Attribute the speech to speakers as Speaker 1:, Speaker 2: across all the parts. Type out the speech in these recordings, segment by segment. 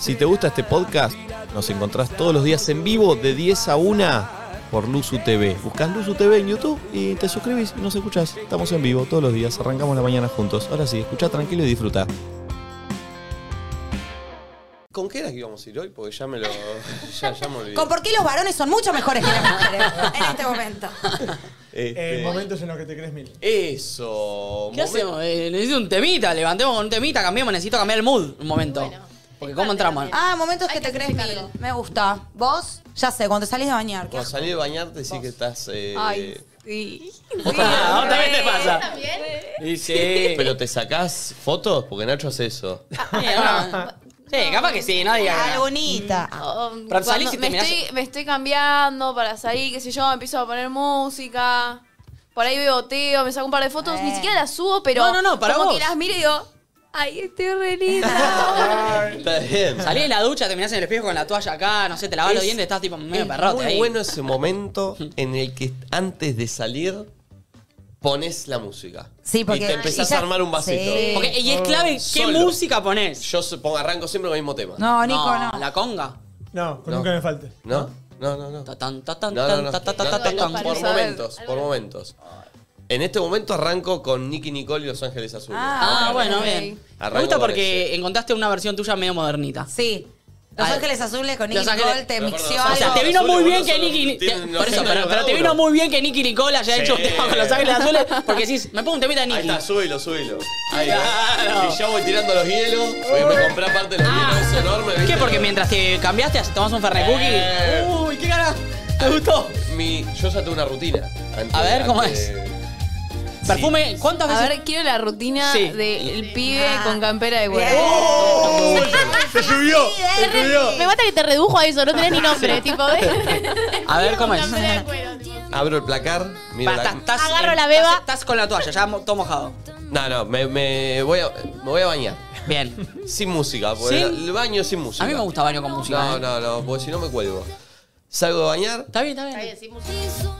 Speaker 1: Si te gusta este podcast, nos encontrás todos los días en vivo de 10 a 1 por Luzu TV. Buscás Luzu TV en YouTube y te suscribís y nos escuchás. Estamos en vivo todos los días, arrancamos la mañana juntos. Ahora sí, escuchá tranquilo y disfruta. ¿Con qué era que íbamos a ir hoy? Porque ya me lo. Ya, ya me olvidé.
Speaker 2: Con por qué los varones son mucho mejores que las mujeres en este momento.
Speaker 1: Este,
Speaker 3: Eh, momentos en los que te crees mil.
Speaker 1: Eso.
Speaker 4: ¿Qué hacemos? Eh, necesito un temita, levantemos con un temita, cambiamos, necesito cambiar el mood un momento. Porque ¿cómo entramos?
Speaker 2: Ah, momentos que, te crees mil. Me gusta. ¿Vos? Ya sé, cuando te salís de bañar. ¿qué?
Speaker 1: Cuando salí de bañarte, sí que estás. eh,
Speaker 2: sí.
Speaker 4: Ah, otra vez te pasa.
Speaker 5: ¿También?
Speaker 4: Y sí.
Speaker 1: Pero te sacás fotos porque Nacho hace eso.
Speaker 4: Sí, bueno. Sí, capaz que sí, no
Speaker 2: Ah,
Speaker 4: diga.
Speaker 2: bonita.
Speaker 5: Um,
Speaker 4: Pero salís
Speaker 5: cuando
Speaker 4: y
Speaker 5: me,
Speaker 4: terminás-
Speaker 5: estoy, me estoy cambiando para salir, qué sé yo, empiezo a poner música. Por ahí veo teo, me saco un par de fotos,
Speaker 2: Eh.
Speaker 5: ni siquiera las subo, pero
Speaker 4: No, no, no, para
Speaker 5: como
Speaker 4: vos.
Speaker 5: que las miro y digo, ay, estoy re linda.
Speaker 1: Está bien.
Speaker 4: Salís de la ducha, terminás en el espejo con la toalla acá, no sé, te lavás los
Speaker 1: Es-
Speaker 4: dientes, estás tipo medio
Speaker 1: es
Speaker 4: perrote
Speaker 1: muy
Speaker 4: ahí.
Speaker 1: bueno ese momento en el que antes de salir pones la música.
Speaker 2: Sí, porque-
Speaker 1: Y te empezás
Speaker 2: y ya-
Speaker 1: a armar un vasito.
Speaker 2: Sí.
Speaker 4: Porque- y es clave qué
Speaker 1: Solo.
Speaker 4: música ponés.
Speaker 1: Yo supongo, arranco siempre con el mismo tema.
Speaker 2: No, Nico, no.
Speaker 4: La conga.
Speaker 3: No, con
Speaker 1: No.
Speaker 3: nunca me falte.
Speaker 1: ¿No? No, no, no.
Speaker 4: Ta, tan, ta, tan,
Speaker 1: No, no, no.
Speaker 4: tan, ta, ta, ta,
Speaker 1: No,
Speaker 4: ta,
Speaker 1: no,
Speaker 4: tan.
Speaker 1: no, Por momentos, por momentos. En este momento arranco con Nicky Nicole y Los Ángeles Azules.
Speaker 4: Ah,
Speaker 2: ok.
Speaker 4: bueno, bien.
Speaker 1: Arranco
Speaker 4: Me gusta
Speaker 1: con
Speaker 4: porque encontraste una versión tuya medio modernita.
Speaker 2: Sí. Los
Speaker 4: Ah,
Speaker 2: Ángeles Azules con
Speaker 4: Los
Speaker 2: Nicky
Speaker 4: Ángeles-
Speaker 2: Nicole te
Speaker 1: Pero, perdón,
Speaker 2: mixió
Speaker 1: son-
Speaker 4: O sea,
Speaker 2: algo.
Speaker 4: te vino
Speaker 1: Azules,
Speaker 4: muy bien
Speaker 1: boludo,
Speaker 4: que
Speaker 1: son-
Speaker 4: Nicky. te-
Speaker 1: tienen
Speaker 4: Por eso,
Speaker 1: 90
Speaker 4: pero, pero te
Speaker 1: grados.
Speaker 4: vino muy bien que Nicky Nicole haya hecho un
Speaker 1: Sí.
Speaker 4: tema con los ángeles azules. Porque decís, me pongo un temita de
Speaker 1: Ahí
Speaker 4: Nicky.
Speaker 1: está, súbelo, súbelo. Ahí ¿eh?
Speaker 4: Claro.
Speaker 1: Y yo voy tirando los hielos. Porque me compré aparte los
Speaker 4: Ah.
Speaker 1: hielos enormes. ¿viste?
Speaker 4: ¿Qué? Porque mientras te cambiaste, tomás un Fernet Cookie.
Speaker 1: Eh.
Speaker 4: Uy, qué cara. ¿Te gustó?
Speaker 1: Mi, yo ya tengo una rutina. Antes-
Speaker 4: A ver, ¿cómo
Speaker 1: antes-
Speaker 4: es? Perfume, ¿cuántas
Speaker 5: A
Speaker 4: veces?
Speaker 5: ver, quiero la rutina
Speaker 4: Sí. Ah.
Speaker 5: del pibe con campera de huevo.
Speaker 2: Bien.
Speaker 1: ¡Oh! ¡Se subió! ¡Se
Speaker 5: Me
Speaker 1: subió!
Speaker 5: mata que te redujo a eso, no tenés ni nombre, tipo.
Speaker 4: A ver, ¿cómo es?
Speaker 1: Abro el placar, miro
Speaker 4: Va,
Speaker 1: la...
Speaker 4: estás- estás-
Speaker 5: Agarro la
Speaker 4: estás-
Speaker 5: beba.
Speaker 4: Estás con la toalla, ya mo- todo mojado.
Speaker 1: No, no, me, me voy a, me voy a bañar.
Speaker 4: Bien.
Speaker 1: Sin música, porque
Speaker 4: ¿Sí?
Speaker 1: el baño sin música.
Speaker 4: A mí me gusta baño con música.
Speaker 1: No,
Speaker 4: eh.
Speaker 1: no, no, porque si no me cuelgo. Salgo a bañar,
Speaker 4: Está bien, está bien.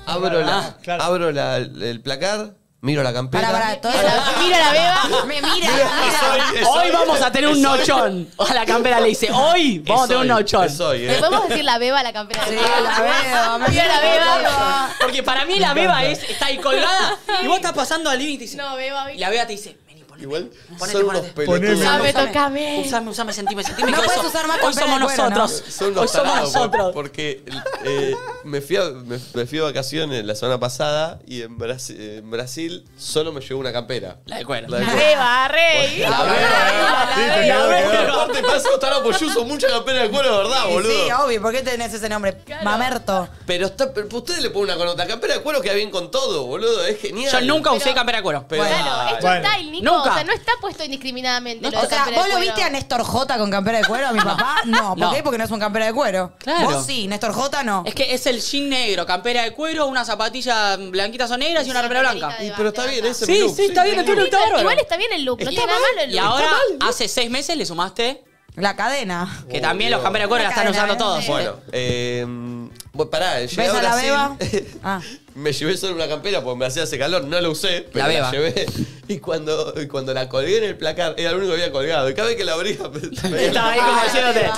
Speaker 1: abro, la,
Speaker 4: Ah,
Speaker 3: claro.
Speaker 1: abro la- el placar, miro la campera.
Speaker 2: Para, para, todo eso.
Speaker 5: Mira la beba.
Speaker 2: Me mira.
Speaker 1: Soy- soy-
Speaker 4: Hoy vamos a tener un
Speaker 1: soy-
Speaker 4: nochón. A la campera le dice, hoy vamos a tener un
Speaker 1: soy,
Speaker 4: nochón.
Speaker 1: soy,
Speaker 5: ¿Le
Speaker 1: eh.
Speaker 5: podemos decir la beba a la campera
Speaker 2: Sí,
Speaker 5: de huevo?
Speaker 2: la veo. me
Speaker 5: Mira la beba.
Speaker 4: Porque para mí la beba es, está ahí colgada y vos estás pasando al límite y, dice-
Speaker 5: No, beba,
Speaker 4: y la beba te dice, vení, poneme.
Speaker 1: Igual
Speaker 4: Ponete,
Speaker 1: son unos
Speaker 4: ponete.
Speaker 1: pelotudos.
Speaker 3: Poneme.
Speaker 5: Sabe,
Speaker 2: Usame.
Speaker 5: tocame.
Speaker 4: Usame, usame, sentime, sentime.
Speaker 2: No
Speaker 4: que hoy
Speaker 2: puedes
Speaker 4: somos-
Speaker 2: usar más
Speaker 4: Hoy
Speaker 2: campera
Speaker 4: somos
Speaker 2: de cuero,
Speaker 4: nosotros.
Speaker 1: Son
Speaker 4: Hoy
Speaker 1: unos
Speaker 4: somos
Speaker 1: tarados, por-
Speaker 4: nosotros.
Speaker 1: porque eh, me, fui a, me, me fui de vacaciones la semana pasada y en, Brasi- en Brasil solo me llevó una campera.
Speaker 4: La de cuero.
Speaker 1: La de-
Speaker 5: Beba, rey.
Speaker 1: La
Speaker 5: la
Speaker 1: veo, eh.
Speaker 5: veo.
Speaker 1: La veo, pero aparte pasa tarado, porque yo uso mucha campera de cuero, de verdad,
Speaker 2: Sí,
Speaker 1: boludo.
Speaker 2: sí, obvio, ¿por qué tenés ese nombre? Mamerto.
Speaker 1: Pero está, pero ustedes le ponen una conota. Campera de cuero queda bien con todo, boludo. Es genial.
Speaker 4: Yo nunca usé
Speaker 5: Pero-
Speaker 4: campera de cuero.
Speaker 1: Pero-
Speaker 5: Claro, esto
Speaker 3: Bueno.
Speaker 5: está el Nico.
Speaker 4: Nunca.
Speaker 5: O sea, no está puesto indiscriminadamente. lo
Speaker 2: O
Speaker 5: de
Speaker 2: sea,
Speaker 5: campera
Speaker 2: ¿vos
Speaker 5: de
Speaker 2: lo
Speaker 5: cuero.
Speaker 2: viste a Néstor J con campera de cuero, a mi papá? No, ¿por
Speaker 4: No.
Speaker 2: qué? Porque no es un campera de cuero.
Speaker 4: Claro.
Speaker 2: Vos sí, Néstor J no.
Speaker 4: Es que es el jean negro, campera de cuero, unas zapatillas blanquitas o negras y una remera blanca.
Speaker 1: Y, pero está bien ese
Speaker 4: Sí,
Speaker 1: mi look,
Speaker 4: sí, está bien,
Speaker 1: mi
Speaker 4: está bien,
Speaker 1: look.
Speaker 4: está bárbaro.
Speaker 5: Igual está bien el look, no tiene nada malo el
Speaker 4: Y
Speaker 5: look.
Speaker 4: ahora, hace seis meses le sumaste
Speaker 2: La cadena.
Speaker 4: que
Speaker 1: Oh,
Speaker 4: también
Speaker 1: Dios.
Speaker 4: los camperas de cuero la están
Speaker 2: Una cadena,
Speaker 4: usando todos.
Speaker 2: ¿eh?
Speaker 1: Bueno, eh, bueno, pará, llegué
Speaker 2: ¿Ves
Speaker 1: a
Speaker 2: a la
Speaker 1: Brasil.
Speaker 2: beba? Ah.
Speaker 1: Me llevé solo una campera porque me hacía ese calor, no la usé, pero la,
Speaker 4: La beba.
Speaker 1: llevé. Y cuando, y cuando la colgué en el placar, era el único que había colgado. Y cada vez que la abría,
Speaker 4: Estaba ahí como diciéndote.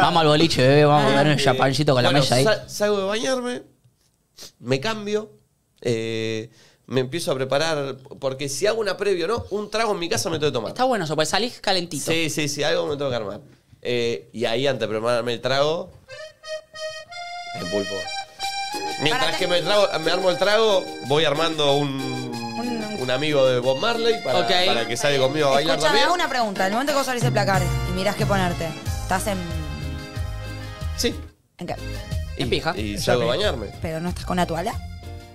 Speaker 4: Vamos al boliche, bebé, vamos a ver un chapancito con la
Speaker 1: Ah. Eh, Bueno,
Speaker 4: mesa ahí.
Speaker 1: sa- salgo de bañarme, me cambio, eh, me empiezo a preparar, porque si hago una previo, ¿no? Un trago en mi casa me tengo que tomar.
Speaker 4: Está bueno eso, pues salís calentito.
Speaker 1: Sí, sí, sí, algo me tengo que armar. Eh, y ahí, antes de prepararme el trago, el pulpo. Mientras
Speaker 2: Para
Speaker 1: que me, trago- me armo el trago, voy armando un, un amigo de Bob Marley para,
Speaker 4: Ok.
Speaker 1: para que salga conmigo a bailar
Speaker 2: Escuchame,
Speaker 1: también.
Speaker 2: hago una pregunta. El momento que vos abrís el placar y mirás qué ponerte, estás en.
Speaker 1: Sí.
Speaker 2: en qué?
Speaker 4: En pija.
Speaker 1: Y salgo a bañarme.
Speaker 2: Pero no estás con una toalla.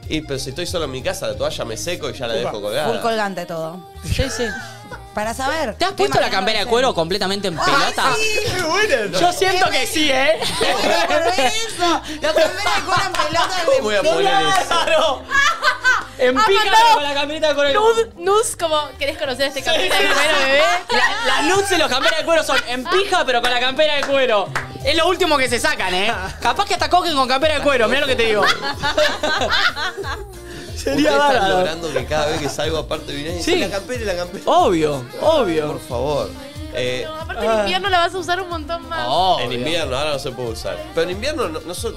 Speaker 1: Y, pero si estoy solo en mi casa, la toalla me seco y ya la
Speaker 3: Upa.
Speaker 1: dejo
Speaker 2: Full
Speaker 1: colgada.
Speaker 2: colgante todo.
Speaker 4: Sí, sí.
Speaker 2: Para saber.
Speaker 4: ¿Te has puesto la campera de cuero completamente en pelota? Yo siento que sí, ¿eh?
Speaker 2: Pero eso, la campera de cuero en pelota
Speaker 1: ¿Cómo voy a poner eso?
Speaker 4: ¡Claro! En
Speaker 5: Ah,
Speaker 4: pija
Speaker 5: mandado.
Speaker 4: con la camperita de cuero.
Speaker 5: Nuz, Nuz, como querés conocer a este campera primero, bebé.
Speaker 4: La- las nudes de los camperas de cuero son en pija, pero con la campera de cuero. Es lo último que se sacan, ¿eh? Capaz que hasta cogen con campera de cuero, mirá lo que te digo.
Speaker 1: Ustedes
Speaker 4: Sería
Speaker 1: están
Speaker 4: bárbaro.
Speaker 1: logrando que cada vez que salgo aparte vienen y
Speaker 4: Sí.
Speaker 1: la campera y la campera.
Speaker 4: Obvio, obvio.
Speaker 1: Por favor. Eh,
Speaker 6: Aparte en invierno la vas a usar un montón más.
Speaker 4: Oh.
Speaker 1: en invierno, ahora no se puede usar. Pero en invierno no, no son.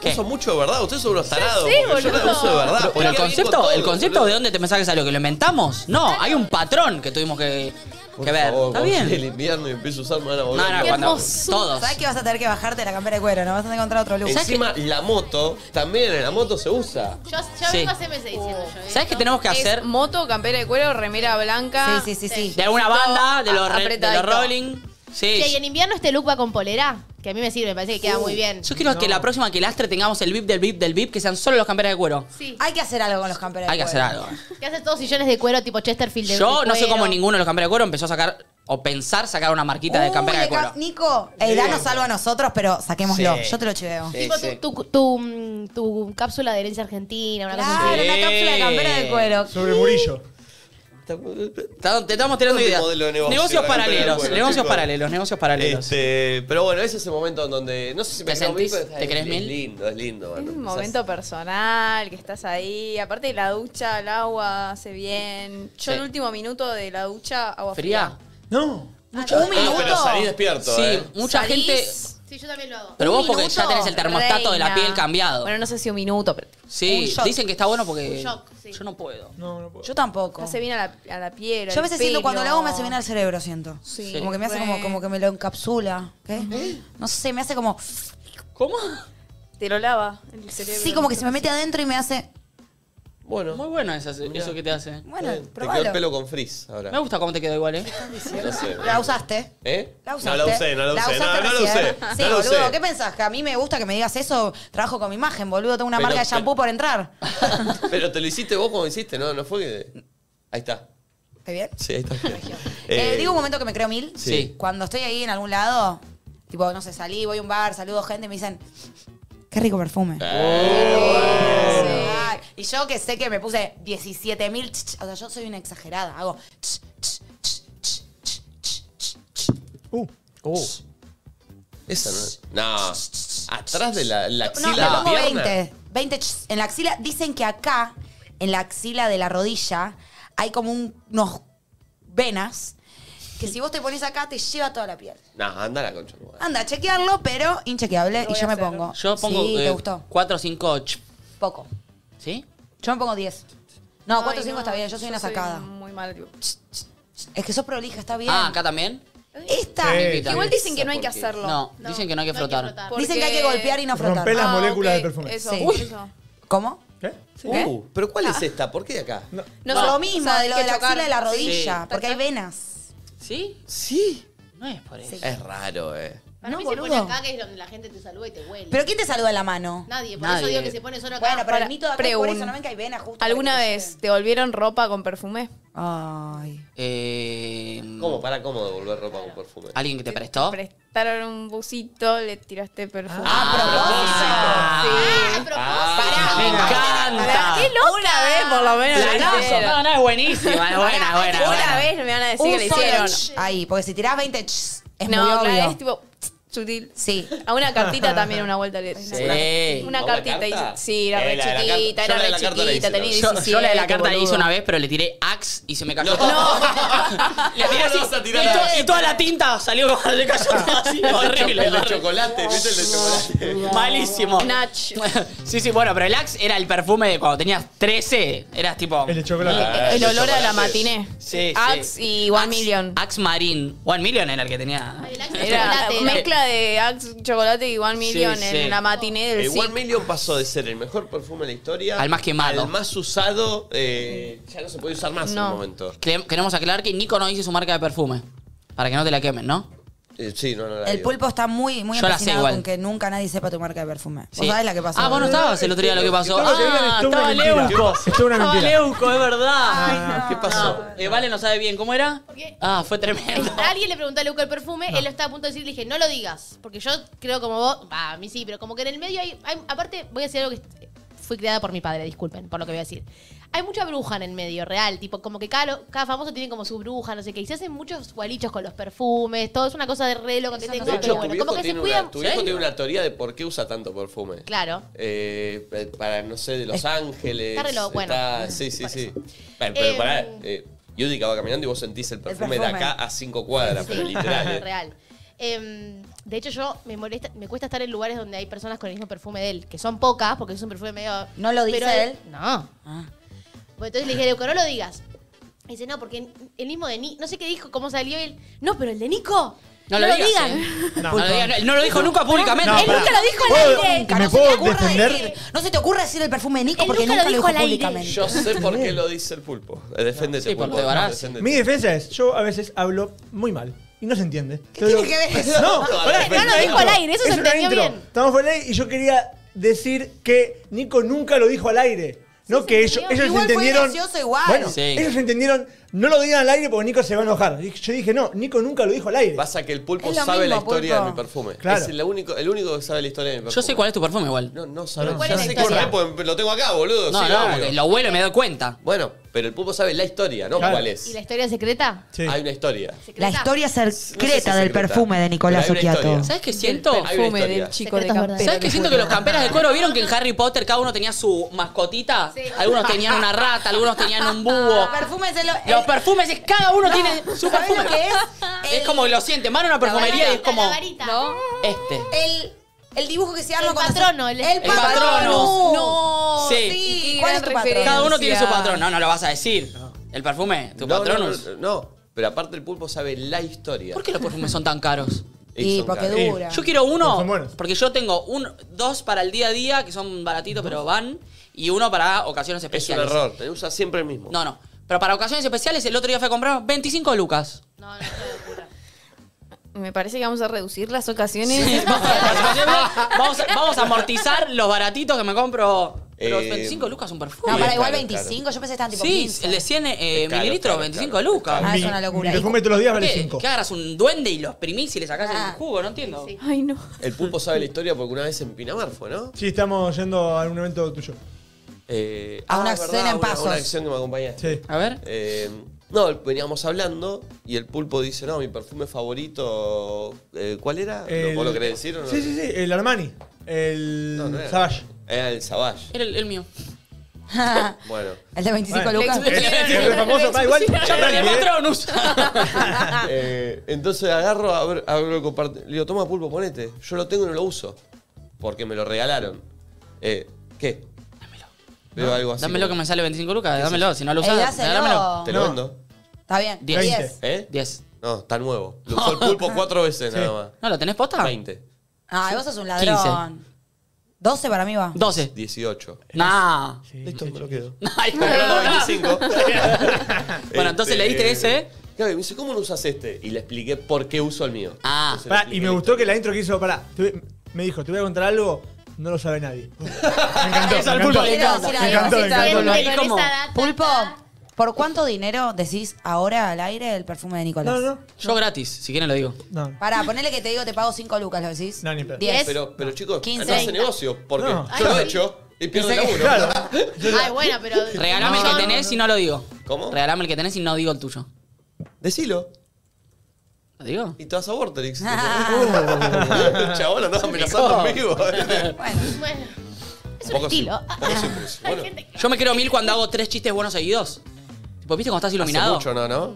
Speaker 4: ¿Qué?
Speaker 1: Uso mucho de verdad, ustedes son unos tarados.
Speaker 6: sí,
Speaker 1: porque yo la
Speaker 6: boludo.
Speaker 1: uso de verdad.
Speaker 4: Pero,
Speaker 1: porque
Speaker 4: el
Speaker 1: viene con
Speaker 4: concepto,
Speaker 1: todo,
Speaker 4: el concepto
Speaker 1: boludo.
Speaker 4: de dónde te pensás que salió, que lo inventamos. No, hay un patrón que tuvimos que, que
Speaker 1: Por
Speaker 4: ver.
Speaker 1: favor,
Speaker 4: Está
Speaker 1: cuando
Speaker 4: bien.
Speaker 1: llegue El invierno y empiezo a usar, me van a
Speaker 4: No,
Speaker 1: volver
Speaker 4: no,
Speaker 1: loco.
Speaker 4: cuando
Speaker 6: hermosura.
Speaker 4: todos.
Speaker 2: ¿Sabes que vas a tener que bajarte la campera de cuero? No vas a encontrar otro look.
Speaker 1: Encima, la moto, también en la moto se usa.
Speaker 5: Yo, yo
Speaker 4: Sí.
Speaker 5: vengo hace meses diciendo yo. ¿eh?
Speaker 4: ¿Sabes qué tenemos que
Speaker 6: Es
Speaker 4: hacer?
Speaker 6: moto, campera de cuero, remera blanca.
Speaker 2: Sí, sí, sí, sí.
Speaker 4: De alguna banda, de los,
Speaker 6: A-
Speaker 4: re- de los
Speaker 6: apretadito.
Speaker 4: Rolling. Sí. Uh.
Speaker 5: Che, y en invierno este look va con polera, que a mí me sirve, me parece que queda muy bien.
Speaker 4: Yo quiero que la próxima que lastre tengamos el VIP del VIP del VIP, que sean solo los camperas de cuero.
Speaker 6: Sí.
Speaker 2: Hay que hacer algo con los camperos de
Speaker 4: Hay que hacer
Speaker 2: cuero.
Speaker 4: algo.
Speaker 5: Que hace todos sillones de cuero tipo Chesterfield de
Speaker 4: Yo
Speaker 5: de
Speaker 4: no sé
Speaker 5: cuero.
Speaker 4: cómo ninguno de los camperas de cuero empezó a sacar o pensar sacar una marquita de
Speaker 2: Uy,
Speaker 4: campera de
Speaker 2: le ca-
Speaker 4: cuero.
Speaker 2: Nico, el nos salva a nosotros, pero saquémoslo. Yo te lo chiveo.
Speaker 1: Sí,
Speaker 5: Tipo tu-
Speaker 1: sí.
Speaker 5: tu, tu, mm, tu cápsula de herencia argentina, una cosa
Speaker 2: Claro,
Speaker 5: así.
Speaker 2: una cápsula de campera de cuero.
Speaker 3: Sobre Murillo.
Speaker 4: Está- Te estamos tirando
Speaker 1: Este
Speaker 4: ideas.
Speaker 1: modelo de negocio,
Speaker 4: negocios
Speaker 1: la campera de
Speaker 4: paralelos,
Speaker 1: cuero,
Speaker 4: negocios
Speaker 1: chicos.
Speaker 4: paralelos, negocios paralelos.
Speaker 1: Este, pero bueno, ese es el momento en donde. No sé si me
Speaker 4: ¿Te
Speaker 1: creo
Speaker 4: sentís?
Speaker 1: bien, pero
Speaker 4: ¿Te crees
Speaker 1: es
Speaker 4: mil?
Speaker 1: lindo, es lindo,
Speaker 6: Es
Speaker 1: mano.
Speaker 6: un
Speaker 1: O sea,
Speaker 6: momento personal, que estás ahí. Aparte la ducha, el agua hace bien.
Speaker 4: Sí.
Speaker 6: Yo el último minuto de la ducha, agua
Speaker 4: Fría.
Speaker 6: fría.
Speaker 3: No.
Speaker 6: Un
Speaker 1: Ah, pero
Speaker 6: minuto.
Speaker 1: salí despierto,
Speaker 4: Sí,
Speaker 1: ¿eh?
Speaker 4: mucha
Speaker 6: Salís,
Speaker 4: gente.
Speaker 5: Sí, yo también lo hago.
Speaker 4: Pero
Speaker 6: un
Speaker 4: vos porque ya
Speaker 6: minuto,
Speaker 4: tenés el termostato de la
Speaker 6: reina.
Speaker 4: piel cambiado.
Speaker 6: Bueno, no sé si un minuto, pero
Speaker 2: un
Speaker 4: sí,
Speaker 2: shock.
Speaker 4: dicen que está bueno porque
Speaker 5: Un shock, sí.
Speaker 4: yo no puedo.
Speaker 3: No, no puedo.
Speaker 2: Yo tampoco.
Speaker 6: hace bien a la, a la piel.
Speaker 2: Yo a
Speaker 6: al
Speaker 2: veces siento cuando lo
Speaker 6: pelo.
Speaker 2: hago me hace bien al cerebro, siento.
Speaker 6: Sí.
Speaker 2: Como que me hace
Speaker 6: Re.
Speaker 2: como, como que me lo encapsula. ¿Qué? No sé, me hace como.
Speaker 4: ¿Cómo?
Speaker 6: Te lo lava el cerebro.
Speaker 2: Sí, como que se me mete adentro y me hace.
Speaker 1: Bueno,
Speaker 4: Muy bueno esa- eso que te hace.
Speaker 2: Bueno,
Speaker 1: bien. te quedó el
Speaker 2: probalo.
Speaker 1: pelo con frizz ahora.
Speaker 4: Me gusta cómo te quedó igual, ¿eh?
Speaker 1: No sé.
Speaker 2: La usaste.
Speaker 1: ¿Eh?
Speaker 2: La usaste.
Speaker 1: no la usé, no la usé.
Speaker 2: usaste
Speaker 1: No, no la
Speaker 2: recién.
Speaker 1: usé.
Speaker 2: Sí,
Speaker 1: no la usé.
Speaker 2: boludo, ¿qué pensás? Que a mí me gusta que me digas eso. Trabajo con mi imagen, boludo. Tengo una
Speaker 1: Pero-
Speaker 2: marca de shampoo
Speaker 1: pero-
Speaker 2: por entrar.
Speaker 1: Pero te lo hiciste vos como hiciste, ¿no? No fue que. Ahí está.
Speaker 2: ¿Está bien?
Speaker 1: Sí, ahí está.
Speaker 2: Eh,
Speaker 1: Eh,
Speaker 2: digo un momento que me creo mil.
Speaker 4: Sí.
Speaker 2: Cuando estoy ahí en algún lado, tipo, no sé, salí, voy a un bar, saludo gente y me dicen, qué rico perfume. Ay, y yo que sé que me puse 17 mil, o sea, yo soy una exagerada, hago... ch, ch, ch, ch, ch, ch, ch, ch.
Speaker 1: Esa no. No. Atrás de la, la
Speaker 2: No,
Speaker 1: axila
Speaker 2: le pongo
Speaker 1: de la pierna.
Speaker 2: 20, 20 ch en la axila. Dicen que acá, en la axila de la rodilla, hay como un- unos venas que si vos te pones acá te lleva toda la piel.
Speaker 1: No, anda la concha. tu madre.
Speaker 2: Anda a chequearlo, pero inchequeable.
Speaker 6: Lo
Speaker 2: Y
Speaker 6: voy
Speaker 2: yo
Speaker 6: a
Speaker 2: me
Speaker 6: hacer.
Speaker 2: pongo.
Speaker 4: Yo pongo
Speaker 2: Sí, te
Speaker 4: eh,
Speaker 2: gustó.
Speaker 4: cuatro o cinco. ch-
Speaker 2: Poco.
Speaker 4: ¿Sí?
Speaker 2: Yo me pongo 10. No,
Speaker 6: Ay,
Speaker 2: 4 o 5
Speaker 6: no,
Speaker 2: está bien. Yo soy una sacada.
Speaker 6: muy mal. tipo,
Speaker 2: Es que sos prolija, está bien.
Speaker 4: Ah, acá también.
Speaker 2: Esta.
Speaker 1: Eh,
Speaker 3: Sí.
Speaker 4: Está
Speaker 6: Igual
Speaker 4: bien.
Speaker 6: dicen que no hay que
Speaker 1: ¿Por qué?
Speaker 6: hacerlo.
Speaker 4: No, dicen que no hay que
Speaker 5: no hay que
Speaker 4: frotar.
Speaker 5: frotar.
Speaker 6: Porque-
Speaker 2: Dicen que hay que golpear y no frotar.
Speaker 3: Rompe las
Speaker 6: Ah,
Speaker 3: moléculas
Speaker 6: ok,
Speaker 3: del perfume.
Speaker 6: Eso,
Speaker 2: Sí.
Speaker 6: uy, eso.
Speaker 2: ¿Cómo?
Speaker 3: ¿Qué?
Speaker 1: Uh, pero ¿cuál es esta? ¿Por qué de acá?
Speaker 6: No,
Speaker 2: No, lo
Speaker 6: no,
Speaker 2: mismo,
Speaker 6: sabes
Speaker 2: de lo
Speaker 6: que
Speaker 2: de la
Speaker 6: chocar.
Speaker 2: axila de la rodilla.
Speaker 4: Sí.
Speaker 2: Porque hay venas.
Speaker 4: ¿Sí?
Speaker 1: Sí.
Speaker 4: No es por eso.
Speaker 1: Es raro, eh.
Speaker 5: Para
Speaker 2: No,
Speaker 5: mí se
Speaker 2: boludo.
Speaker 5: pone acá que es donde la gente te saluda y te huele.
Speaker 2: ¿Pero quién te saluda en la mano?
Speaker 5: Nadie, por
Speaker 4: Nadie.
Speaker 5: eso digo que se pone solo acá.
Speaker 2: Bueno, pero el
Speaker 6: Para-
Speaker 2: mito de acá es por
Speaker 6: pregun-
Speaker 2: eso no ven que hay venas justo. para
Speaker 6: ¿Alguna
Speaker 2: que te
Speaker 6: vez
Speaker 2: lleven.
Speaker 6: te volvieron ropa con perfume?
Speaker 2: Ay.
Speaker 4: Eh,
Speaker 1: ¿Cómo? ¿Para cómo devolver ropa con perfume?
Speaker 4: ¿Alguien que te
Speaker 6: Oh.
Speaker 4: prestó?
Speaker 6: Prestaron un busito, le tiraste perfume.
Speaker 4: Ah,
Speaker 5: Ah, pero
Speaker 1: Ah,
Speaker 4: me
Speaker 6: Pará,
Speaker 4: encanta.
Speaker 6: ¡Qué loca! Una vez, por lo menos,
Speaker 4: La
Speaker 6: lo
Speaker 4: aplauso.
Speaker 6: hicieron.
Speaker 4: No, no, es buenísima, es buena,
Speaker 6: Pará,
Speaker 4: buena.
Speaker 6: Una
Speaker 4: buena.
Speaker 6: vez me van a decir
Speaker 2: Un
Speaker 6: que le
Speaker 2: solo
Speaker 6: hicieron.
Speaker 2: ch- Ahí, porque si tirás 20 ch, es muy obvio.
Speaker 6: no, claro, es tipo tss, sutil.
Speaker 2: Sí.
Speaker 6: A una cartita también una vuelta le
Speaker 4: Sí.
Speaker 6: Una
Speaker 1: ¿A una
Speaker 6: cartita.
Speaker 1: carta?
Speaker 6: y- sí, era
Speaker 1: Eh,
Speaker 6: re
Speaker 1: la de la carta- yo
Speaker 6: chiquita, era
Speaker 1: la de
Speaker 6: re
Speaker 1: la carta la
Speaker 6: chiquita,
Speaker 1: hice, la
Speaker 6: tenía
Speaker 4: Yo,
Speaker 6: 17.
Speaker 4: yo la de la carta la
Speaker 6: este boludo.
Speaker 4: hice una vez, pero le tiré axe y se me cayó. Le tiré
Speaker 1: ¿Cómo
Speaker 4: así,
Speaker 1: le vas a tirar
Speaker 4: y, to-
Speaker 1: axe?
Speaker 4: y toda la tinta salió como le cayó todo así. horrible,
Speaker 1: El de
Speaker 4: horrible.
Speaker 1: chocolate, ¿viste el de chocolate?
Speaker 4: Malísimo.
Speaker 6: Nach.
Speaker 4: Sí, sí, bueno, pero el axe era el perfume de cuando tenías 13. Eras tipo.
Speaker 3: El de chocolate.
Speaker 1: Ah,
Speaker 6: El
Speaker 1: de
Speaker 6: olor a la
Speaker 1: chocolate.
Speaker 6: matiné.
Speaker 4: Sí, sí.
Speaker 6: Axe y One
Speaker 4: Axe-
Speaker 6: Million.
Speaker 4: Axe Marine. One Million era el que tenía.
Speaker 5: Ay, el Axe
Speaker 6: Era
Speaker 5: chocolate, era.
Speaker 6: mezcla de Axe chocolate y One Million
Speaker 4: sí.
Speaker 6: en la matiné del
Speaker 1: El
Speaker 6: sí.
Speaker 1: One Million pasó de ser el mejor perfume de la historia
Speaker 4: Al más quemado.
Speaker 1: Al más usado, eh, ya no se puede usar más en
Speaker 6: No.
Speaker 1: un momento.
Speaker 4: Cre- Queremos aclarar que Nico no dice su marca de perfume. Para que no te la quemen, ¿no?
Speaker 1: Eh, sí, no, no la
Speaker 2: El
Speaker 1: digo.
Speaker 2: pulpo está muy, muy
Speaker 4: Yo la sé
Speaker 2: impresionado
Speaker 4: igual.
Speaker 2: con que nunca nadie sepa tu marca de perfume.
Speaker 4: Sí.
Speaker 2: ¿Vos sabés la que pasó?
Speaker 4: Ah, vos no estabas el otro día lo que pasó.
Speaker 3: Todo lo que digan es
Speaker 4: Ah,
Speaker 3: toda una
Speaker 4: estaba
Speaker 3: mentira.
Speaker 4: Leuco.
Speaker 3: Es toda una
Speaker 4: Estaba
Speaker 3: mentira.
Speaker 4: Leuco, es verdad.
Speaker 1: ¿Qué pasó?
Speaker 4: No, eh, vale no sabe bien cómo era.
Speaker 5: Porque-
Speaker 4: Ah, fue tremendo.
Speaker 5: Alguien le preguntó a Luca el perfume, él lo estaba a punto de decir, le dije, no lo digas. Porque yo creo como vos, va, a mí sí, pero como que en el medio hay, hay- Aparte, voy a decir algo que fui creada por mi padre, disculpen por lo que voy a decir. Hay mucha bruja en el medio, real. Tipo, como que cada, lo- cada famoso tiene como su bruja, no sé qué. Y se hacen muchos gualichos con los perfumes, todo es una cosa de reloj, que tiene
Speaker 1: De
Speaker 5: cosas,
Speaker 1: hecho,
Speaker 5: pero
Speaker 1: tu
Speaker 5: bueno,
Speaker 1: viejo,
Speaker 5: como que se
Speaker 1: tiene, una,
Speaker 5: cuidan.
Speaker 1: tu viejo tiene una teoría de por qué usa tanto perfume.
Speaker 5: Claro.
Speaker 1: Eh, pe- para, no sé, de Los Ángeles.
Speaker 5: está re loco, bueno. Mm,
Speaker 1: está- sí, sí, sí. Pero,
Speaker 5: Eh,
Speaker 1: pero pará, eh, Yudica va caminando y vos sentís el perfume, de
Speaker 2: perfume.
Speaker 1: acá a cinco cuadras, pero literal. ¿eh?
Speaker 5: Real. Em, de hecho, yo me molesta, me cuesta estar en lugares donde hay personas con el mismo perfume de él, que son pocas, porque es un perfume medio.
Speaker 2: ¿No lo dice
Speaker 5: pero
Speaker 2: él?
Speaker 5: No.
Speaker 2: Ah.
Speaker 5: Bueno, Pues entonces le dije, Leuco, no lo digas. Y dice, no, porque el mismo de Nico, no sé qué dijo, cómo salió él. No, pero el de Nico.
Speaker 4: No lo digas, eh.
Speaker 5: digan.
Speaker 4: No, lo diga- no lo dijo nunca públicamente.
Speaker 3: No,
Speaker 2: él
Speaker 3: pará.
Speaker 2: nunca lo dijo al
Speaker 3: ¿Puedo-
Speaker 2: aire.
Speaker 3: me
Speaker 2: no, se
Speaker 3: puedo
Speaker 2: te ocurra
Speaker 3: defender?
Speaker 2: decir, no se te ocurra decir el perfume de Nico
Speaker 5: Él
Speaker 2: porque nunca, lo dijo,
Speaker 5: al aire.
Speaker 2: públicamente.
Speaker 1: Yo sé por qué lo dice el pulpo. Eh, Deféndete,
Speaker 4: Sí, porque
Speaker 1: pulpo.
Speaker 4: te varás.
Speaker 1: deféndete.
Speaker 3: Mi defensa es, yo a veces hablo muy mal y no se entiende. pues,
Speaker 2: ¿Qué tiene que ver eso?
Speaker 3: No,
Speaker 1: No,
Speaker 3: pará,
Speaker 1: no
Speaker 3: es
Speaker 5: lo
Speaker 3: una
Speaker 5: dijo al aire, eso se
Speaker 3: Es una
Speaker 5: entendió
Speaker 3: intro.
Speaker 5: bien.
Speaker 3: Estamos fuera del aire y yo quería decir que Nico nunca lo dijo al aire. No que ellos,
Speaker 5: entendió.
Speaker 3: ellos
Speaker 2: Igual fue
Speaker 3: entendieron.
Speaker 2: gracioso igual.
Speaker 3: Bueno,
Speaker 4: Sí.
Speaker 3: ellos entendieron, no lo digan al aire porque Nico se va a enojar. Y Yo dije, no, Nico nunca lo dijo al aire.
Speaker 1: Pasa que el pulpo
Speaker 2: Es lo
Speaker 1: sabe la
Speaker 2: mismo,
Speaker 1: historia
Speaker 2: pulpo.
Speaker 1: de mi perfume.
Speaker 3: Claro.
Speaker 1: Es el único, el único que sabe la historia de mi perfume.
Speaker 4: Yo sé cuál es tu perfume igual. No,
Speaker 1: No, no sabes.
Speaker 5: ¿Cuál
Speaker 1: Ya
Speaker 5: es la
Speaker 1: sé que
Speaker 5: historia?
Speaker 1: es, pues, lo tengo acá, boludo.
Speaker 4: no,
Speaker 1: sí, obvio.
Speaker 4: porque lo huelo y me doy cuenta.
Speaker 1: Bueno, pero el pulpo sabe la historia, no
Speaker 3: Claro.
Speaker 1: cuál es.
Speaker 5: ¿Y la historia secreta?
Speaker 3: Sí.
Speaker 1: Hay una historia.
Speaker 2: La
Speaker 5: ¿Secreta?
Speaker 2: historia
Speaker 1: si
Speaker 2: secreta
Speaker 1: secreta,
Speaker 2: del perfume de Nicolás
Speaker 1: pero hay una
Speaker 2: Occhiato.
Speaker 1: historia.
Speaker 4: ¿Sabes qué siento?
Speaker 1: Hay una
Speaker 6: Perfume
Speaker 1: historia.
Speaker 6: del chico
Speaker 5: Secretos
Speaker 6: de campera.
Speaker 5: verdaderos.
Speaker 4: ¿Sabes qué siento que los camperas de cuero vieron que en Harry Potter cada uno tenía su mascotita?
Speaker 5: Sí.
Speaker 4: Algunos tenían una rata, algunos tenían un búho.
Speaker 2: Perfume es el-
Speaker 4: Los
Speaker 2: el-
Speaker 4: perfumes, es- cada uno tiene su
Speaker 2: ¿sabés
Speaker 4: perfume.
Speaker 2: lo que es?
Speaker 4: Es
Speaker 2: El-
Speaker 4: como que lo sienten, van a una perfumería y es como
Speaker 5: La varita.
Speaker 6: ¿No?
Speaker 4: este.
Speaker 2: El, el dibujo que se arma
Speaker 5: El
Speaker 2: cuando se-
Speaker 5: patrono,
Speaker 2: El,
Speaker 5: el- El
Speaker 2: patrono.
Speaker 4: patrono.
Speaker 6: No.
Speaker 4: Sí.
Speaker 2: Sí.
Speaker 6: Qué
Speaker 2: ¿Cuál
Speaker 6: gran
Speaker 2: es tu
Speaker 6: referencia.
Speaker 2: patrón?
Speaker 4: Cada uno tiene su patrón. No, no lo vas a decir. El perfume, tu
Speaker 1: No,
Speaker 4: patrón.
Speaker 1: No, no, no, pero aparte el pulpo sabe la historia.
Speaker 4: ¿Por qué los perfumes son tan caros?
Speaker 2: Y
Speaker 1: son
Speaker 2: porque
Speaker 1: caros.
Speaker 3: Sí.
Speaker 2: dura.
Speaker 4: Yo quiero
Speaker 3: No,
Speaker 4: uno,
Speaker 3: son buenos.
Speaker 4: porque yo tengo un, dos para el día a día, que son baratitos, pero van, y uno para ocasiones
Speaker 1: Es un
Speaker 4: especiales.
Speaker 1: error, te usa siempre el mismo.
Speaker 4: No, no. Pero para ocasiones especiales, el otro día fui a comprar 25 lucas.
Speaker 5: No, no, qué locura.
Speaker 6: Me parece que vamos a reducir las ocasiones.
Speaker 4: vamos, a- vamos a amortizar los baratitos que me compro. Pero
Speaker 1: Eh,
Speaker 4: 25 lucas un
Speaker 2: No,
Speaker 4: perfume.
Speaker 1: Bien,
Speaker 2: para igual
Speaker 1: claro,
Speaker 2: 25, yo pensé que estaban tipo
Speaker 4: sí,
Speaker 2: 15.
Speaker 4: el de 100 eh,
Speaker 1: Es caro,
Speaker 4: mililitros,
Speaker 1: caro,
Speaker 4: 25
Speaker 1: caro.
Speaker 4: lucas.
Speaker 2: Ah,
Speaker 3: Mi-
Speaker 2: es una locura.
Speaker 3: Mi perfume todos los días vale
Speaker 4: ¿Qué?
Speaker 3: 5.
Speaker 4: ¿Qué agarras un duende y lo exprimís y le sacás
Speaker 2: Ah.
Speaker 4: el jugo? No entiendo.
Speaker 5: Sí.
Speaker 6: Ay, no.
Speaker 1: El pulpo sabe la historia porque una vez en Pinamar fue, ¿no?
Speaker 3: Sí, estamos yendo a un evento tuyo.
Speaker 1: Eh,
Speaker 2: A una
Speaker 1: es verdad,
Speaker 2: cena en
Speaker 1: una-
Speaker 2: Pasos.
Speaker 1: Una acción que me acompañaste.
Speaker 3: Sí.
Speaker 4: A ver.
Speaker 1: Eh, no, veníamos hablando y el pulpo dice, no, mi perfume favorito, eh, ¿cuál era?
Speaker 3: El-
Speaker 1: ¿Vos lo querés decir o no?
Speaker 3: Sí, sí, sí, el Armani. El
Speaker 1: No, no era.
Speaker 3: Savage.
Speaker 1: Era el Savage.
Speaker 4: Era el, el mío.
Speaker 1: Bueno.
Speaker 2: el de 25
Speaker 3: Bueno.
Speaker 2: lucas.
Speaker 3: Es es famoso, va igual. Ya está
Speaker 4: El
Speaker 3: bien, ¿eh?
Speaker 4: patronus. Ah.
Speaker 1: Eh, entonces agarro, abro, abro el compart- Le digo, toma pulpo, ponete. Yo lo tengo y no lo uso. Porque me lo regalaron. Eh, ¿qué? Dámelo. Veo algo así.
Speaker 4: Dámelo que
Speaker 1: como,
Speaker 4: me sale 25 lucas, dámelo. Si no lo
Speaker 2: Ey,
Speaker 4: usas,
Speaker 2: dáselo.
Speaker 4: dámelo.
Speaker 1: Te lo
Speaker 3: No.
Speaker 1: vendo.
Speaker 2: Está bien.
Speaker 4: Diez.
Speaker 2: 10.
Speaker 1: ¿Eh?
Speaker 4: 10.
Speaker 1: No, está nuevo. Lo usó el pulpo cuatro veces
Speaker 3: Sí.
Speaker 1: nada
Speaker 4: ¿No lo tenés
Speaker 1: más.
Speaker 4: posta?
Speaker 1: 20.
Speaker 2: Ah, vos sos un ladrón. 12 para mí va.
Speaker 4: 12.
Speaker 1: 18.
Speaker 4: Nah.
Speaker 1: Listo, me lo quedo.
Speaker 4: Ay,
Speaker 1: Pero
Speaker 4: perdona.
Speaker 1: 25.
Speaker 4: Bueno, entonces le diste ese.
Speaker 1: Este, Claro, y me dice, ¿cómo no usas este? Y le expliqué por qué uso el mío.
Speaker 4: Ah.
Speaker 1: Entonces le
Speaker 3: Pará, y
Speaker 1: expliqué
Speaker 3: me
Speaker 1: la
Speaker 3: gustó que
Speaker 1: historia.
Speaker 3: la intro que hizo, pará, te voy- me dijo, te voy a contar algo, no lo sabe nadie. Me encantó.
Speaker 4: Eso al
Speaker 3: me encantó.
Speaker 4: pulpo le encanta.
Speaker 3: Me encantó, me
Speaker 6: Ahí
Speaker 3: encantó.
Speaker 5: Gente
Speaker 4: ahí
Speaker 5: con
Speaker 4: como-
Speaker 5: esa data,
Speaker 2: Pulpo,
Speaker 5: ta.
Speaker 2: ¿por cuánto dinero decís ahora al aire el perfume de Nicolás?
Speaker 3: No, no,
Speaker 4: Yo gratis, si quieren lo digo.
Speaker 3: no.
Speaker 2: Pará, ponele que te digo te pago 5 lucas, ¿lo decís?
Speaker 3: No, ni pedo.
Speaker 2: 10.
Speaker 1: Pero, pero chicos,
Speaker 2: Quince.
Speaker 1: no hace negocio. Porque
Speaker 3: No.
Speaker 1: yo lo
Speaker 5: Ay,
Speaker 1: he
Speaker 5: sí.
Speaker 1: hecho y pierdo
Speaker 2: Pensé
Speaker 1: el
Speaker 2: que-
Speaker 1: laburo.
Speaker 3: Claro.
Speaker 5: Ay, bueno, pero.
Speaker 4: Regalame el que tenés y no lo digo.
Speaker 1: ¿Cómo?
Speaker 4: Regalame el que tenés y no digo el tuyo.
Speaker 1: Decilo.
Speaker 4: ¿Lo digo?
Speaker 1: Y te vas a Vorterix.
Speaker 2: Ah.
Speaker 1: Chabón, andás amenazando en vivo. ¿eh?
Speaker 2: Bueno,
Speaker 5: Bueno, es un
Speaker 1: Poco
Speaker 5: estilo.
Speaker 1: sim- poco simples.
Speaker 5: Hay
Speaker 1: Bueno,
Speaker 5: gente que-
Speaker 4: Yo me creo mil cuando hago tres chistes buenos seguidos. Tipo, ¿viste cuando estás
Speaker 1: hace
Speaker 4: iluminado?
Speaker 1: mucho, ¿no? ¿no?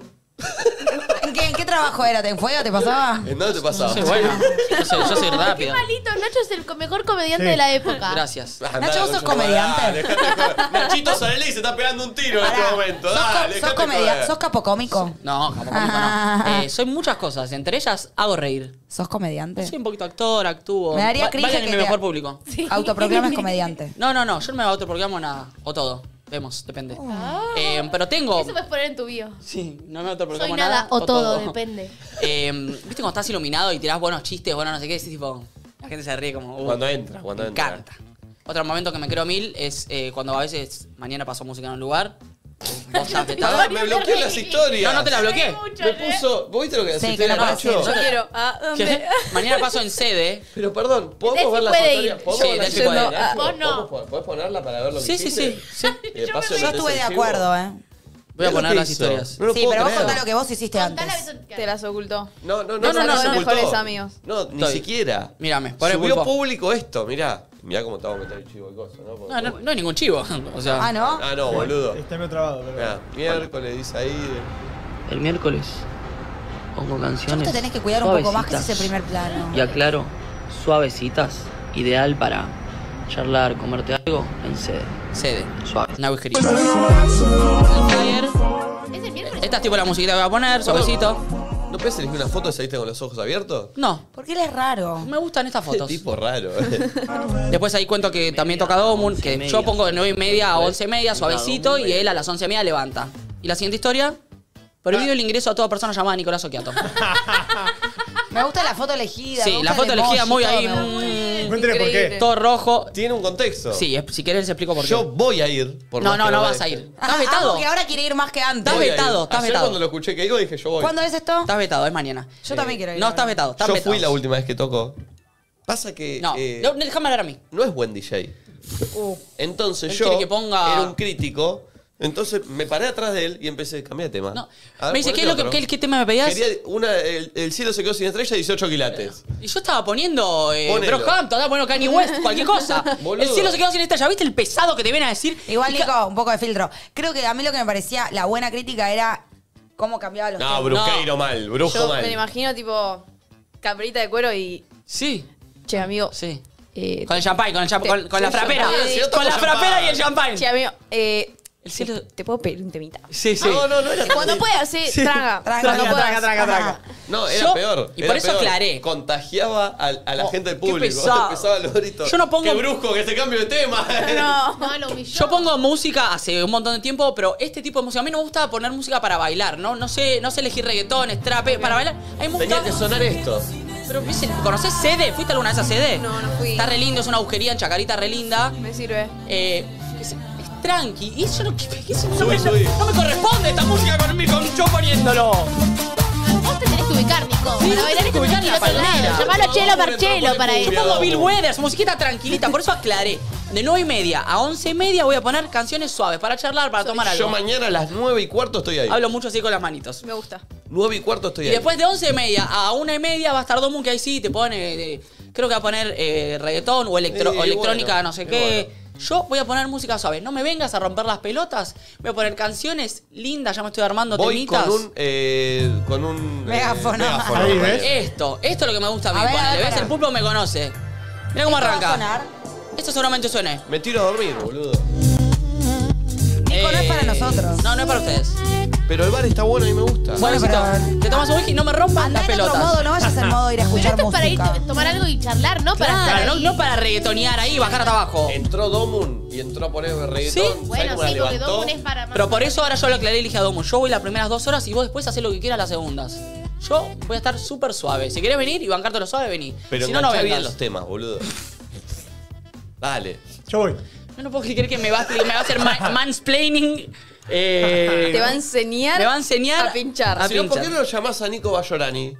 Speaker 2: ¿En qué, en qué trabajo era? ¿Te fuego? ¿Te pasaba?
Speaker 1: ¿En dónde te pasaba?
Speaker 4: Yo soy bueno. Yo soy, yo soy
Speaker 5: Qué
Speaker 4: rápido.
Speaker 5: malito, Nacho es el co- mejor comediante
Speaker 3: Sí.
Speaker 5: de la época.
Speaker 4: Gracias.
Speaker 1: Andá,
Speaker 2: Nacho, vos sos
Speaker 1: Nacho,
Speaker 2: comediante.
Speaker 1: dale, dejate de joder. Nachito Sarelli se está pegando un tiro en este
Speaker 2: Pará,
Speaker 1: momento.
Speaker 2: ¿Sos, co-
Speaker 1: Dale,
Speaker 2: sos
Speaker 1: dejate de
Speaker 2: comedia-
Speaker 1: joder.
Speaker 2: ¿Sos capocómico?
Speaker 4: No, como cómico
Speaker 2: Ah.
Speaker 4: no. Eh, soy muchas cosas. Entre ellas, hago reír.
Speaker 2: ¿Sos comediante?
Speaker 4: Soy un poquito actor, actúo.
Speaker 2: Me daría
Speaker 4: Va-
Speaker 2: cringe
Speaker 4: Vayan
Speaker 2: que
Speaker 4: mi
Speaker 2: te-
Speaker 4: mejor público.
Speaker 2: Autoproclamas comediante.
Speaker 4: No, no, no. Yo no me autoprogramo nada. O todo. Vemos, depende.
Speaker 2: Oh.
Speaker 4: Eh, pero tengo...
Speaker 5: Eso puedes poner en tu bio.
Speaker 4: Sí, no me autoprogramo
Speaker 5: Soy nada o todo, depende.
Speaker 4: Eh, ¿Viste cuando estás iluminado y tirás buenos chistes, bueno, no sé qué? Decís tipo, la gente se ríe como. uh,
Speaker 1: Cuando entra, cuando
Speaker 4: me
Speaker 1: entra.
Speaker 4: encanta. Otro momento que me creo mil es eh, cuando a veces mañana pasó música en un lugar. Vos ya
Speaker 1: Ah,
Speaker 4: afectado.
Speaker 1: me bloqueó las historias.
Speaker 4: No, no te la bloqueé.
Speaker 1: Me
Speaker 6: ¿eh?
Speaker 5: eh.
Speaker 1: puso. ¿Vos viste lo que
Speaker 2: Sí,
Speaker 1: haciste
Speaker 2: que no puedo
Speaker 1: Nacho?
Speaker 2: decir.
Speaker 6: Yo quiero. ¿A dónde?
Speaker 4: ¿Qué? Mañana paso en sede.
Speaker 1: Pero perdón,
Speaker 5: Delphi
Speaker 1: ¿podemos ver las
Speaker 5: puede
Speaker 1: historias?
Speaker 5: ir.
Speaker 1: ¿Podemos
Speaker 4: Sí,
Speaker 1: ver las
Speaker 4: Delphi puede
Speaker 1: historias?
Speaker 4: ir.
Speaker 1: Nacho?
Speaker 5: Vos no.
Speaker 1: ¿Podemos po- ¿Podés ponerla para ver lo que
Speaker 4: Sí, sí,
Speaker 1: hiciste?
Speaker 4: sí, sí.
Speaker 1: Y de paso
Speaker 2: Yo
Speaker 1: metes
Speaker 2: estuve
Speaker 1: el
Speaker 2: de
Speaker 1: chivo.
Speaker 2: acuerdo, ¿eh?
Speaker 4: Voy a
Speaker 1: Mirá lo
Speaker 4: poner
Speaker 1: que
Speaker 4: las
Speaker 1: hizo.
Speaker 4: historias.
Speaker 1: No lo
Speaker 2: sí,
Speaker 1: puedo
Speaker 2: pero vos
Speaker 1: creer.
Speaker 2: contá lo que vos hiciste
Speaker 5: Contá la
Speaker 2: antes.
Speaker 5: vez-
Speaker 6: Te las ocultó.
Speaker 1: No, no, no,
Speaker 6: No, no, no,
Speaker 1: se
Speaker 6: son
Speaker 1: ocultó.
Speaker 6: mejores amigos.
Speaker 1: No, ni
Speaker 4: Estoy-
Speaker 1: siquiera.
Speaker 4: Mírame, poné
Speaker 1: Subió
Speaker 4: pulpo.
Speaker 1: público esto, mirá. Mirá cómo estamos meter el chivo y cosas, ¿no? Porque-
Speaker 4: No, no, no hay ningún chivo. O sea,
Speaker 2: Ah, ¿no?
Speaker 1: Ah, no, boludo. Ah.
Speaker 3: Está medio trabado, pero.
Speaker 1: Mirá, miércoles dice ahí.
Speaker 7: El miércoles pongo canciones.
Speaker 2: Te tenés que cuidar un poco más que
Speaker 7: suavecitas.
Speaker 2: ese primer plano.
Speaker 7: Y aclaro, suavecitas, ideal para charlar, comerte algo en sede.
Speaker 4: sede.
Speaker 7: Suave.
Speaker 4: Una agujería.
Speaker 1: Pues
Speaker 5: ¿Es el miércoles?
Speaker 4: Esta es tipo la musiquita que voy a
Speaker 1: Oh.
Speaker 4: poner, suavecito.
Speaker 1: ¿No puedes elegir una foto y saliste con los ojos abiertos?
Speaker 4: No,
Speaker 2: Porque él es raro.
Speaker 4: me gustan estas
Speaker 1: Qué
Speaker 4: fotos.
Speaker 1: Este tipo raro. eh.
Speaker 4: Después ahí cuento que también toca Domun,
Speaker 7: once y
Speaker 4: que
Speaker 7: media.
Speaker 4: yo pongo de 9 y media a 11 y media, suavecito,
Speaker 7: Domun,
Speaker 4: y él a las 11 y media levanta. Y la siguiente historia, prohibido el ingreso a toda persona llamada Nicolás Oquiato.
Speaker 2: Me gusta la foto elegida. me
Speaker 4: Sí,
Speaker 2: gusta
Speaker 4: la
Speaker 2: el
Speaker 4: foto elegida
Speaker 2: emoji,
Speaker 4: muy
Speaker 2: todo,
Speaker 4: ahí,
Speaker 2: me gusta.
Speaker 3: No entiendo por
Speaker 6: Increíble.
Speaker 3: qué.
Speaker 4: todo rojo.
Speaker 1: Tiene un contexto.
Speaker 4: Sí, es- si querés les explico por qué.
Speaker 1: Yo voy a ir. por
Speaker 4: no,
Speaker 1: más
Speaker 4: no,
Speaker 1: que este.
Speaker 4: no
Speaker 1: me
Speaker 4: vas a
Speaker 1: dejen.
Speaker 4: ir.
Speaker 2: Ah,
Speaker 4: ¿Estás vetado?
Speaker 2: Porque ahora quiere ir más que antes.
Speaker 4: Estás
Speaker 1: Voy a ir.
Speaker 4: vetado, estás
Speaker 1: Ayer
Speaker 4: vetado.
Speaker 1: cuando lo escuché que digo dije yo voy.
Speaker 2: ¿Cuándo es esto?
Speaker 4: Estás vetado, es mañana.
Speaker 2: Yo también quiero ir.
Speaker 4: No,
Speaker 2: ahora.
Speaker 4: estás vetado, estás
Speaker 1: Yo
Speaker 4: vetado.
Speaker 1: fui la última vez que toco. Pasa que
Speaker 4: No,
Speaker 1: eh,
Speaker 4: no, déjame hablar a mí.
Speaker 1: no es buen DJ.
Speaker 2: Uh,
Speaker 1: Entonces
Speaker 4: Él
Speaker 1: yo
Speaker 4: quiere que ponga-
Speaker 1: era un crítico. Entonces me paré atrás de él y empecé, cambiar de tema.
Speaker 4: No.
Speaker 1: Ah. A ver,
Speaker 4: me dice,
Speaker 1: ponete
Speaker 4: ¿qué, es lo que,
Speaker 1: otro.
Speaker 4: qué, qué tema me pedías?
Speaker 1: Quería una, el, el cielo se quedó sin estrella, 18 quilates.
Speaker 4: Y yo estaba poniendo eh,
Speaker 1: Ponelo.
Speaker 4: Brockhampton, estaba poniendo Kanye West, cualquier cosa.
Speaker 1: Boludo.
Speaker 4: El cielo se quedó sin estrella. ¿Viste el pesado que te viene a decir?
Speaker 2: Igual,
Speaker 4: Y ca-
Speaker 2: Nico, un poco de filtro. Creo que a mí lo que me parecía la buena crítica era cómo cambiaba los
Speaker 1: No,
Speaker 2: temas.
Speaker 1: Brujeiro mal, brujo
Speaker 6: Yo
Speaker 1: mal.
Speaker 6: me lo imagino tipo camperita de cuero y.
Speaker 4: Sí,
Speaker 6: Che, amigo.
Speaker 4: sí.
Speaker 6: eh,
Speaker 4: Con el champagne, con, el champ- con, con la
Speaker 6: Sí,
Speaker 4: frapera.
Speaker 6: champagne, sí, yo
Speaker 4: Con
Speaker 1: tomo
Speaker 4: la frapera
Speaker 1: Ah, champagne.
Speaker 4: y el champagne.
Speaker 6: che, amigo. eh,
Speaker 4: El cielo-
Speaker 6: ¿Te puedo pedir un temita?
Speaker 4: Sí, sí.
Speaker 1: No, no, no era
Speaker 6: Cuando
Speaker 1: tan-
Speaker 6: puedas, sí,
Speaker 2: Tranca,
Speaker 6: traga. Cuando
Speaker 2: tranca,
Speaker 6: puedas.
Speaker 2: tranca, tranca.
Speaker 6: Ajá.
Speaker 1: No, era
Speaker 4: Yo-
Speaker 1: peor.
Speaker 4: y
Speaker 1: era
Speaker 4: por eso
Speaker 1: peor.
Speaker 4: aclaré.
Speaker 1: Contagiaba al- a, la
Speaker 4: Oh,
Speaker 1: gente del
Speaker 4: qué
Speaker 1: público.
Speaker 4: pesado.
Speaker 1: Empezaba los gritos.
Speaker 4: Yo no pongo-
Speaker 1: ¡Qué brusco que se cambie de tema!
Speaker 6: No.
Speaker 5: No, lo humilló.
Speaker 4: Yo pongo música hace un montón de tiempo, pero este tipo de música. A mí no me gusta poner música para bailar, ¿no? No sé, no sé elegir reggaetón, trap, eh, para bailar. A mí me gusta.
Speaker 1: Tenía que sonar esto.
Speaker 4: Pero, ¿viste? ¿Conocés CD? ¿Fuiste alguna vez a CD?
Speaker 6: No, no fui.
Speaker 4: Está re lindo, es una agujería en Chacarita re linda.
Speaker 6: Me sirve.
Speaker 4: Eh, que se- es tranqui. Y eso no, que- que eso no me,
Speaker 1: Subí, subí.
Speaker 4: no me corresponde esta música con, mi- con yo poniéndolo.
Speaker 5: Vos te tenés que ubicar,
Speaker 4: Sí,
Speaker 5: Nico. para
Speaker 4: vos
Speaker 5: bailar este
Speaker 4: tenés que
Speaker 5: esto
Speaker 4: ubicar
Speaker 5: tenés que ir
Speaker 4: la
Speaker 5: a otro
Speaker 4: palmera.
Speaker 5: lado. Llamalo Chelo Marchelo para
Speaker 4: Yo
Speaker 5: eso.
Speaker 4: pongo Bill Weathers, musiquita tranquilita. Por eso aclaré. De 9 y media a 11 y media voy a poner canciones suaves para charlar, para tomar
Speaker 1: Yo
Speaker 4: algo.
Speaker 1: mañana a las 9 y cuarto estoy ahí.
Speaker 4: Hablo mucho así con las manitos.
Speaker 6: Me gusta.
Speaker 1: 9 y cuarto estoy
Speaker 4: Y
Speaker 1: ahí.
Speaker 4: después de 11 y media a 1 y media va a estar Domun, que ahí sí te pone. eh, creo que va a poner eh, reggaetón o, electro-
Speaker 1: Sí,
Speaker 4: o electrónica,
Speaker 1: bueno,
Speaker 4: no sé
Speaker 1: y
Speaker 4: qué. Yo voy a poner música suave. No me vengas a romper las pelotas. Voy a poner canciones lindas, ya me estoy armando
Speaker 1: Voy
Speaker 4: temitas.
Speaker 1: con un. eh, con un. eh,
Speaker 2: Megáfono.
Speaker 3: Ahí,
Speaker 1: me
Speaker 3: ¿ves?
Speaker 1: parece.
Speaker 4: Esto, esto es lo que me gusta a mí.
Speaker 2: A ver, a
Speaker 4: ponele.
Speaker 2: ver,
Speaker 4: ¿Ves?
Speaker 2: pará.
Speaker 4: El pulpo me conoce. Mira
Speaker 2: ¿Esto
Speaker 4: cómo
Speaker 2: va a
Speaker 4: arranca.
Speaker 2: sonar?
Speaker 4: Esto seguramente suene.
Speaker 1: Me tiro a dormir, boludo.
Speaker 2: Nico, no es para nosotros.
Speaker 4: Eh, No, no es para ustedes.
Speaker 1: Pero el bar está bueno y me gusta.
Speaker 4: Bueno,
Speaker 2: Bueno, pero-
Speaker 4: Cito, te tomas un whisky y no me rompas
Speaker 2: Andá
Speaker 4: las
Speaker 2: en otro
Speaker 4: pelotas.
Speaker 2: modo, no vayas al modo de ir a
Speaker 5: Pero
Speaker 2: escuchar
Speaker 5: esto es para ir
Speaker 2: música.
Speaker 5: a tomar algo y charlar, ¿no? Para estar
Speaker 4: Claro, no,
Speaker 5: ahí.
Speaker 4: no para reggaetonear ahí y bajar hasta abajo.
Speaker 1: Entró Domun y entró a poner reggaetón. ¿sabes
Speaker 5: Bueno,
Speaker 1: cómo la
Speaker 5: sí, porque
Speaker 1: levantó?
Speaker 5: Domun es para más.
Speaker 4: Pero por eso ahora yo lo aclaré y le dije a Domo, yo voy las primeras dos horas y vos después haces lo que quieras las segundas. Yo voy a estar súper suave. Si querés venir y bancarte lo suave, vení.
Speaker 1: Pero
Speaker 4: si no, no
Speaker 1: bien
Speaker 4: vengas.
Speaker 1: los temas, boludo. Dale.
Speaker 3: Yo voy.
Speaker 4: Yo no puedo creer que me va a, me va a hacer ma- mansplaining. Eh,
Speaker 6: Te va a enseñar.
Speaker 4: Me va a enseñar
Speaker 6: A pinchar.
Speaker 4: a
Speaker 1: Si no, ¿por qué
Speaker 4: pinchar.
Speaker 1: no lo llamás a Nico Bayorani?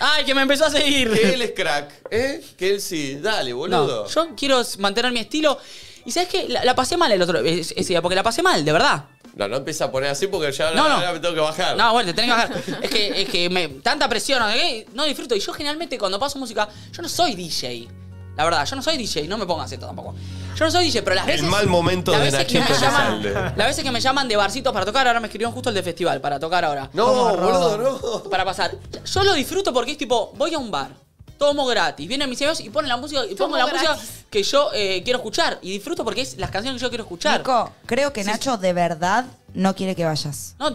Speaker 4: Ay, que me empezó a seguir.
Speaker 1: Que él es crack, ¿eh? Que él sí. Dale, boludo.
Speaker 4: No, yo quiero mantener mi estilo. Y sabes que la, la pasé mal el otro es- ese día, porque la pasé mal, de verdad.
Speaker 1: No, no empieza a poner así porque ya
Speaker 4: No, no.
Speaker 1: ahora me tengo que bajar.
Speaker 4: No, bueno, te tenés que bajar. es que, es que me, tanta presión, no sé qué, no disfruto. Y yo generalmente cuando paso música, yo no soy DJ. La verdad, yo no soy DJ, no me pongas esto tampoco. Yo no soy DJ, pero las veces.
Speaker 1: mal momento
Speaker 4: las
Speaker 1: de
Speaker 4: veces que me
Speaker 1: Nachito
Speaker 4: llaman-
Speaker 1: Elizalde.
Speaker 4: Las veces que me llaman de barcitos para tocar, ahora me escribieron justo el de festival para tocar ahora.
Speaker 1: No, boludo, no.
Speaker 4: Para pasar. Yo lo disfruto porque es tipo, voy a un bar, tomo gratis, vienen mis amigos y ponen la música, y pongo la música que yo eh, quiero escuchar. Y disfruto porque es las canciones que yo quiero escuchar.
Speaker 2: Nico, creo que Nacho de verdad no quiere que vayas.
Speaker 4: No,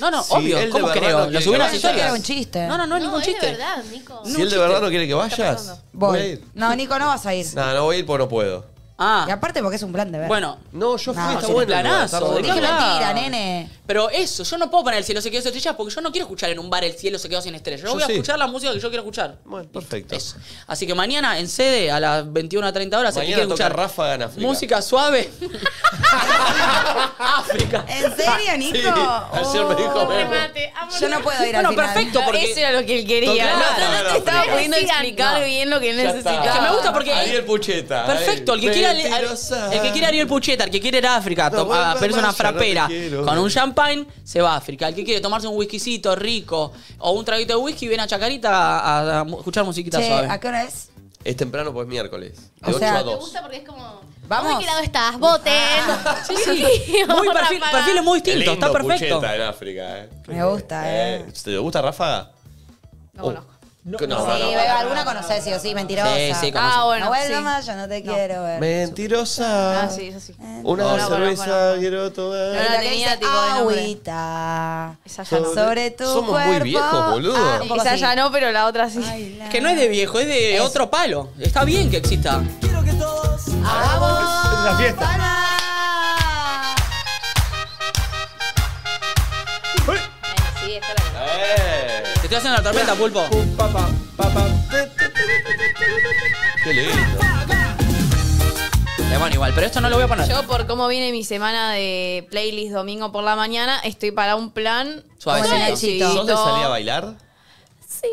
Speaker 4: no, no,
Speaker 1: Sí, él
Speaker 4: obvio.
Speaker 1: de
Speaker 4: ¿Cómo
Speaker 1: verdad
Speaker 4: creo?
Speaker 1: no
Speaker 4: lo
Speaker 1: quiere
Speaker 4: subí
Speaker 1: que
Speaker 4: a las
Speaker 1: vaya.
Speaker 4: historias.
Speaker 2: Era un chiste.
Speaker 4: No, no, no es ningún
Speaker 5: es
Speaker 4: chiste.
Speaker 5: de verdad, Nico.
Speaker 1: Si él de verdad no quiere que vayas,
Speaker 2: Voy.
Speaker 1: voy a ir.
Speaker 2: No, Nico, no vas a ir.
Speaker 1: No, no voy a ir porque no puedo.
Speaker 2: Y
Speaker 4: Ah,
Speaker 2: aparte porque es un plan de ver.
Speaker 4: bueno.
Speaker 1: No, yo fui,
Speaker 2: No,
Speaker 1: está
Speaker 2: es un
Speaker 1: bueno.
Speaker 4: planazo,
Speaker 1: está bueno.
Speaker 4: ¿de qué
Speaker 2: Dije
Speaker 4: hablas?
Speaker 2: mentira, nene.
Speaker 4: Pero eso, yo no puedo poner el cielo se quedó sin estrellas porque yo no quiero escuchar en un bar el cielo se quedó sin estrellas. Yo,
Speaker 1: Yo
Speaker 4: voy a
Speaker 1: sí.
Speaker 4: escuchar la música que yo quiero escuchar.
Speaker 1: Bueno, perfecto.
Speaker 4: Eso. Así que mañana en sede a las 21 a 30 horas,
Speaker 1: Mañana
Speaker 4: el que quiere
Speaker 1: toca
Speaker 4: escuchar
Speaker 1: Ráfaga en África.
Speaker 4: música suave. África.
Speaker 2: ¿En serio, Nico?
Speaker 1: Sí, ayer me dijo
Speaker 2: Oh.
Speaker 1: Verne.
Speaker 5: Remate, vámonos.
Speaker 2: Yo no puedo ir
Speaker 4: Bueno,
Speaker 2: al final.
Speaker 4: perfecto, porque
Speaker 6: Eso era lo que él quería.
Speaker 1: Tocar.
Speaker 6: No, no, no te
Speaker 1: Claro,
Speaker 6: estaba
Speaker 1: pero-
Speaker 6: pudiendo
Speaker 5: Sigan,
Speaker 6: explicar
Speaker 5: no.
Speaker 6: bien lo que
Speaker 1: Ya está.
Speaker 6: necesitaba.
Speaker 4: Es que me gusta porque-
Speaker 1: Ariel Pucheta.
Speaker 4: Perfecto, el que quiere quiere Ari-
Speaker 1: Mentirosa.
Speaker 4: el que quiere Ariel Pucheta, el que quiere ir a África,
Speaker 1: No,
Speaker 4: to-
Speaker 1: voy-
Speaker 4: a
Speaker 1: voy-
Speaker 4: pedirse
Speaker 1: vaya,
Speaker 4: una
Speaker 1: no te
Speaker 4: frapera
Speaker 1: quiero.
Speaker 4: con un champagne, se va a África. El que quiere tomarse un whiskycito rico o un traguito de whisky, viene a Chacarita a, a- a mu- escuchar musiquita
Speaker 2: Che,
Speaker 4: suave.
Speaker 2: ¿a qué hora es?
Speaker 1: Es temprano, pues miércoles. De
Speaker 2: O
Speaker 1: 8
Speaker 2: sea,
Speaker 1: a
Speaker 2: ¿te
Speaker 5: Me
Speaker 1: 2.
Speaker 5: gusta porque es como.
Speaker 2: Vamos.
Speaker 5: ¿De qué lado estás? ¡Voten!
Speaker 6: Ah.
Speaker 4: Sí, sí. Muy perfil,
Speaker 5: Ráfaga.
Speaker 4: perfiles muy
Speaker 1: Qué
Speaker 4: distintos, está
Speaker 1: lindo
Speaker 4: perfecto.
Speaker 1: Pucheta en África, eh.
Speaker 2: Me gusta, eh.
Speaker 1: ¿Te gusta Oh. Ráfaga? No
Speaker 5: conozco.
Speaker 1: No,
Speaker 2: sí,
Speaker 1: no, no.
Speaker 2: beba, alguna conocés, sí o sí, mentirosa.
Speaker 4: Sí, sí, con-
Speaker 6: Ah, bueno.
Speaker 2: no vuelvas
Speaker 6: sí.
Speaker 2: más, yo no te quiero ver.
Speaker 1: Mentirosa.
Speaker 6: Ah, sí, eso sí.
Speaker 1: Una
Speaker 6: No, no,
Speaker 1: cerveza
Speaker 6: no, no, no.
Speaker 1: quiero tomar.
Speaker 6: No, no,
Speaker 2: Y la que
Speaker 6: tenía
Speaker 2: dice,
Speaker 6: tipo de nombre.
Speaker 2: Agüita.
Speaker 6: Esa ya no.
Speaker 2: Sobre tu
Speaker 1: Somos muy
Speaker 2: cuerpo.
Speaker 1: viejos, boludo.
Speaker 2: Ah, un poco
Speaker 6: Esa
Speaker 2: así.
Speaker 6: ya no, pero la otra sí.
Speaker 2: Baila.
Speaker 4: Que no es de viejo, es de
Speaker 2: Ah, Es-
Speaker 4: otro palo. Está bien que exista.
Speaker 2: ¡A vos!
Speaker 3: Es una fiesta.
Speaker 2: para!
Speaker 5: Sí, está la verdad.
Speaker 1: Eh.
Speaker 4: Te estoy haciendo la tormenta, pulpo.
Speaker 1: Qué lindo.
Speaker 4: Le van igual, pero esto no lo voy a poner.
Speaker 6: Yo, por cómo viene mi semana de playlist domingo por la mañana, estoy para un plan.
Speaker 4: Suavecito.
Speaker 6: Suavecito.
Speaker 1: ¿Sos de salir a bailar?
Speaker 6: Sí.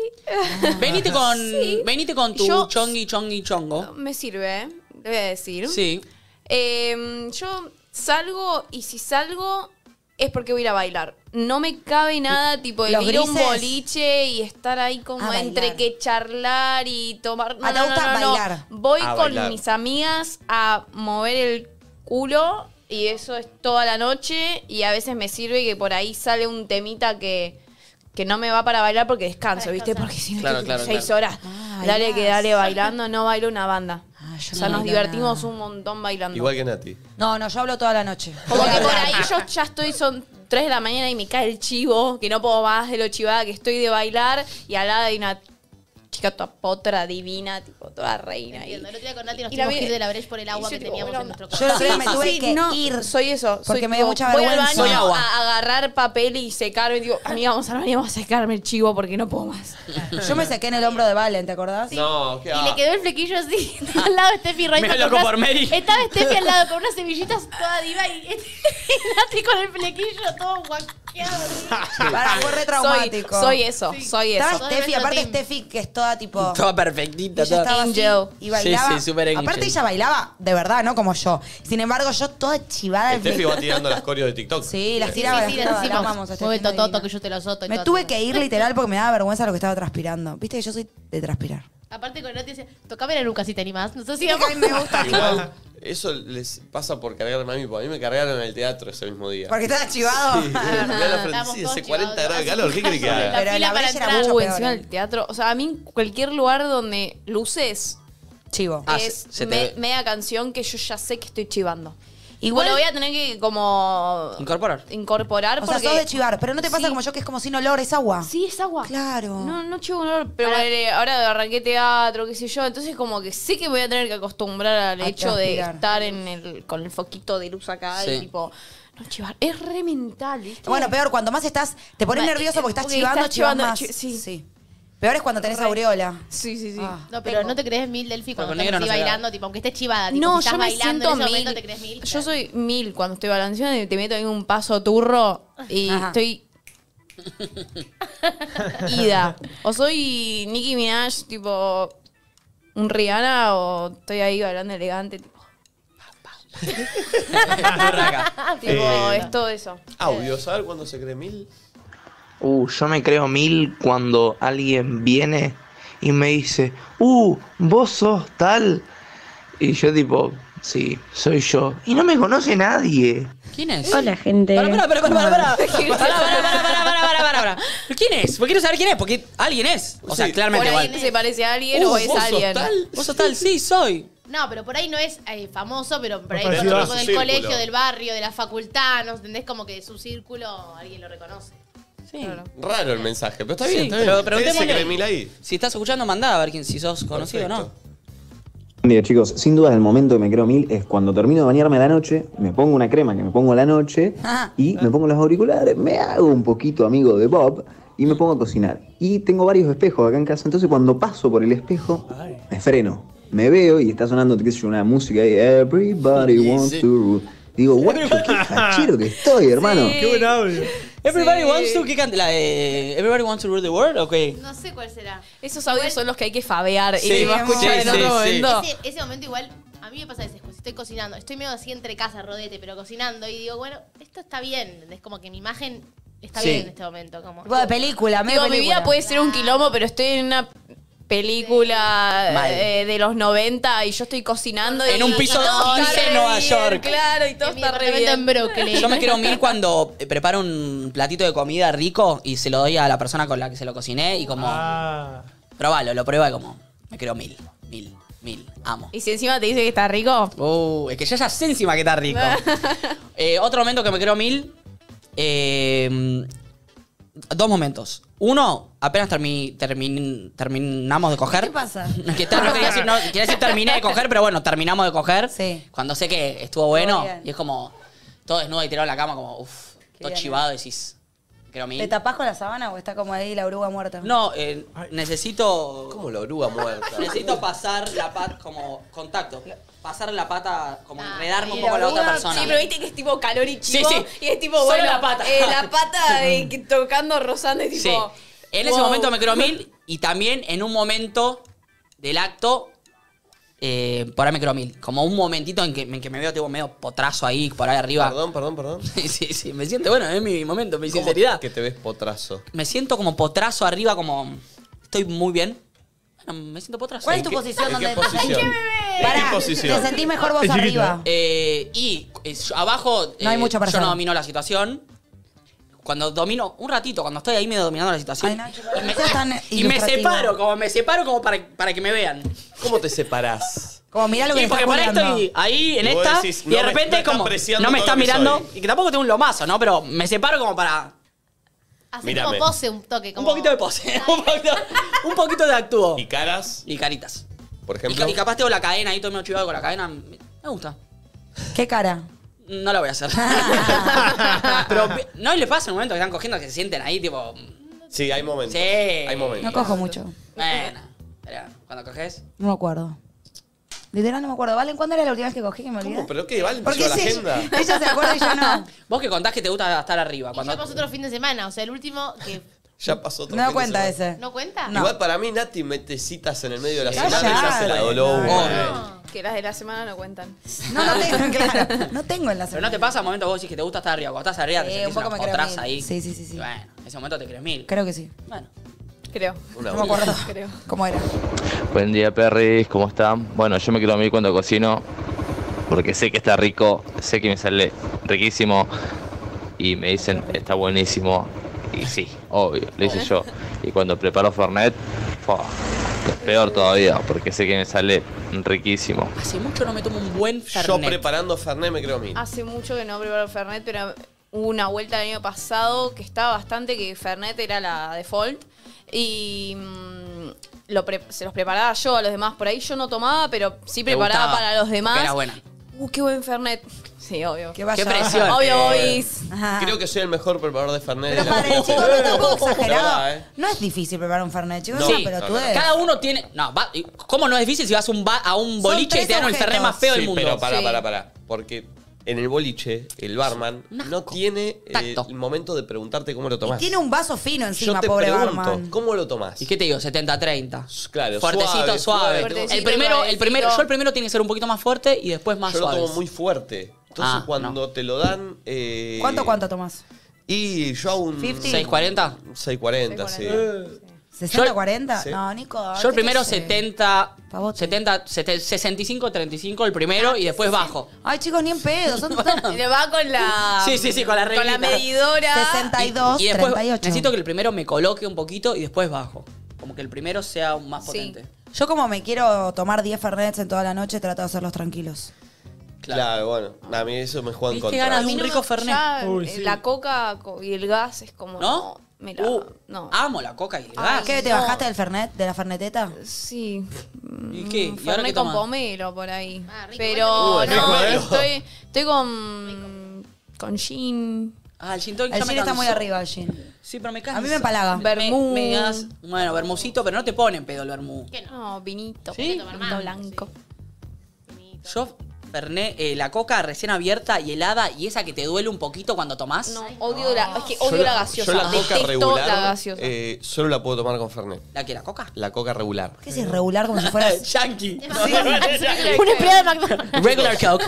Speaker 4: Venite con, venite con tu
Speaker 6: Yo-
Speaker 4: chongi, chongi, chongo.
Speaker 6: Me sirve, ¿eh? Te voy a decir.
Speaker 4: Sí.
Speaker 6: Eh, yo salgo y si salgo es porque voy a ir a bailar. No me cabe nada, tipo, el
Speaker 2: ¿Los
Speaker 6: ir a un
Speaker 2: grises?
Speaker 6: boliche y estar ahí como
Speaker 2: A
Speaker 6: entre
Speaker 2: bailar.
Speaker 6: que charlar y tomar. No,
Speaker 2: Ah, ¿te
Speaker 6: no,
Speaker 2: gusta
Speaker 6: no, no, no.
Speaker 2: bailar?
Speaker 6: Voy
Speaker 1: A
Speaker 6: con
Speaker 1: bailar.
Speaker 6: mis amigas a mover el culo y eso es toda la noche. Y a veces me sirve que por ahí sale un temita que, que no me va para bailar porque descanso, ¿viste? Porque si no,
Speaker 4: Claro,
Speaker 6: estoy
Speaker 4: claro,
Speaker 6: seis
Speaker 4: claro.
Speaker 6: horas.
Speaker 2: Ah,
Speaker 6: dale que
Speaker 2: bailás.
Speaker 6: dale bailando, no bailo una banda.
Speaker 2: Ah, yo
Speaker 6: o sea,
Speaker 2: no
Speaker 6: nos
Speaker 2: bailo
Speaker 6: divertimos
Speaker 2: nada.
Speaker 6: un montón bailando.
Speaker 1: Igual que Nati.
Speaker 2: No, no, yo hablo toda la noche.
Speaker 6: Como que por ahí yo ya estoy, son 3 de la mañana y me cae el chivo, que no puedo más de lo chivada que estoy de bailar, y al lado hay una chica toda potra divina, tipo toda reina. Y,
Speaker 5: Entiendo, el otro día con Nati nos
Speaker 6: Y la
Speaker 5: tuvimos
Speaker 6: vi-
Speaker 5: que ir de la brecha por el agua
Speaker 6: y yo
Speaker 5: que
Speaker 6: tipo,
Speaker 5: teníamos
Speaker 6: bueno,
Speaker 5: en nuestro
Speaker 2: Yo el
Speaker 5: cuarto.
Speaker 2: otro día me tuve que
Speaker 6: no,
Speaker 2: ir.
Speaker 6: soy eso. soy
Speaker 2: Porque me
Speaker 6: tipo,
Speaker 2: dio mucha
Speaker 6: Voy al
Speaker 2: vergüenza.
Speaker 6: baño
Speaker 4: Soy agua.
Speaker 6: a agarrar papel y secarme, digo, amiga, vamos al baño y vamos a secarme el chivo porque no puedo más.
Speaker 2: Yo me sequé en el hombro de Valen, ¿te acordás?
Speaker 1: No, qué
Speaker 5: Y le quedó el flequillo así, al lado de Steffi Reinhardt.
Speaker 4: Me loco
Speaker 5: con
Speaker 4: por
Speaker 5: unas-
Speaker 4: Mary.
Speaker 5: Estaba Steffi al lado con unas semillitas toda diva y, y Nati con el flequillo todo guaqueado.
Speaker 2: Para, fue re
Speaker 6: Soy,
Speaker 2: traumático.
Speaker 6: soy eso, soy
Speaker 2: Estaba
Speaker 6: eso.
Speaker 5: Soy
Speaker 2: Steffi,
Speaker 5: nuestro
Speaker 2: aparte
Speaker 5: team.
Speaker 2: Steffi, que es toda tipo.
Speaker 4: Toda perfectita.
Speaker 2: Ella
Speaker 4: Toda.
Speaker 2: estaba
Speaker 6: Angel.
Speaker 2: así y bailaba.
Speaker 4: Sí, sí, super angel.
Speaker 2: Aparte ella bailaba de verdad, no como yo. Sin embargo, yo toda chivada. al
Speaker 1: Steffi
Speaker 2: frente.
Speaker 1: va tirando las coreos de TikTok. Eh,
Speaker 2: Sí, las
Speaker 5: Sí,
Speaker 2: tiraba. las
Speaker 5: sí,
Speaker 2: tiraba,
Speaker 5: les
Speaker 2: la amamos
Speaker 5: decimos.
Speaker 2: a
Speaker 5: Mueve
Speaker 2: Steffi, una
Speaker 5: tototo
Speaker 2: divina.
Speaker 5: que yo te lo soto. y
Speaker 2: Me
Speaker 5: todo
Speaker 2: tuve
Speaker 5: eso".
Speaker 2: que ir literal porque me daba vergüenza lo que estaba transpirando. Viste que yo soy de transpirar.
Speaker 5: Aparte con Nati dice, tocame la nuca si te animás. Nosotros
Speaker 2: Sí, que
Speaker 5: íbamos.
Speaker 2: a mí me gusta
Speaker 1: Igual, eso les pasa por cargarme a mí, porque a mí me cargaron en el teatro ese mismo día.
Speaker 2: porque estaba chivado.
Speaker 1: Sí, mirá la frente,
Speaker 5: Estábamos
Speaker 1: sí,
Speaker 5: todos
Speaker 1: hace 40 grados de
Speaker 5: chivados,
Speaker 1: calor, ¿qué crees que haga?
Speaker 2: Pero
Speaker 5: fila
Speaker 2: la
Speaker 5: para
Speaker 2: brecha era
Speaker 5: entrar.
Speaker 2: mucho
Speaker 6: Uh,
Speaker 2: peor. ¿eh?
Speaker 6: encima del teatro. O sea, a mí en cualquier lugar donde luces
Speaker 2: Chivo.
Speaker 4: Ah,
Speaker 6: es
Speaker 4: se- se
Speaker 6: me-
Speaker 4: te-
Speaker 6: media canción que yo ya sé que estoy chivando.
Speaker 2: Igual-
Speaker 6: Igual voy a tener que como
Speaker 4: Incorporar.
Speaker 6: incorporar
Speaker 2: O sea,
Speaker 6: porque
Speaker 2: sos de chivar, pero no te pasa
Speaker 6: Sí.
Speaker 2: como yo que es como sin olor, es agua.
Speaker 6: Sí, es agua.
Speaker 2: Claro.
Speaker 6: No, no chivo un olor, pero ponele, ahora arranqué teatro, qué sé yo, entonces como que sé que voy a tener que acostumbrar al
Speaker 2: A
Speaker 6: hecho de
Speaker 2: transpirar.
Speaker 6: estar en el con el foquito de luz acá
Speaker 4: Sí.
Speaker 6: y tipo no chivar, es re mental. ¿viste?
Speaker 2: Bueno, peor, cuando más estás, te pones
Speaker 6: Ma-
Speaker 2: nervioso porque estás
Speaker 6: porque
Speaker 2: chivando,
Speaker 6: estás
Speaker 2: chivas
Speaker 6: chivando,
Speaker 2: más.
Speaker 6: chi- sí.
Speaker 2: Peor es cuando tenés aureola.
Speaker 6: Sí, sí, sí.
Speaker 2: Ah.
Speaker 5: No, pero no te crees mil, Delphi, cuando
Speaker 4: con
Speaker 5: estás
Speaker 4: negro no
Speaker 5: así
Speaker 4: se da.
Speaker 5: bailando, tipo, aunque estés
Speaker 4: Ah,
Speaker 5: chivada. Tipo,
Speaker 6: No,
Speaker 5: si estás
Speaker 6: yo me
Speaker 5: bailando,
Speaker 6: siento
Speaker 5: en ese momento
Speaker 6: mil.
Speaker 5: te crees mil.
Speaker 6: Yo soy mil cuando estoy balanceando y te meto en un paso turro y
Speaker 2: Ajá.
Speaker 6: estoy ida. O soy Nicki Minaj, tipo un Rihanna, o estoy ahí bailando elegante, tipo, tipo
Speaker 1: Eh,
Speaker 6: es todo eso.
Speaker 1: Audio, ¿sabes cuándo se cree mil?
Speaker 7: Uh, yo me creo mil cuando alguien viene y me dice, uh, vos sos tal. Y yo tipo, sí, soy yo. Y no me conoce nadie.
Speaker 4: ¿Quién es?
Speaker 8: Hola, gente.
Speaker 4: Pará, pará, pará, pará, pará, pará, pará, pará, pará, pará, pará, pará, pará, pará. ¿Pero ¿Quién es? Porque quiero saber quién es, porque alguien es. O sea,
Speaker 1: Sí.
Speaker 6: Por
Speaker 4: claramente
Speaker 6: ahí
Speaker 4: igual.
Speaker 6: se parece a alguien
Speaker 4: Uh,
Speaker 6: o es
Speaker 4: vos sos
Speaker 6: alguien.
Speaker 4: tal. Vos sos tal, sí, soy.
Speaker 5: No, pero por ahí no es eh, famoso, pero por ahí
Speaker 3: Pero
Speaker 5: con
Speaker 3: sí va
Speaker 5: los
Speaker 3: a
Speaker 5: chicos
Speaker 1: su
Speaker 5: del
Speaker 1: círculo.
Speaker 5: colegio, del barrio, de la facultad, ¿no? ¿Entendés? Como que de su círculo alguien lo reconoce.
Speaker 4: Sí.
Speaker 1: Raro el mensaje, pero está bien,
Speaker 4: Sí,
Speaker 1: está bien.
Speaker 4: pero
Speaker 1: ¿Quién se
Speaker 4: preguntémosle.
Speaker 1: cree mil ahí?
Speaker 4: Si estás escuchando, mandá a ver quién, si sos conocido o no.
Speaker 1: Perfecto.
Speaker 9: Mira chicos, sin duda el momento que me creo mil es cuando termino de bañarme a la noche, me pongo una crema que me pongo a la noche
Speaker 2: Ah.
Speaker 9: y me pongo los auriculares, me hago un poquito amigo de Bob y me pongo a cocinar. Y tengo varios espejos acá en casa, entonces cuando paso por el espejo me freno, me veo y está sonando qué sé yo, una música ahí, Everybody Wants to Rule. Digo, guacho, qué fachero que estoy, hermano.
Speaker 3: Qué buen audio.
Speaker 4: Everybody
Speaker 6: Sí.
Speaker 4: wants to. ¿Qué canta? ¿La de Everybody wants to rule the world? ¿O qué?
Speaker 5: No sé cuál será.
Speaker 6: Esos audios son los que hay que fabear
Speaker 4: Sí,
Speaker 6: y tipo,
Speaker 4: sí,
Speaker 6: escuchar en
Speaker 4: sí,
Speaker 6: otro
Speaker 4: sí.
Speaker 6: momento.
Speaker 5: Ese, ese momento igual, a mí me pasa a veces, pues, estoy cocinando, estoy medio así entre casa, rodete, pero cocinando, y digo, bueno, esto está bien, es como que mi imagen está
Speaker 4: Sí.
Speaker 5: bien en este momento. Como,
Speaker 2: Tipo de película, medio
Speaker 6: Digo, mi
Speaker 2: película.
Speaker 6: vida puede ser un quilombo, pero estoy en una película
Speaker 4: Mal.
Speaker 6: eh, de los 90 y yo estoy cocinando.
Speaker 4: En
Speaker 6: y-
Speaker 4: un piso
Speaker 6: y todo
Speaker 4: de
Speaker 6: está
Speaker 4: 15 en
Speaker 6: re
Speaker 4: Nueva
Speaker 6: bien,
Speaker 4: York.
Speaker 6: Claro, y todo
Speaker 5: En mi
Speaker 6: está re
Speaker 5: departamento
Speaker 6: bien.
Speaker 5: en Brooklyn.
Speaker 4: Yo me quiero unir cuando eh, preparo un platito de comida rico y se lo doy a la persona con la que se lo cociné y como,
Speaker 3: Ah.
Speaker 4: probalo, lo prueba y como, me quiero mil, mil, mil, amo.
Speaker 6: Y si encima te dice que está rico,
Speaker 4: Uh, es que ya ya sé encima que está rico. Eh, otro momento que me creo mil. eh, dos momentos. Uno, apenas termi- termin- terminamos de coger.
Speaker 2: ¿Qué pasa?
Speaker 4: Que ter- no quería decir, no, quería decir terminé de coger, pero bueno, terminamos de coger.
Speaker 2: Sí.
Speaker 4: Cuando sé que estuvo bueno.
Speaker 2: bien.
Speaker 4: Y es como, todo desnudo y tirado en la cama, como, uff, todo
Speaker 2: bien, ¿eh?
Speaker 4: chivado, decís, creo mil.
Speaker 2: ¿Te tapás con la sábana o está como ahí la oruga muerta?
Speaker 4: No, eh, necesito.
Speaker 1: ¿Cómo la oruga muerta?
Speaker 4: Necesito pasar la pata como contacto. Pasar la pata, como
Speaker 5: Ah,
Speaker 4: enredarme un
Speaker 5: y
Speaker 4: poco a la otra
Speaker 6: Ah,
Speaker 4: persona.
Speaker 6: Sí, pero viste que es tipo calor y chivo.
Speaker 4: Sí, sí.
Speaker 6: Y es tipo,
Speaker 4: Solo
Speaker 6: bueno,
Speaker 4: la pata.
Speaker 6: eh, la pata eh, que tocando, rozando y tipo.
Speaker 4: Sí. En ese
Speaker 6: wow.
Speaker 4: momento me creo mil y también en un momento del acto, eh, por ahí me creo mil. Como un momentito en que, en que me veo tipo medio potrazo ahí, por ahí arriba.
Speaker 1: Perdón, perdón, perdón.
Speaker 4: Sí, sí, sí. Me siento, bueno, es mi momento, mi
Speaker 1: ¿Cómo
Speaker 4: sinceridad.
Speaker 1: Que te ves potrazo.
Speaker 4: Me siento como potrazo arriba, como estoy muy bien. Bueno, me siento potrazo.
Speaker 2: ¿Cuál es tu
Speaker 1: ¿En qué-
Speaker 2: posición
Speaker 1: en
Speaker 2: donde
Speaker 1: qué posición?
Speaker 2: ¿En
Speaker 1: ¿En qué
Speaker 2: Pará,
Speaker 1: posición?
Speaker 2: te sentís mejor vos
Speaker 3: Es chiquito,
Speaker 2: arriba.
Speaker 4: Eh, y eh, yo- abajo
Speaker 2: No hay mucha
Speaker 4: yo
Speaker 2: persona.
Speaker 4: no domino la situación. Cuando domino, un ratito, cuando estoy ahí medio dominando la situación.
Speaker 2: Ay, Nacho, pero
Speaker 4: y me,
Speaker 2: no seas tan
Speaker 4: y me
Speaker 2: ilustrativo.
Speaker 4: separo, como me separo como para, para que me vean.
Speaker 1: ¿Cómo te separás?
Speaker 2: Como mirá lo que
Speaker 4: Y
Speaker 2: le
Speaker 4: porque
Speaker 2: está
Speaker 4: por ahí
Speaker 2: culiando.
Speaker 4: estoy ahí en
Speaker 1: Y vos
Speaker 4: esta
Speaker 1: decís,
Speaker 4: y
Speaker 1: no
Speaker 4: de
Speaker 1: me-
Speaker 4: repente
Speaker 1: no
Speaker 4: es
Speaker 1: está
Speaker 4: como
Speaker 1: apreciando
Speaker 4: no me
Speaker 1: todo
Speaker 4: está
Speaker 1: lo que
Speaker 4: mirando
Speaker 1: soy.
Speaker 4: y que tampoco tengo un lomazo, ¿no? Pero me separo como para
Speaker 5: Así
Speaker 1: Mírame.
Speaker 5: como pose un toque.
Speaker 4: un
Speaker 5: Como,
Speaker 4: poquito de pose, un poquito, un poquito de actúo
Speaker 1: ¿Y
Speaker 4: y,
Speaker 1: caras?
Speaker 4: caritas.
Speaker 1: Por
Speaker 4: Y,
Speaker 1: ejemplo.
Speaker 4: ca- y capaz tengo la cadena ahí todo medio chivado con la cadena, me me gusta.
Speaker 2: ¿Qué cara?
Speaker 4: No la voy a hacer. Pero no les pasa en un momento que están cogiendo que se sienten ahí, tipo.
Speaker 1: Sí, hay momentos.
Speaker 4: Sí.
Speaker 1: Hay momentos.
Speaker 2: No cojo mucho.
Speaker 4: Bueno, pero cuando coges.
Speaker 2: No me acuerdo. Literal no me acuerdo. ¿Valen cuándo era la última vez que cogí que me olvidé?
Speaker 1: ¿Cómo? ¿Pero qué? ¿Vale?
Speaker 2: Porque
Speaker 1: ¿Empezó la
Speaker 2: sí,
Speaker 1: agenda?
Speaker 2: ella se acuerda y yo no.
Speaker 4: Vos que contás que te gusta estar arriba.
Speaker 5: Y yo
Speaker 4: Cuando...
Speaker 5: pasé otro fin de semana, o sea, el último que.
Speaker 1: Ya pasó otro
Speaker 2: No da
Speaker 1: fin de
Speaker 2: cuenta
Speaker 1: semana.
Speaker 2: ese.
Speaker 5: ¿No cuenta?
Speaker 2: No.
Speaker 1: Igual para mí, Nati, mete citas en el medio de la
Speaker 2: Callate.
Speaker 1: semana y ya se la doló.
Speaker 3: No.
Speaker 1: güey.
Speaker 4: Obvio.
Speaker 6: Que las de la semana no cuentan.
Speaker 2: No, no tengo, claro. No tengo en la
Speaker 4: Pero no te
Speaker 2: semana.
Speaker 4: pasa momentos vos decís que te gusta estar arriba. Cuando estás arriba, te
Speaker 2: Sí,
Speaker 4: sentís
Speaker 2: un poco
Speaker 4: una
Speaker 2: me creo
Speaker 4: potraza
Speaker 2: mil.
Speaker 4: ahí.
Speaker 2: Sí, sí, sí, sí.
Speaker 4: Y Bueno, en ese momento te crees mil.
Speaker 2: Creo que sí.
Speaker 4: Bueno.
Speaker 6: Creo.
Speaker 1: Una
Speaker 2: No me
Speaker 1: boludez.
Speaker 2: acuerdo
Speaker 6: Creo.
Speaker 2: cómo era.
Speaker 7: Buen día, Perris, ¿cómo están? Bueno, yo me quiero dormir cuando cocino porque sé que está rico, sé que me sale riquísimo y me dicen está buenísimo. Y sí, obvio, lo hice yo. Y cuando preparo Fernet, ¡fua! peor todavía porque sé que me sale riquísimo.
Speaker 4: Hace mucho no me tomo un buen fernet.
Speaker 1: Yo preparando Fernet me creo a mí.
Speaker 6: Hace mucho que no preparo Fernet, pero hubo una vuelta el año pasado que estaba bastante que Fernet era la default. Y mm, lo pre- se los preparaba yo a los demás. Por ahí yo no tomaba, pero sí
Speaker 4: Te
Speaker 6: preparaba
Speaker 4: gustaba,
Speaker 6: para los demás.
Speaker 4: porque Era buena.
Speaker 6: Uh, qué buen Fernet. Sí, obvio.
Speaker 2: Que vaya.
Speaker 4: Qué presión.
Speaker 6: Obvio,
Speaker 4: Eh,
Speaker 6: Bobis.
Speaker 2: Ajá.
Speaker 1: Creo que soy el mejor preparador de Fernet
Speaker 2: Ah. Pero
Speaker 1: de la
Speaker 2: padre, chicos, no tampoco
Speaker 1: La
Speaker 2: exagerado.
Speaker 1: verdad, ¿eh?
Speaker 2: No es difícil preparar un fernet, chicos.
Speaker 1: No,
Speaker 2: No,
Speaker 4: sí.
Speaker 2: pero
Speaker 1: no,
Speaker 2: tú
Speaker 1: no, no.
Speaker 2: eres.
Speaker 4: Cada uno tiene. No, va- y- ¿cómo no es difícil si vas a un ba- a un boliche y
Speaker 2: tres
Speaker 4: te dan el
Speaker 2: objetos.
Speaker 4: fernet más feo del
Speaker 1: Sí,
Speaker 4: mundo?
Speaker 1: pero pará,
Speaker 6: Sí.
Speaker 1: pará, pará. Porque en el boliche, el barman
Speaker 4: Un asco.
Speaker 1: no tiene eh,
Speaker 4: Tacto.
Speaker 1: el momento de preguntarte cómo lo tomás.
Speaker 2: Tiene un vaso fino
Speaker 1: Yo
Speaker 2: encima,
Speaker 1: te
Speaker 2: pobre
Speaker 1: pregunto,
Speaker 2: barman.
Speaker 1: ¿cómo lo tomás?
Speaker 4: ¿Y qué te digo? 70-30.
Speaker 1: Claro,
Speaker 4: Fuertecito, suave.
Speaker 1: suave, suave.
Speaker 4: El
Speaker 6: Fuertecito,
Speaker 4: primero, el
Speaker 6: suavecito.
Speaker 4: primero, yo el primero tiene que ser un poquito más fuerte y después más
Speaker 1: Yo lo
Speaker 4: suave.
Speaker 1: tomo muy fuerte. Entonces
Speaker 4: Ah,
Speaker 1: cuando
Speaker 4: no.
Speaker 1: te lo dan... eh,
Speaker 2: ¿Cuánto, cuánto tomás?
Speaker 1: Y yo hago un...
Speaker 2: 50.
Speaker 4: 640.
Speaker 1: 640, sí.
Speaker 2: ¿60, 40?
Speaker 1: Sí.
Speaker 2: No, Nico.
Speaker 4: Yo
Speaker 2: Ah, ¿qué
Speaker 4: el primero
Speaker 2: te sé?
Speaker 4: 70,
Speaker 2: Pavote.
Speaker 4: 70, 70, 65, 35 el primero y después bajo.
Speaker 2: Ay, chicos, ni en pedo. Son
Speaker 6: Y le va con la.
Speaker 4: Sí, sí, sí, con la
Speaker 6: Con la
Speaker 4: reglita.
Speaker 6: medidora.
Speaker 2: 62,
Speaker 4: y después
Speaker 2: 38.
Speaker 4: necesito que el primero me coloque un poquito y después bajo. Como que el primero sea un más
Speaker 6: Sí.
Speaker 4: potente.
Speaker 2: Yo como me quiero tomar 10 Fernets en toda la noche, trato de hacerlos tranquilos.
Speaker 1: Claro.
Speaker 4: Claro.
Speaker 1: bueno. A mí eso me juega en
Speaker 4: ¿Viste
Speaker 1: contra.
Speaker 6: A
Speaker 4: ganas?
Speaker 6: mí
Speaker 4: Un
Speaker 6: no
Speaker 4: rico
Speaker 6: me-
Speaker 4: Fernet.
Speaker 6: ya,
Speaker 3: Uy,
Speaker 6: eh,
Speaker 3: sí.
Speaker 6: La coca co- y el gas es como.
Speaker 4: ¿No?
Speaker 6: me la-
Speaker 4: Uh,
Speaker 6: no.
Speaker 4: Amo la coca y el
Speaker 1: Ah,
Speaker 6: Ay,
Speaker 4: gas.
Speaker 2: ¿Qué? ¿Te
Speaker 6: no.
Speaker 2: bajaste del Fernet? ¿De la Ferneteta?
Speaker 6: Sí.
Speaker 4: ¿Y qué?
Speaker 6: Mm,
Speaker 4: ¿Y ahora qué
Speaker 6: Fernet con
Speaker 4: tomás?
Speaker 6: pomelo por ahí.
Speaker 5: Ah, rico,
Speaker 6: Pero
Speaker 1: rico. Uh,
Speaker 6: no,
Speaker 1: rico, ¿eh?
Speaker 6: estoy, estoy con. Con gin.
Speaker 4: Ah, el gin tonic
Speaker 2: El
Speaker 4: ya me
Speaker 2: gin está
Speaker 4: cansó.
Speaker 2: muy arriba, el gin.
Speaker 4: Sí, pero me cansa.
Speaker 2: A mí me empalaga.
Speaker 6: Vermú.
Speaker 4: Me, me das- bueno, vermucito, pero no te ponen pedo el vermú.
Speaker 5: ¿Qué no?
Speaker 6: No, vinito.
Speaker 4: ¿Sí?
Speaker 6: Vinito blanco.
Speaker 4: Yo Fernet, eh, la coca recién abierta y helada y esa que te duele un poquito cuando tomás.
Speaker 6: No, odio la, es que odio
Speaker 1: Yo
Speaker 6: la gaseosa.
Speaker 1: Yo la coca
Speaker 6: Detesto
Speaker 1: regular
Speaker 6: la gaseosa.
Speaker 1: eh, solo la puedo tomar con Fernet.
Speaker 4: ¿La que la coca?
Speaker 1: La coca regular.
Speaker 2: ¿Qué es irregular como si fueras
Speaker 4: Yankee.
Speaker 5: Una empleada de McDonald's.
Speaker 4: Regular Coke.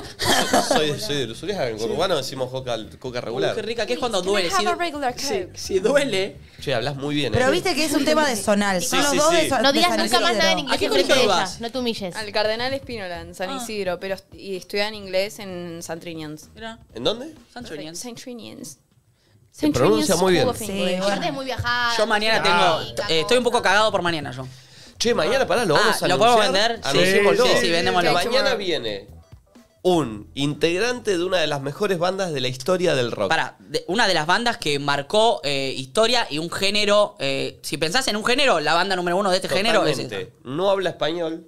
Speaker 1: soy, soy de los en Urbano decimos coca, coca regular.
Speaker 4: Uy, qué rica que es cuando duele. Si,
Speaker 6: have a regular Coke?
Speaker 4: si- si duele.
Speaker 1: Che, hablas muy bien,
Speaker 2: Pero
Speaker 1: eh.
Speaker 2: viste que es un tema de zonal. Son
Speaker 1: Sí,
Speaker 2: los
Speaker 1: sí,
Speaker 2: dos
Speaker 1: sí.
Speaker 2: de Son-
Speaker 5: No
Speaker 2: de
Speaker 5: digas
Speaker 2: San
Speaker 5: nunca más nada en
Speaker 2: Isidro.
Speaker 4: ¿A
Speaker 5: inglés.
Speaker 4: qué
Speaker 5: enfrente de
Speaker 4: colegio
Speaker 5: ella,
Speaker 4: vas?
Speaker 5: No te humilles.
Speaker 6: Al Cardenal Espínola en San Isidro, pero est- y estudian inglés en St. Trinians.
Speaker 4: Mira,
Speaker 1: ¿En dónde?
Speaker 4: San Julián.
Speaker 6: St. Trinians.
Speaker 1: Se pronuncia muy bien.
Speaker 6: School of
Speaker 2: Sí,
Speaker 6: English.
Speaker 2: bueno.
Speaker 5: Aparte es muy viajada.
Speaker 4: Yo
Speaker 1: Ah,
Speaker 4: mañana tengo.
Speaker 5: Ah,
Speaker 4: eh, estoy un poco cagado por mañana yo.
Speaker 1: Che, mañana pará, lo
Speaker 4: Ah,
Speaker 1: vamos a
Speaker 4: ¿lo
Speaker 1: anunciar.
Speaker 4: podemos vender? Sí,
Speaker 1: Anunciémoslo.
Speaker 4: sí, sí, vendémoslo.
Speaker 1: Mañana viene un integrante de una de las mejores bandas de la historia del rock.
Speaker 4: Para, una de las bandas que marcó eh, historia y un género. eh, si pensás en un género, la banda número uno de este género es
Speaker 1: Totalmente.
Speaker 4: esta.
Speaker 1: No habla español,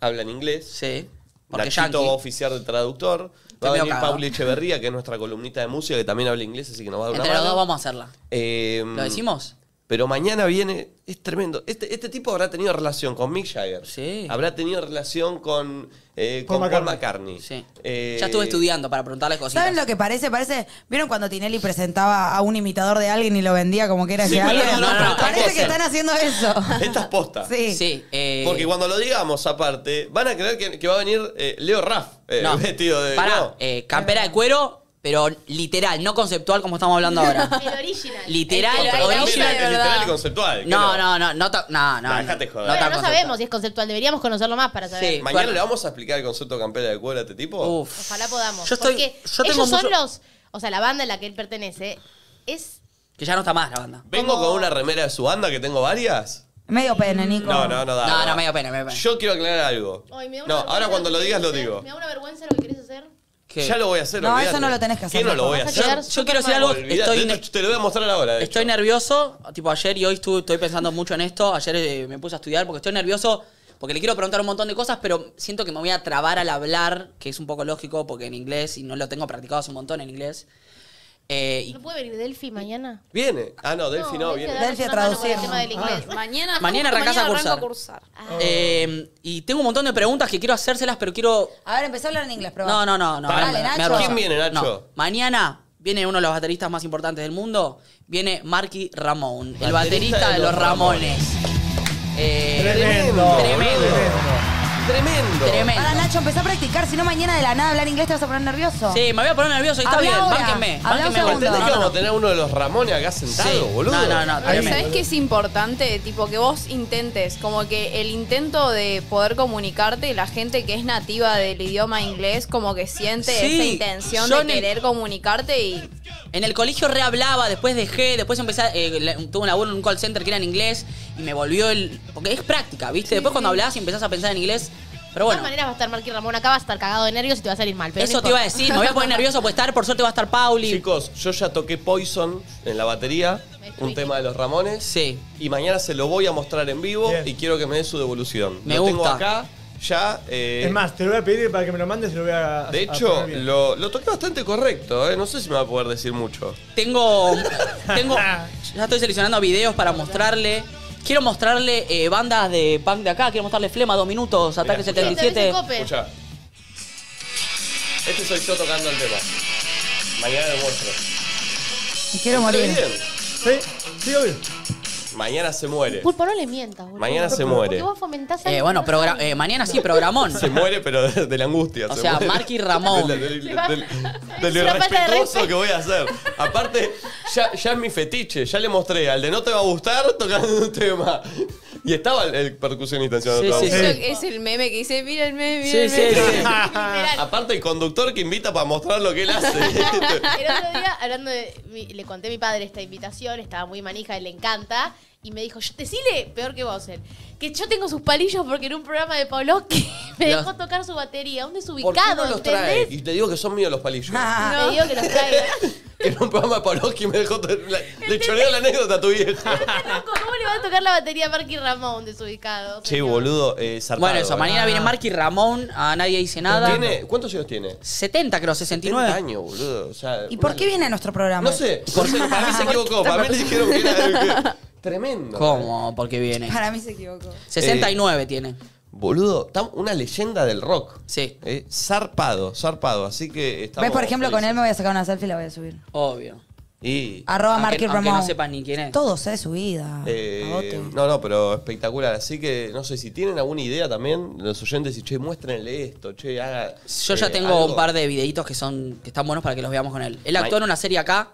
Speaker 1: habla en inglés.
Speaker 4: Sí. Porque
Speaker 1: Nachito
Speaker 4: Yankee.
Speaker 1: va a oficiar de traductor. Va a
Speaker 4: medio
Speaker 1: venir
Speaker 4: cagado.
Speaker 1: Pauli Echeverría, que es nuestra columnista de música, que también habla inglés, así que nos va a dar una
Speaker 4: Entre los
Speaker 1: mano.
Speaker 4: dos vamos a hacerla.
Speaker 1: Eh,
Speaker 4: ¿Lo decimos?
Speaker 1: Pero mañana viene, es tremendo. Este, este tipo habrá tenido relación con Mick Jagger.
Speaker 4: Sí.
Speaker 1: Habrá tenido relación con, eh, con
Speaker 3: Paul
Speaker 1: Paul
Speaker 3: McCartney.
Speaker 1: McCartney.
Speaker 4: Sí.
Speaker 1: Eh,
Speaker 4: ya estuve estudiando para preguntarle cositas.
Speaker 2: ¿Saben lo que parece? Parece. ¿Vieron cuando Tinelli presentaba a un imitador de alguien y lo vendía como que era
Speaker 1: Sí,
Speaker 2: ese
Speaker 1: pero
Speaker 2: alguien?
Speaker 1: no, no, no,
Speaker 2: parece
Speaker 1: puede
Speaker 2: que
Speaker 1: ser.
Speaker 2: están haciendo eso.
Speaker 1: Esta es posta.
Speaker 2: Sí.
Speaker 4: Sí. eh,
Speaker 1: Porque cuando lo digamos, aparte, van a creer que, que va a venir eh, Leo Raff eh,
Speaker 4: no.
Speaker 1: vestido de.
Speaker 4: Pará,
Speaker 1: no.
Speaker 4: eh, campera de cuero, pero literal, no conceptual como estamos hablando ahora.
Speaker 5: El original.
Speaker 4: literal,
Speaker 6: El- el-
Speaker 1: Pero
Speaker 6: el-
Speaker 1: también
Speaker 6: original,
Speaker 1: es
Speaker 6: de
Speaker 1: literal
Speaker 6: verdad.
Speaker 1: y conceptual.
Speaker 4: No,
Speaker 1: creo.
Speaker 4: no, no, no, ta- no, no.
Speaker 1: Déjate joder.
Speaker 4: tan
Speaker 5: Bueno, no
Speaker 4: conceptual.
Speaker 5: sabemos si es conceptual. Deberíamos conocerlo más para saber.
Speaker 4: Sí.
Speaker 1: Mañana
Speaker 4: Bueno.
Speaker 1: le vamos a explicar el concepto de campera de cuero a este tipo.
Speaker 4: Uf.
Speaker 5: Ojalá podamos.
Speaker 4: Yo estoy-
Speaker 5: porque
Speaker 4: yo tengo
Speaker 5: ellos
Speaker 4: mucho-
Speaker 5: son los. O sea, la banda en la que él pertenece es.
Speaker 4: Que ya no está más la banda.
Speaker 1: Vengo con una remera de su banda que tengo varias.
Speaker 2: Medio pene, Nico.
Speaker 1: No, no, no da.
Speaker 4: No,
Speaker 1: da.
Speaker 4: no, medio pena, medio pena.
Speaker 1: Yo quiero aclarar algo.
Speaker 5: Ay, me da una
Speaker 1: no,
Speaker 5: vergüenza
Speaker 1: ahora cuando lo
Speaker 5: que
Speaker 1: digas lo
Speaker 5: querés hacer.
Speaker 1: digo.
Speaker 5: Me da una vergüenza lo que querés hacer.
Speaker 4: ¿Qué?
Speaker 1: Ya lo voy a hacer.
Speaker 2: No, eso
Speaker 1: olvídate.
Speaker 2: no lo tenés que hacer,
Speaker 1: ¿Qué no lo
Speaker 2: Nico?
Speaker 1: voy a
Speaker 5: Vas a
Speaker 1: hacer?
Speaker 5: quedar
Speaker 4: Yo quiero decir algo.
Speaker 1: Olvídate,
Speaker 4: Estoy,
Speaker 1: de hecho, te lo voy a mostrar ahora. de hecho.
Speaker 4: estoy nervioso. Tipo, ayer y hoy estuve, estoy pensando mucho en esto. Ayer eh, me puse a estudiar porque estoy nervioso. Porque le quiero preguntar un montón de cosas, pero siento que me voy a trabar al hablar, que es un poco lógico, porque en inglés, y no lo tengo practicado hace un montón en inglés. Eh, y
Speaker 5: ¿No puede venir Delphi mañana?
Speaker 1: Viene. Ah, no, Delphi no,
Speaker 5: Delphi
Speaker 1: viene.
Speaker 5: darnos
Speaker 2: Delphi a
Speaker 5: una mano con
Speaker 2: traducir.
Speaker 5: El tema del inglés.
Speaker 6: Mañana,
Speaker 4: Mañana
Speaker 6: justo
Speaker 4: arrancás a
Speaker 6: mañana arranco
Speaker 4: cursar. Eh, y tengo un montón de preguntas que quiero hacérselas, pero quiero.
Speaker 2: A ver, empezó a hablar en inglés, probá.
Speaker 4: No, no, no, no.
Speaker 2: Dale,
Speaker 4: me- me
Speaker 2: Nacho.
Speaker 4: arruiné.
Speaker 1: ¿Quién viene, Nacho?
Speaker 4: No. Mañana viene uno de los bateristas más importantes del mundo. Viene Marky Ramón, el
Speaker 1: Baterista
Speaker 4: baterista de los Ramones. Eh,
Speaker 3: Tremendo.
Speaker 4: Tremendo.
Speaker 1: Tremendo.
Speaker 4: Tremendo.
Speaker 2: Para Nacho, empezá a practicar, si no mañana de la nada hablar inglés te vas a poner nervioso.
Speaker 4: Sí, me voy a poner nervioso. Está
Speaker 2: Habla
Speaker 4: bien,
Speaker 2: ahora.
Speaker 4: bánquenme.
Speaker 2: Habla un
Speaker 4: bánquenme,
Speaker 2: segundo.
Speaker 1: ¿Entendés
Speaker 4: boludo.
Speaker 1: que
Speaker 4: No,
Speaker 1: vamos
Speaker 4: no,
Speaker 1: a tener uno de los Ramones acá sentado,
Speaker 4: Sí.
Speaker 1: boludo?
Speaker 4: No, no, no,
Speaker 6: Pero
Speaker 4: tremendo.
Speaker 6: ¿sabes qué es importante? Tipo, que vos intentes, como que el intento de poder comunicarte, la gente que es nativa del idioma inglés, como que siente
Speaker 4: Sí,
Speaker 6: esa intención
Speaker 4: yo Eh.
Speaker 6: de
Speaker 4: en el-
Speaker 6: querer comunicarte y
Speaker 4: En el colegio rehablaba, después dejé, después empecé, eh, la- tuve un laburo en un call center que era en inglés y me volvió el... Porque es práctica, ¿viste? después cuando hablabas y empezás a pensar en inglés, pero
Speaker 5: De
Speaker 4: bueno.
Speaker 5: todas maneras va a estar Marky Ramón acá, va a estar cagado de nervios y te va a salir mal. Pero
Speaker 4: Eso
Speaker 5: no
Speaker 4: te iba a
Speaker 5: importa.
Speaker 4: decir, me voy a poner nervioso, pues estar, por suerte va a estar Pauli.
Speaker 1: Chicos, yo ya toqué Poison en la batería, un tema de los Ramones.
Speaker 4: Sí.
Speaker 1: Y mañana se lo voy a mostrar en vivo
Speaker 3: Bien.
Speaker 1: y quiero que me dé su devolución.
Speaker 4: Me
Speaker 1: lo tengo
Speaker 4: gusta.
Speaker 1: acá, ya. eh,
Speaker 3: Es más, te lo voy a pedir para que me lo mandes y lo voy a.
Speaker 1: De
Speaker 3: a- a
Speaker 1: hecho,
Speaker 3: poner bien.
Speaker 1: lo, lo toqué bastante correcto, eh, no sé si me va a poder decir mucho.
Speaker 4: Tengo. Tengo. Ya estoy seleccionando videos para mostrarle. Quiero mostrarle eh, bandas de punk de acá. Quiero mostrarle Flema, dos minutos, Ataque
Speaker 1: escuchá.
Speaker 5: Tal vez se
Speaker 4: 77.
Speaker 5: cope.
Speaker 1: Escucha. Este soy yo tocando el tema. Mañana lo muestro.
Speaker 2: Me quiero morir.
Speaker 1: Bien.
Speaker 3: Sí, sí, obvio.
Speaker 1: Mañana se muere.
Speaker 5: Pulpo, no le mientas, boludo.
Speaker 1: Mañana se
Speaker 5: Porque
Speaker 1: muere.
Speaker 5: vos fomentás
Speaker 4: Eh,
Speaker 5: algo
Speaker 4: bueno,
Speaker 5: que no
Speaker 4: progra-
Speaker 5: sabes.
Speaker 4: eh, mañana sí, programón.
Speaker 1: Se muere, pero de, de la angustia.
Speaker 4: O
Speaker 1: se
Speaker 4: sea,
Speaker 1: muere.
Speaker 4: Marky Ramón.
Speaker 1: De, la- del-
Speaker 5: va-
Speaker 1: del- de
Speaker 5: es
Speaker 1: lo
Speaker 5: una falta de
Speaker 1: irrespetuoso
Speaker 5: respeto.
Speaker 1: que voy a hacer. Aparte, ya, ya es mi fetiche. Ya le mostré al de no te va a gustar tocando un tema. Y estaba el, el percusionista encima
Speaker 4: Sí,
Speaker 1: no te va a
Speaker 4: sí,
Speaker 1: gustar.
Speaker 6: eso es el meme que dice, mira el meme, mira
Speaker 4: Sí,
Speaker 6: el
Speaker 4: sí,
Speaker 6: meme.
Speaker 4: sí.
Speaker 1: Aparte, el conductor que invita para mostrar lo que él hace.
Speaker 5: El otro día, hablando de. mi- le conté a mi padre esta invitación, estaba muy manija, le encanta. Y me dijo, yo te sile peor que vos, él. Que yo tengo sus palillos porque en un programa de Pavlovsky me
Speaker 4: Los-
Speaker 5: dejó tocar su batería. Un
Speaker 1: ¿Por qué
Speaker 5: desubicado,
Speaker 1: no los trae?
Speaker 5: ¿entendés?
Speaker 1: Y te digo que son míos los palillos.
Speaker 2: Ah,
Speaker 5: Me digo que los traiga.
Speaker 1: Que en un programa de Pavlovsky me dejó. to- la- Le choreo la anécdota a tu viejo.
Speaker 5: Loco, ¿Cómo le va a tocar la batería a Marky Ramón desubicado?
Speaker 1: Che,
Speaker 5: señor?
Speaker 1: boludo, eh, zarpado,
Speaker 4: Bueno, eso,
Speaker 1: eh.
Speaker 4: mañana viene Marky Ramón. A nadie dice nada.
Speaker 1: ¿Tiene, ¿Cuántos años tiene?
Speaker 4: 70, creo, 69.
Speaker 1: 70 años, boludo. O sea,
Speaker 2: ¿Y por
Speaker 1: una-
Speaker 2: qué viene a nuestro programa?
Speaker 1: No sé, no sé, para mí se equivocó, para mí le dijeron que era que- tremendo. Eh,
Speaker 4: ¿Cómo? Porque viene.
Speaker 2: Para mí se equivocó.
Speaker 4: 69 tiene.
Speaker 1: Boludo, tam- una leyenda del rock.
Speaker 4: Sí,
Speaker 1: Eh, zarpado, zarpado. Así que estamos.
Speaker 2: ¿Ves, por ejemplo, con él
Speaker 1: felices.
Speaker 2: me voy a sacar una selfie y la voy a subir.
Speaker 4: obvio.
Speaker 1: Y.
Speaker 2: Arroba
Speaker 4: aunque,
Speaker 2: Marky
Speaker 4: aunque
Speaker 2: Ramón.
Speaker 4: no sepan ni quién es.
Speaker 2: Todo se de su vida.
Speaker 1: eh,
Speaker 2: Pagote.
Speaker 1: no, no, pero espectacular. Así que no sé si tienen alguna idea también, los oyentes, y che, muéstrenle esto, che, haga.
Speaker 4: Yo ya
Speaker 1: eh,
Speaker 4: tengo
Speaker 1: algo.
Speaker 4: un par de videitos que son que están buenos para que los veamos con él. Él actuó
Speaker 1: Mike.
Speaker 4: en una serie acá.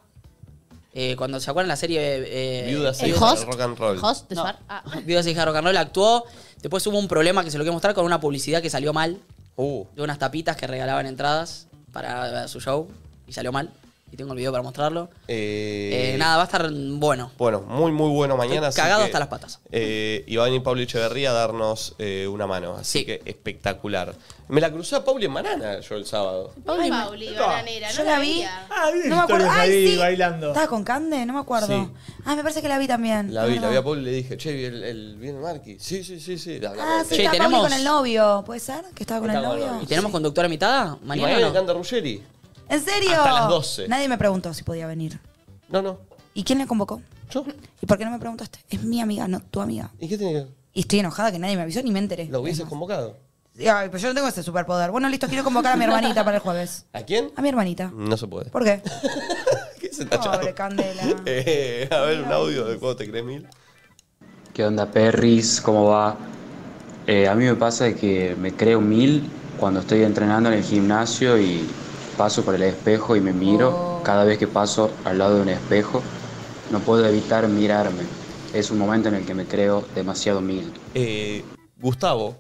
Speaker 4: eh, cuando se acuerdan la serie. eh,
Speaker 1: Viudas
Speaker 5: ¿El
Speaker 1: y
Speaker 5: host?
Speaker 1: rock and roll.
Speaker 5: Host de
Speaker 4: No.
Speaker 5: Suar. Ah.
Speaker 4: Viudas y hija de rock and roll actuó. Después hubo un problema que se lo quiero mostrar con una publicidad que salió mal.
Speaker 1: Uh,
Speaker 4: De unas tapitas que regalaban entradas para eh, su show. Y salió mal. Y tengo el video para mostrarlo.
Speaker 1: eh,
Speaker 4: Eh, nada, va a estar bueno.
Speaker 1: Bueno, muy, muy bueno mañana.
Speaker 4: Estoy
Speaker 1: así
Speaker 4: cagado
Speaker 1: que,
Speaker 4: hasta las patas.
Speaker 1: eh, y va a venir Pablo Echeverría a darnos eh, una mano. Así
Speaker 4: Sí.
Speaker 1: que espectacular. Me la crucé a Pauli en Banana yo el sábado.
Speaker 5: Pauli, Pauli bananera,
Speaker 2: Yo
Speaker 5: no
Speaker 2: la
Speaker 5: la
Speaker 2: vi.
Speaker 5: vi.
Speaker 3: Ah, vi
Speaker 2: No me acuerdo.
Speaker 3: historias
Speaker 2: Ay,
Speaker 3: ahí
Speaker 2: sí.
Speaker 3: bailando.
Speaker 2: ¿Estaba con Cande? No me acuerdo.
Speaker 1: Sí.
Speaker 2: Ah, me parece que la vi también.
Speaker 1: La
Speaker 2: es
Speaker 1: vi, la vi a
Speaker 2: verdad.
Speaker 1: Pauli y le dije, che, vi el, el- viene Marqui. Sí, sí, sí, sí. La
Speaker 2: Ah,
Speaker 1: hablamos.
Speaker 2: sí,
Speaker 4: Che,
Speaker 2: estaba Pauli
Speaker 4: tenemos-
Speaker 2: con el novio. ¿Puede ser? ¿Que estaba con el
Speaker 1: Estaba con el
Speaker 2: novio?
Speaker 4: ¿Y tenemos conductora invitada?
Speaker 1: Y
Speaker 4: Mañana.
Speaker 1: mañana
Speaker 4: no?
Speaker 1: canta Ruggeri.
Speaker 2: ¿En serio?
Speaker 1: Hasta las 12.
Speaker 2: Nadie me preguntó si podía venir.
Speaker 1: No, no.
Speaker 2: ¿Y quién la convocó?
Speaker 1: Yo.
Speaker 2: ¿Y por qué no me preguntaste? Es mi amiga, no tu amiga.
Speaker 1: ¿Y qué tiene que ver?
Speaker 2: Y estoy enojada que nadie me avisó ni me enteré.
Speaker 1: ¿Lo hubieses
Speaker 2: Es más.
Speaker 1: convocado?
Speaker 2: Ay, pero yo no tengo ese superpoder. Bueno, listo, quiero convocar a mi hermanita para el jueves.
Speaker 1: ¿A quién?
Speaker 2: A mi hermanita.
Speaker 1: No se puede.
Speaker 2: ¿Por qué?
Speaker 1: ¿Qué se está
Speaker 2: Pobre Candela.
Speaker 1: eh, A ver, un audio de cuando te crees mil.
Speaker 8: ¿Qué onda, Perris? ¿Cómo va? Eh, a mí me pasa de que me creo mil cuando estoy entrenando en el gimnasio y paso por el espejo y me miro. Cada vez que paso al lado de un espejo, no puedo evitar mirarme. Es un momento en el que me creo demasiado mil.
Speaker 1: Eh, Gustavo,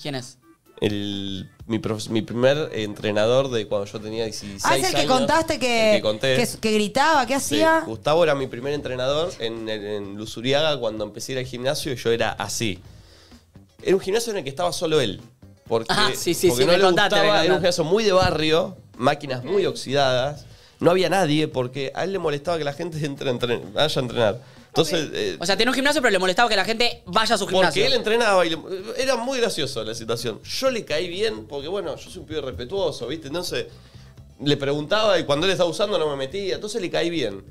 Speaker 4: ¿Quién es?
Speaker 1: el, mi, prof- mi primer entrenador de cuando yo tenía 16
Speaker 2: Ah,
Speaker 1: años.
Speaker 2: es el que contaste que,
Speaker 1: El que conté.
Speaker 2: que- que gritaba, que
Speaker 1: Sí,
Speaker 2: hacía.
Speaker 1: Gustavo era mi primer entrenador en, en- en Luzuriaga cuando empecé a ir al gimnasio y yo era así. Era un gimnasio en el que estaba solo él. Porque,
Speaker 4: Ah, sí, sí,
Speaker 1: porque
Speaker 4: sí,
Speaker 1: no
Speaker 4: me
Speaker 1: le
Speaker 4: contaste, me
Speaker 1: gustaba, era un
Speaker 4: contaste.
Speaker 1: gimnasio muy de barrio, máquinas muy oxidadas, no había nadie porque a él le molestaba que la gente entre, entre- vaya a entrenar. Entonces, eh,
Speaker 4: O sea, tiene un gimnasio, pero le molestaba que la gente vaya a su gimnasio.
Speaker 1: porque él entrenaba y le- era muy gracioso la situación. Yo le caí bien porque, bueno, yo soy un pibe respetuoso, ¿viste? Entonces le preguntaba y cuando él estaba usando no me metía, entonces le caí bien.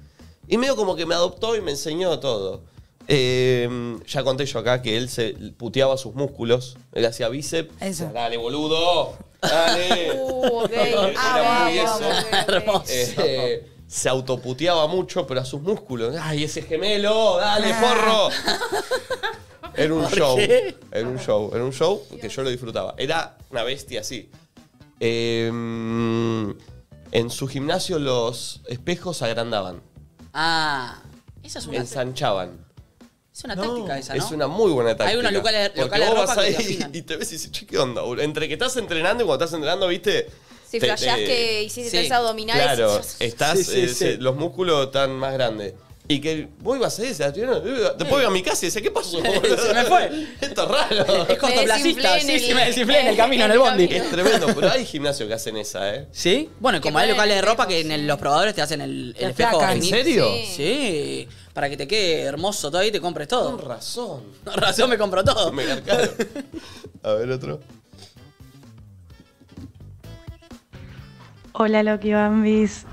Speaker 1: Y medio como que me adoptó y me enseñó todo. Eh, ya conté yo acá que él se puteaba sus músculos, él hacía bíceps.
Speaker 2: Eso.
Speaker 1: Decía, Dale, boludo. Dale.
Speaker 6: Uh, ok.
Speaker 1: Era
Speaker 6: Ah,
Speaker 1: muy
Speaker 6: vamos,
Speaker 1: eso.
Speaker 6: ok, ok.
Speaker 4: Hermoso.
Speaker 1: Eh, se autoputeaba mucho, pero a sus músculos. ¡Ay, ese gemelo! ¡Dale,
Speaker 4: Ah.
Speaker 1: forro! Era un show. Era un show. Era un show que yo lo disfrutaba. Era una bestia así. Eh, en su gimnasio los espejos agrandaban,
Speaker 4: Ah, esa es una, es
Speaker 1: ensanchaban.
Speaker 4: una táctica esa, ¿no?
Speaker 1: Es una muy buena táctica.
Speaker 4: Hay unos locales-
Speaker 1: Porque
Speaker 4: locales de
Speaker 1: vos
Speaker 4: ropa
Speaker 1: vas
Speaker 4: que te
Speaker 1: ahí
Speaker 4: afinan.
Speaker 1: y te ves y dices, che, ¿qué onda? boludo? Entre que estás entrenando y cuando estás entrenando, ¿viste?
Speaker 6: Si
Speaker 1: Te-
Speaker 6: flasheás
Speaker 1: te-
Speaker 6: que hiciste
Speaker 4: Sí,
Speaker 6: tres abdominales.
Speaker 1: Claro,
Speaker 6: ya-
Speaker 1: estás,
Speaker 3: Sí, sí,
Speaker 1: eh,
Speaker 3: sí.
Speaker 1: se- los músculos están más grandes. Y que vos ibas a ir, se la tiraron, eh, después iba a mi casa y decía, ¿qué pasó?
Speaker 4: Se me fue.
Speaker 1: Esto es raro.
Speaker 4: Es cortoplacista.
Speaker 6: desinflé en
Speaker 4: Sí,
Speaker 6: el-
Speaker 4: sí, me desinflé en el camino, en el bondi.
Speaker 1: es tremendo, pero hay gimnasio que hacen esa, ¿eh?
Speaker 4: ¿Sí? Bueno, como hay
Speaker 6: ponen
Speaker 4: locales de
Speaker 6: el
Speaker 4: ropa
Speaker 6: espejo,
Speaker 4: que en el- los probadores te hacen el, el
Speaker 2: Te
Speaker 4: espejo.
Speaker 2: aplacan.
Speaker 4: ¿En
Speaker 10: serio?
Speaker 4: Sí. Sí, Para que te quede hermoso todo ahí y te compres
Speaker 1: Con
Speaker 4: todo.
Speaker 1: razón.
Speaker 4: Con razón me compro todo.
Speaker 1: Me garcaron. A ver, otro.
Speaker 11: Hola Loki Bambis.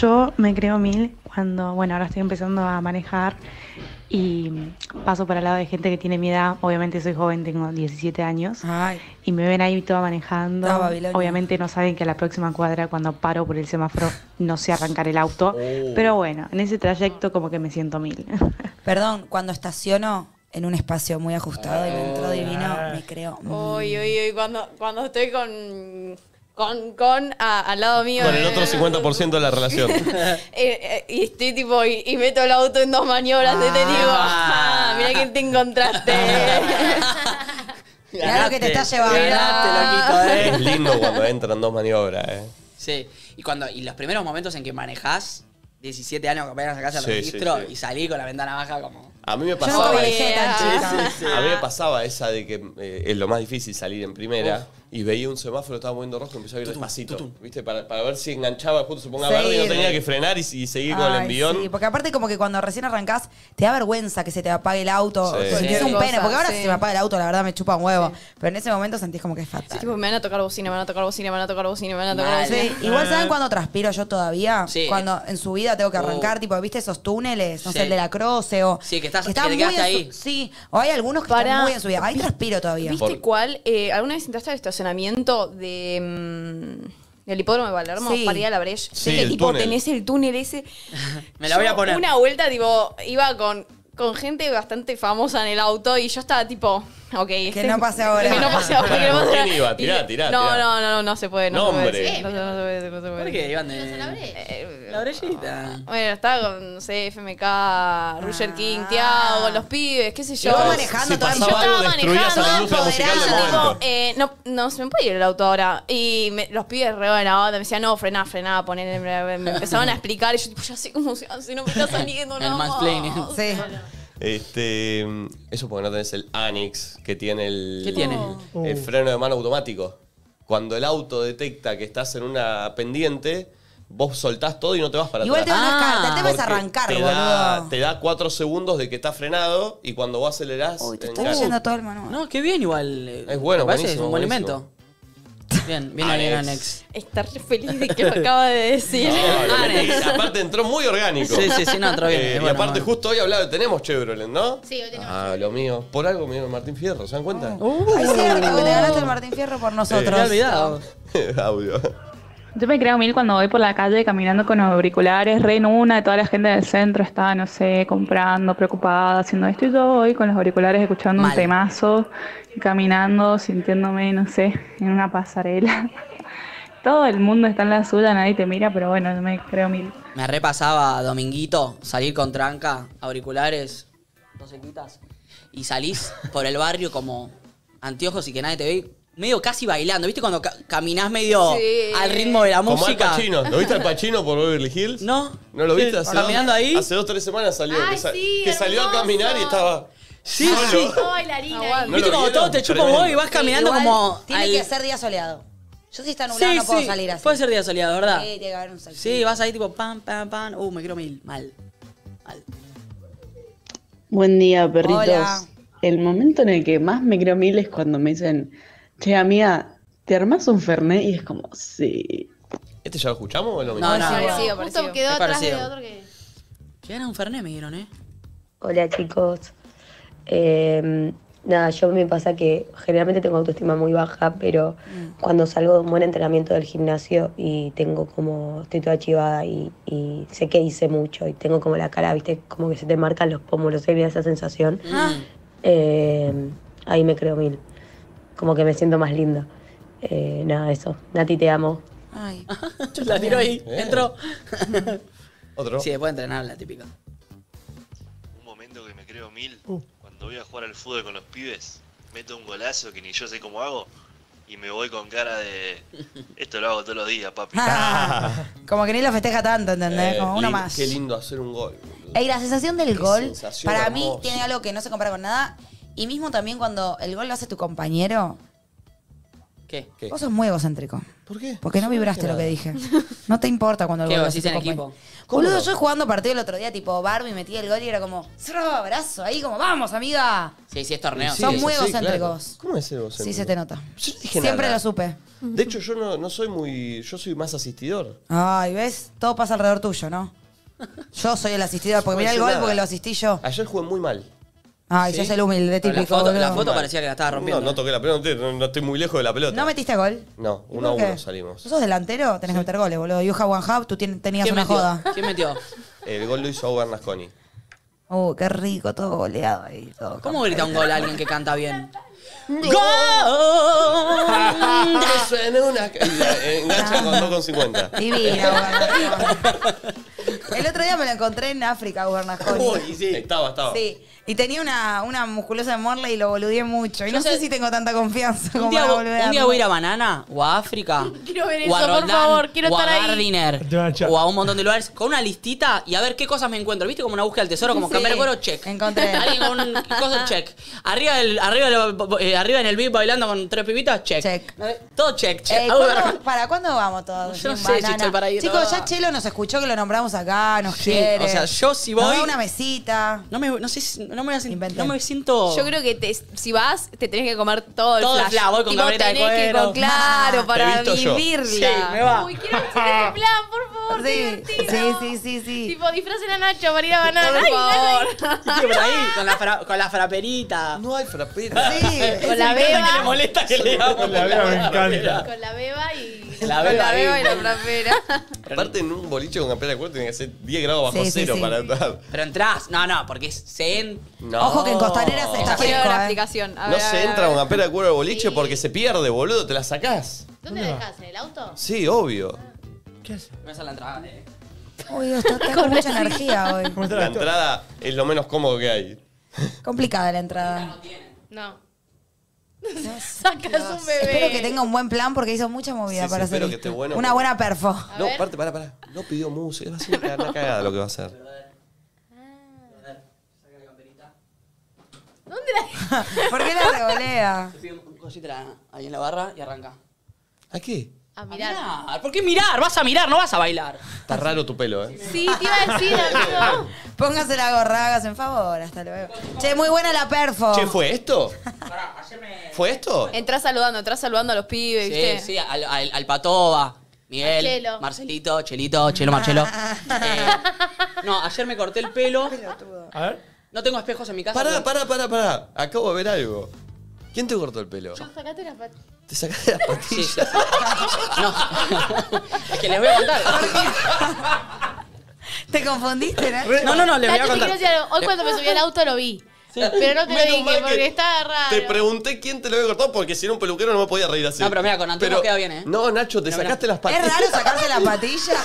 Speaker 11: Yo me creo mil cuando, bueno, ahora estoy empezando a manejar y paso para el lado de gente que tiene mi edad. Obviamente soy joven, tengo 17 años.
Speaker 6: Ah.
Speaker 2: Ay,
Speaker 11: Y me ven ahí toda manejando.
Speaker 2: Ah, Babilonia.
Speaker 11: Obviamente no saben que a la próxima cuadra, cuando paro por el semáforo, no sé arrancar el auto.
Speaker 1: Oh.
Speaker 11: Pero bueno, en ese trayecto como que me siento mil.
Speaker 2: perdón, cuando estaciono en un espacio muy ajustado y me entró divino, me creo. mm,
Speaker 6: Uy, uy, uy, cuando, cuando estoy con. Con, con a- al lado mío.
Speaker 1: Con el
Speaker 6: eh,
Speaker 1: otro 50% de la relación.
Speaker 6: eh, eh, y estoy tipo, y, y meto el auto en dos maniobras. y te digo,
Speaker 4: Ah.
Speaker 6: ah, mirá quién te encontraste.
Speaker 2: Mirá lo que te está llevando.
Speaker 4: Ganaste, loquito, eh.
Speaker 1: Es lindo cuando entran dos maniobras, ¿eh?
Speaker 4: Sí. Y cuando, y los primeros momentos en que manejás, 17 años que apenas sacás el
Speaker 1: Sí, sí,
Speaker 4: registro
Speaker 1: sí.
Speaker 4: y salí con la ventana baja como.
Speaker 1: A mí me
Speaker 2: Yo nunca
Speaker 1: pasaba.
Speaker 2: manejé tan
Speaker 6: Sí,
Speaker 2: chica.
Speaker 1: A mí me pasaba esa de que eh, es lo más difícil salir en primera. y veía un semáforo, estaba moviendo rojo, empecé a ir despacito, ¿viste? Para, para ver si enganchaba, justo se ponga verde y
Speaker 2: Seguir.
Speaker 1: no tenía que frenar y, y seguir con el
Speaker 2: Ay,
Speaker 1: envión.
Speaker 2: Sí, porque aparte como que cuando recién arrancás te da vergüenza que se te apague el auto.
Speaker 1: Sí.
Speaker 2: Sentís un
Speaker 6: Sí.
Speaker 2: pene, porque ahora
Speaker 6: Sí.
Speaker 2: si se me apaga el auto la verdad me chupa un huevo. Pero en ese momento sentís como que es fatal.
Speaker 6: Tipo, me van a tocar bocina, me van a tocar bocina, me van a tocar bocina, me van a tocar
Speaker 2: Mal.
Speaker 6: bocina.
Speaker 2: Sí, Igual
Speaker 1: Mm.
Speaker 2: saben cuando transpiro yo todavía,
Speaker 4: Sí.
Speaker 2: cuando en su vida tengo que arrancar, tipo, ¿viste esos túneles? No
Speaker 4: Sí.
Speaker 2: sé, el de la Croce o...
Speaker 4: Sí, que estás-
Speaker 2: están
Speaker 4: que te quedaste
Speaker 2: muy en
Speaker 4: ahí.
Speaker 2: su- sí, o hay algunos que
Speaker 6: Pará.
Speaker 2: están muy en su vida. Ahí transpiro todavía.
Speaker 6: ¿Viste
Speaker 1: Por-
Speaker 6: cuál? Eh, ¿Alguna vez entraste al estacionamiento de... mm, del hipódromo de Palermo,
Speaker 2: Sí.
Speaker 6: para ir a la Breche.
Speaker 1: Sí,
Speaker 6: que
Speaker 1: el
Speaker 6: tipo
Speaker 1: túnel.
Speaker 6: tenés el túnel ese.
Speaker 4: Me la voy
Speaker 6: Yo
Speaker 4: a poner.
Speaker 6: Una vuelta, tipo, iba con, con gente bastante famosa en el auto y yo estaba tipo, ok. este Que
Speaker 2: no pase ahora.
Speaker 6: Que no pase ahora. que no pase
Speaker 1: ¿Con quién
Speaker 6: ahora.
Speaker 1: iba?
Speaker 6: Y-
Speaker 1: Tirá, tirá,
Speaker 6: No,
Speaker 1: tirá.
Speaker 6: no, no, no, no se puede. No se puede
Speaker 1: Nombre.
Speaker 6: decir, No, se- no se puede decir, no se puede
Speaker 4: ¿Por
Speaker 6: decir.
Speaker 4: qué iban de...?
Speaker 5: Pero se la abre.
Speaker 6: Eh,
Speaker 4: La orellita.
Speaker 6: Bueno, estaba con, no sé, FMK, Roger King, Tiago, los pibes, qué sé yo.
Speaker 2: vos Ah. manejando
Speaker 1: si
Speaker 2: todo el-
Speaker 6: Yo
Speaker 1: pasaba algo,
Speaker 6: estaba
Speaker 1: destruías a la
Speaker 6: manejando,
Speaker 1: industria musical del
Speaker 6: empoderada,
Speaker 1: momento.
Speaker 6: tipo, eh, no, no se me puede ir el auto ahora. Y me- los pibes re buena onda, me decían, no, frená, frená, poner Me me empezaron a explicar y yo, tipo, ya sé cómo se hace, no me está saliendo,
Speaker 4: El
Speaker 6: no.
Speaker 4: mansplaining.
Speaker 2: Sí.
Speaker 1: Este, eso porque no tenés el Anix que tiene el,
Speaker 4: ¿Qué tiene?
Speaker 2: Oh.
Speaker 1: el freno de mano automático. Cuando el auto detecta que estás en una pendiente, vos soltás todo y no te vas para
Speaker 2: Igual te
Speaker 1: atrás.
Speaker 2: van a
Speaker 4: Ah,
Speaker 2: descartar, el tema es
Speaker 1: Porque
Speaker 2: arrancar,
Speaker 1: te da,
Speaker 2: boludo.
Speaker 1: te da cuatro segundos de que estás frenado y cuando vos acelerás.
Speaker 2: Uy, te estoy
Speaker 1: engancha.
Speaker 2: leyendo todo el manual.
Speaker 4: No, qué bien igual. eh,
Speaker 1: Es bueno,
Speaker 4: me parece que es
Speaker 1: buenísimo,
Speaker 4: un buen
Speaker 1: buenísimo.
Speaker 4: invento. Bien, bien ahí
Speaker 1: Anex.
Speaker 4: Anex.
Speaker 6: Estar re feliz de que lo acaba de decir.
Speaker 1: No, lo
Speaker 4: Anix.
Speaker 1: metí. aparte entró muy orgánico.
Speaker 4: Sí, sí, sí, no, entró bien.
Speaker 1: Eh,
Speaker 4: Es
Speaker 1: y
Speaker 4: bueno,
Speaker 1: aparte,
Speaker 4: bueno.
Speaker 1: justo hoy hablado, tenemos Chevrolet, ¿no?
Speaker 5: Sí, hoy tenemos
Speaker 1: Ah, lo mío. Por algo me dieron Martín Fierro, ¿se dan cuenta?
Speaker 4: Ah. Uh.
Speaker 2: Ay, Es cierto, que te ganaste el Martín Fierro por
Speaker 4: Me había
Speaker 2: nosotros.
Speaker 4: olvidado.
Speaker 1: Audio.
Speaker 11: Yo me creo mil cuando voy por la calle caminando con auriculares, re en una, y toda la gente del centro está, no sé, comprando, preocupada, haciendo esto, y yo voy con los auriculares escuchando
Speaker 4: Mal.
Speaker 11: un temazo, caminando, sintiéndome, no sé, en una pasarela. Todo el mundo está en la suya, nadie te mira, pero bueno, yo me creo mil.
Speaker 4: Me repasaba dominguito, salir con tranca, auriculares, dos sequitas, y salís por el barrio como anteojos y que nadie te ve, medio casi bailando. ¿Viste cuando ca- caminás medio
Speaker 6: Sí.
Speaker 4: al ritmo de la
Speaker 1: Como Al
Speaker 4: música?
Speaker 1: Pacino. ¿Lo viste al Pachino por Beverly Hills?
Speaker 4: No.
Speaker 1: ¿No lo viste?
Speaker 4: Sí,
Speaker 1: Hace
Speaker 4: caminando
Speaker 1: dos,
Speaker 4: ahí.
Speaker 1: Hace dos, tres semanas salió.
Speaker 5: Ay,
Speaker 1: que sa-
Speaker 5: sí,
Speaker 1: que salió a
Speaker 5: hermoso.
Speaker 1: caminar y estaba...
Speaker 4: Sí, sí.
Speaker 5: Todo bailarina. ahí.
Speaker 1: Aguante. ¿No
Speaker 4: ¿Viste
Speaker 1: lo
Speaker 4: cuando
Speaker 1: vieron?
Speaker 4: todo te chupa un
Speaker 1: Tremendo.
Speaker 4: huevo y vas caminando
Speaker 2: Igual
Speaker 4: como.
Speaker 2: Tiene
Speaker 4: al-
Speaker 2: que ser día soleado. Yo si está
Speaker 4: Sí,
Speaker 2: nublado no puedo
Speaker 4: sí,
Speaker 2: salir así.
Speaker 4: Puede ser día soleado, ¿verdad?
Speaker 2: Sí, tiene que haber un sol.
Speaker 4: Sí, vas ahí tipo pam, pam, pam. Uh, me quiero mil. Mal. Mal.
Speaker 12: Buen día, perritos.
Speaker 2: Hola.
Speaker 12: El momento en el que más me creo mil es cuando me dicen, che, amiga, ¿te armás un Fernet? Y es como, sí.
Speaker 1: ¿Este ya lo escuchamos o lo
Speaker 4: No,
Speaker 1: mismo? Eh,
Speaker 4: no.
Speaker 6: Parecido,
Speaker 5: Justo
Speaker 6: parecido.
Speaker 5: quedó
Speaker 4: Es
Speaker 5: atrás de
Speaker 4: parecido.
Speaker 5: otro que.
Speaker 4: Que era un Fernet, me dieron, ¿eh?
Speaker 13: Hola chicos. Eh, nada, yo me pasa que generalmente tengo autoestima muy baja, pero cuando salgo de un buen entrenamiento del gimnasio y tengo como, estoy toda chivada y, y sé que hice mucho y tengo como la cara, viste, como que se te marcan los pómulos, ¿eh? esa sensación.
Speaker 4: Mm. Ah,
Speaker 13: Eh, ahí me creo mil. Como que me siento más linda. Eh, nada, eso. Nati, te amo.
Speaker 2: Ay.
Speaker 4: La tiró ahí,
Speaker 1: Bien.
Speaker 4: entró.
Speaker 1: Otro.
Speaker 4: Sí, después de entrenar, la típica.
Speaker 14: Un momento que me creo mil, cuando voy a jugar al fútbol con los pibes, meto un golazo que ni yo sé cómo hago y me voy con cara de... Esto lo hago todos los días, papi.
Speaker 2: Como que ni lo festeja tanto, ¿entendés?
Speaker 1: Eh,
Speaker 2: Como uno
Speaker 1: lin-
Speaker 2: más.
Speaker 1: Qué lindo hacer un gol. boludo.
Speaker 2: Ey, la sensación del
Speaker 1: Qué
Speaker 2: gol,
Speaker 1: sensación
Speaker 2: para mí,
Speaker 1: hermosa.
Speaker 2: tiene algo que no se compara con nada. Y mismo también cuando el gol lo hace tu compañero,
Speaker 4: ¿Qué?
Speaker 1: ¿Qué?
Speaker 2: vos sos muy egocéntrico.
Speaker 1: ¿Por qué?
Speaker 2: Porque no
Speaker 1: Yo
Speaker 2: vibraste
Speaker 1: dije
Speaker 2: lo que
Speaker 1: nada.
Speaker 2: dije. No te importa cuando el
Speaker 4: ¿Qué,
Speaker 2: gol lo
Speaker 4: vos
Speaker 2: hace
Speaker 4: hiciste
Speaker 2: tu
Speaker 4: en
Speaker 2: compañero.
Speaker 4: equipo?
Speaker 1: ¿Cómo
Speaker 2: Boludo,
Speaker 1: no?
Speaker 2: yo jugando partido el otro día, tipo Barbie metía el gol y era como, cerró abrazo, ahí como, vamos, amiga.
Speaker 4: Sí, sí, es torneo.
Speaker 1: Sí,
Speaker 2: Son
Speaker 1: eso
Speaker 2: muy
Speaker 1: sí,
Speaker 2: egocéntricos.
Speaker 1: claro. ¿Cómo es egocéntrico?
Speaker 2: Sí, se te nota.
Speaker 1: Yo no dije
Speaker 2: Siempre
Speaker 1: nada.
Speaker 2: lo supe.
Speaker 1: De hecho, yo no, no soy muy... Yo soy más asistidor.
Speaker 2: Ay, ¿ves? Todo pasa alrededor tuyo, ¿no? Yo soy el asistidor, porque
Speaker 1: No
Speaker 2: mirá el
Speaker 1: hice
Speaker 2: gol
Speaker 1: nada.
Speaker 2: porque lo asistí yo.
Speaker 1: Ayer jugué muy mal.
Speaker 2: Ay,
Speaker 1: ¿Sí?
Speaker 2: sos el humilde
Speaker 4: Pero
Speaker 2: típico.
Speaker 4: la foto, la
Speaker 2: boludo.
Speaker 4: foto parecía que la estaba rompiendo.
Speaker 1: No, no toqué la pelota, no, no estoy muy lejos de la pelota.
Speaker 2: ¿No metiste gol?
Speaker 1: No,
Speaker 2: ¿Y
Speaker 1: uno a
Speaker 2: por qué?
Speaker 1: uno salimos.
Speaker 2: ¿Vos sos delantero? Tenés que meter goles, boludo. You have one hub, tú tien- tenías
Speaker 4: ¿Quién
Speaker 2: una
Speaker 4: metió?
Speaker 2: joda.
Speaker 4: ¿Quién metió?
Speaker 1: Eh, El gol lo hizo Auber Nasconi.
Speaker 2: Uh, qué rico, todo goleado ahí. Todo
Speaker 4: ¿Cómo grita un gol a alguien que canta bien?
Speaker 1: Me
Speaker 2: Ah.
Speaker 4: ¡Gol!
Speaker 1: suena una. Engancha con 2,50.
Speaker 2: Divina, Bernasconi. El otro día me lo encontré en África, Bernasconi.
Speaker 1: Uy, sí. Estaba, estaba.
Speaker 2: Sí. Y tenía una, una musculosa de Morley y lo boludeé mucho. Y
Speaker 4: Yo
Speaker 2: no sé
Speaker 4: sé-
Speaker 2: si tengo tanta confianza
Speaker 4: Un
Speaker 2: como
Speaker 4: día,
Speaker 2: para
Speaker 4: vo-
Speaker 2: boludear.
Speaker 4: un día voy a ir a Banana o a África.
Speaker 6: Quiero ver
Speaker 4: o a
Speaker 6: eso, por
Speaker 4: Roldán,
Speaker 6: favor, quiero
Speaker 4: o a
Speaker 6: estar ahí.
Speaker 4: Gardiner,
Speaker 3: Te van a echar.
Speaker 4: O a un montón de lugares con una listita y a ver qué cosas me encuentro. ¿Viste? Como una búsqueda del tesoro, como
Speaker 2: Sí.
Speaker 4: cambiar el cuero, check.
Speaker 2: Encontré.
Speaker 4: Alguien con un coso, check. Arriba del, arriba del, eh, arriba en el beat bailando con tres pibitas, check. Todo check, check.
Speaker 2: Eh,
Speaker 4: Ah, bueno.
Speaker 2: ¿cuándo- ¿Para cuándo vamos todos?
Speaker 4: Yo no
Speaker 2: Sin
Speaker 4: sé,
Speaker 2: banana.
Speaker 4: Chicho, el paraíso.
Speaker 2: Chicos, ya Chelo nos escuchó que lo nombramos acá, nos
Speaker 4: Sí,
Speaker 2: quiere.
Speaker 4: o sea, yo si voy-
Speaker 2: Nos da una mesita.
Speaker 4: No me, no sé, si- no me, voy a sen- no me siento...
Speaker 6: Yo creo que te- si vas, te tenés que comer todo el
Speaker 4: Todo el
Speaker 6: flash.
Speaker 4: flash, voy con
Speaker 6: Tipo,
Speaker 4: cabrita de
Speaker 6: tenés que
Speaker 4: cuero.
Speaker 6: con- claro,
Speaker 4: Ah, te
Speaker 6: para
Speaker 4: visto yo.
Speaker 6: vivirla.
Speaker 4: Sí, me va.
Speaker 6: Uy, quiero que se ese plan, por favor, divertido.
Speaker 2: Sí, sí, sí, sí.
Speaker 5: Tipo, disfracen a Nacho para ir a banana.
Speaker 6: Por
Speaker 5: Ay,
Speaker 6: favor.
Speaker 4: Sí, por ahí, con la, fra- con la fraperita. No hay fraperita.
Speaker 6: Sí, con
Speaker 5: la beba.
Speaker 4: que le molesta que le hago.
Speaker 3: Con la beba me encanta.
Speaker 5: Con la beba y.
Speaker 4: La beba
Speaker 6: la
Speaker 4: ahí.
Speaker 6: beba y la frapera.
Speaker 1: Aparte, en un boliche con campera de cuero tiene que ser 10 grados bajo
Speaker 4: Sí, sí,
Speaker 1: cero
Speaker 4: sí.
Speaker 1: para entrar.
Speaker 4: Pero entrás. No, no, porque es- se en...
Speaker 2: Ojo que en Costanera se está
Speaker 6: Quiero
Speaker 2: fresco,
Speaker 6: la
Speaker 2: eh.
Speaker 6: aplicación. A
Speaker 1: No
Speaker 6: ver, a
Speaker 1: se
Speaker 6: ver,
Speaker 1: entra
Speaker 6: a
Speaker 1: con
Speaker 6: ver.
Speaker 1: campera de cuero al boliche porque se pierde, boludo. Te la sacás.
Speaker 5: ¿Dónde la dejás? ¿En el auto?
Speaker 1: Sí, obvio.
Speaker 4: Me hace la entrada, eh.
Speaker 2: Uy, Dios, está está con mucha energía hoy.
Speaker 1: La entrada es lo menos cómodo que hay.
Speaker 2: Complicada la entrada.
Speaker 5: No.
Speaker 2: Sacas un bebé. Espero que tenga un buen plan porque hizo mucha movida
Speaker 1: Sí, sí,
Speaker 2: para hacer
Speaker 1: espero que
Speaker 2: esto.
Speaker 1: esté bueno.
Speaker 2: Una buena perfo.
Speaker 1: no, aparte, pará, pará. No pidió música. Va a ser una cagada- una cagada lo que va a hacer.
Speaker 5: ¿Dónde la
Speaker 2: ¿Por qué la revolea?
Speaker 4: Se pide un- un cosita ahí en la barra y arranca.
Speaker 1: ¿A qué?
Speaker 6: Ah,
Speaker 5: A
Speaker 4: mirar. ¿Por qué mirar? Vas a mirar, no vas a bailar.
Speaker 1: Está raro tu pelo, ¿eh?
Speaker 5: Sí, te iba a decir, amigo.
Speaker 2: Póngase la gorra, hágase un favor. Hasta luego. Che, muy buena la perfo.
Speaker 1: Che, ¿fue esto? ¿Fue esto?
Speaker 6: Entrás saludando, entrás saludando a los pibes,
Speaker 4: Sí,
Speaker 6: ¿viste?
Speaker 4: sí, al, al, al Patoba, Miguel,
Speaker 6: A Chelo.
Speaker 4: Marcelito, Chelito, Chelo Marcelo. Eh, no, ayer me corté el pelo.
Speaker 1: A ver.
Speaker 4: No tengo espejos en mi casa.
Speaker 1: Pará,
Speaker 4: pero-
Speaker 1: pará, pará, pará. Acabo de ver algo. ¿Quién te cortó el pelo?
Speaker 5: Sacate las patas.
Speaker 1: Te sacaste las patillas.
Speaker 4: Es que les voy a contar.
Speaker 2: ¿Te confundiste, no?
Speaker 4: No, no, no, les voy a
Speaker 5: Nacho,
Speaker 4: contar.
Speaker 5: te quiero decir algo. Hoy cuando me subí al auto lo vi. Pero no
Speaker 4: Menos
Speaker 5: te lo
Speaker 4: mal
Speaker 5: dije
Speaker 4: que
Speaker 5: porque estaba raro.
Speaker 1: Te pregunté quién te lo había cortado porque si era un peluquero no me podía reír así.
Speaker 4: No, pero mira, con anteojos
Speaker 1: Pero-
Speaker 4: queda bien, ¿eh?
Speaker 1: No, Nacho, te sacaste las patillas.
Speaker 2: ¿Es raro sacarse la patilla?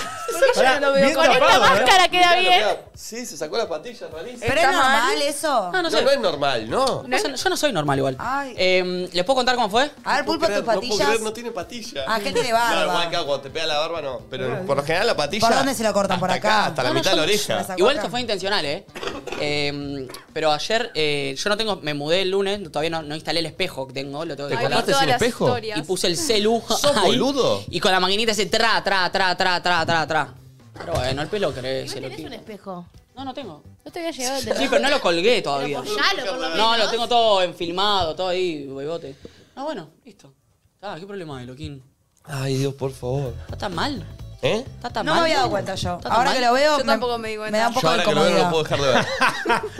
Speaker 1: Pará, bien
Speaker 5: Con esta
Speaker 1: tapado, ¿eh?
Speaker 5: máscara queda
Speaker 1: Mirá,
Speaker 5: bien.
Speaker 1: mirá. Sí, se sacó las patillas, rarísimo.
Speaker 2: ¿Pero es normal eso?
Speaker 4: No, no
Speaker 1: No,
Speaker 4: sé.
Speaker 1: no es normal, ¿no?
Speaker 4: No, yo no- yo no soy normal igual.
Speaker 2: Ay.
Speaker 4: Eh, ¿Les puedo contar cómo fue?
Speaker 2: A ver, pulpa
Speaker 1: No
Speaker 2: tus
Speaker 1: puedo creer, No
Speaker 2: patillas.
Speaker 1: puedo creer, no tiene patilla.
Speaker 2: Ah, ¿qué tiene
Speaker 1: No,
Speaker 2: barba?
Speaker 1: igual que cuando te pega la barba no. Pero por lo general la patilla...
Speaker 2: ¿Por dónde se lo cortan? ¿Por
Speaker 1: hasta
Speaker 2: acá?
Speaker 1: Hasta la
Speaker 4: No, no,
Speaker 1: mitad
Speaker 4: yo-
Speaker 1: de la oreja.
Speaker 4: Igual esto fue intencional, ¿eh? Eh, pero ayer eh, yo no tengo, me mudé el lunes, todavía no, no instalé el espejo que tengo, lo tengo que
Speaker 1: ¿Te
Speaker 4: instalar.
Speaker 1: cortaste sin espejo?
Speaker 4: Y puse el celu.
Speaker 1: ¿Sos
Speaker 4: ahí,
Speaker 1: boludo?
Speaker 4: Y con la maquinita ese tra, tra, tra, tra, tra, tra, tra. Pero bueno, el pelo crece, lo
Speaker 5: ¿Tenés un
Speaker 4: tiro.
Speaker 5: espejo?
Speaker 4: No, no tengo.
Speaker 5: No te había llegado el de
Speaker 4: Sí, pero no lo colgué todavía.
Speaker 5: Apoyalo, por lo
Speaker 4: No,
Speaker 5: menos.
Speaker 4: lo tengo todo enfilmado, todo ahí, boibote. Ah, bueno, listo. Ah, ¿qué problema hay, Loquín?
Speaker 1: Ay, Dios, por favor.
Speaker 4: ¿Está tan mal?
Speaker 1: ¿Eh?
Speaker 4: ¿Está tan
Speaker 2: No me
Speaker 4: Ah, mal?
Speaker 2: había dado cuenta yo.
Speaker 4: ¿Está tan
Speaker 2: Ahora
Speaker 4: mal?
Speaker 2: que lo veo,
Speaker 6: Yo tampoco me di cuenta.
Speaker 2: me da un
Speaker 1: Yo
Speaker 2: poco de
Speaker 1: ahora que lo veo no
Speaker 2: incomodidad.
Speaker 1: lo puedo dejar de ver.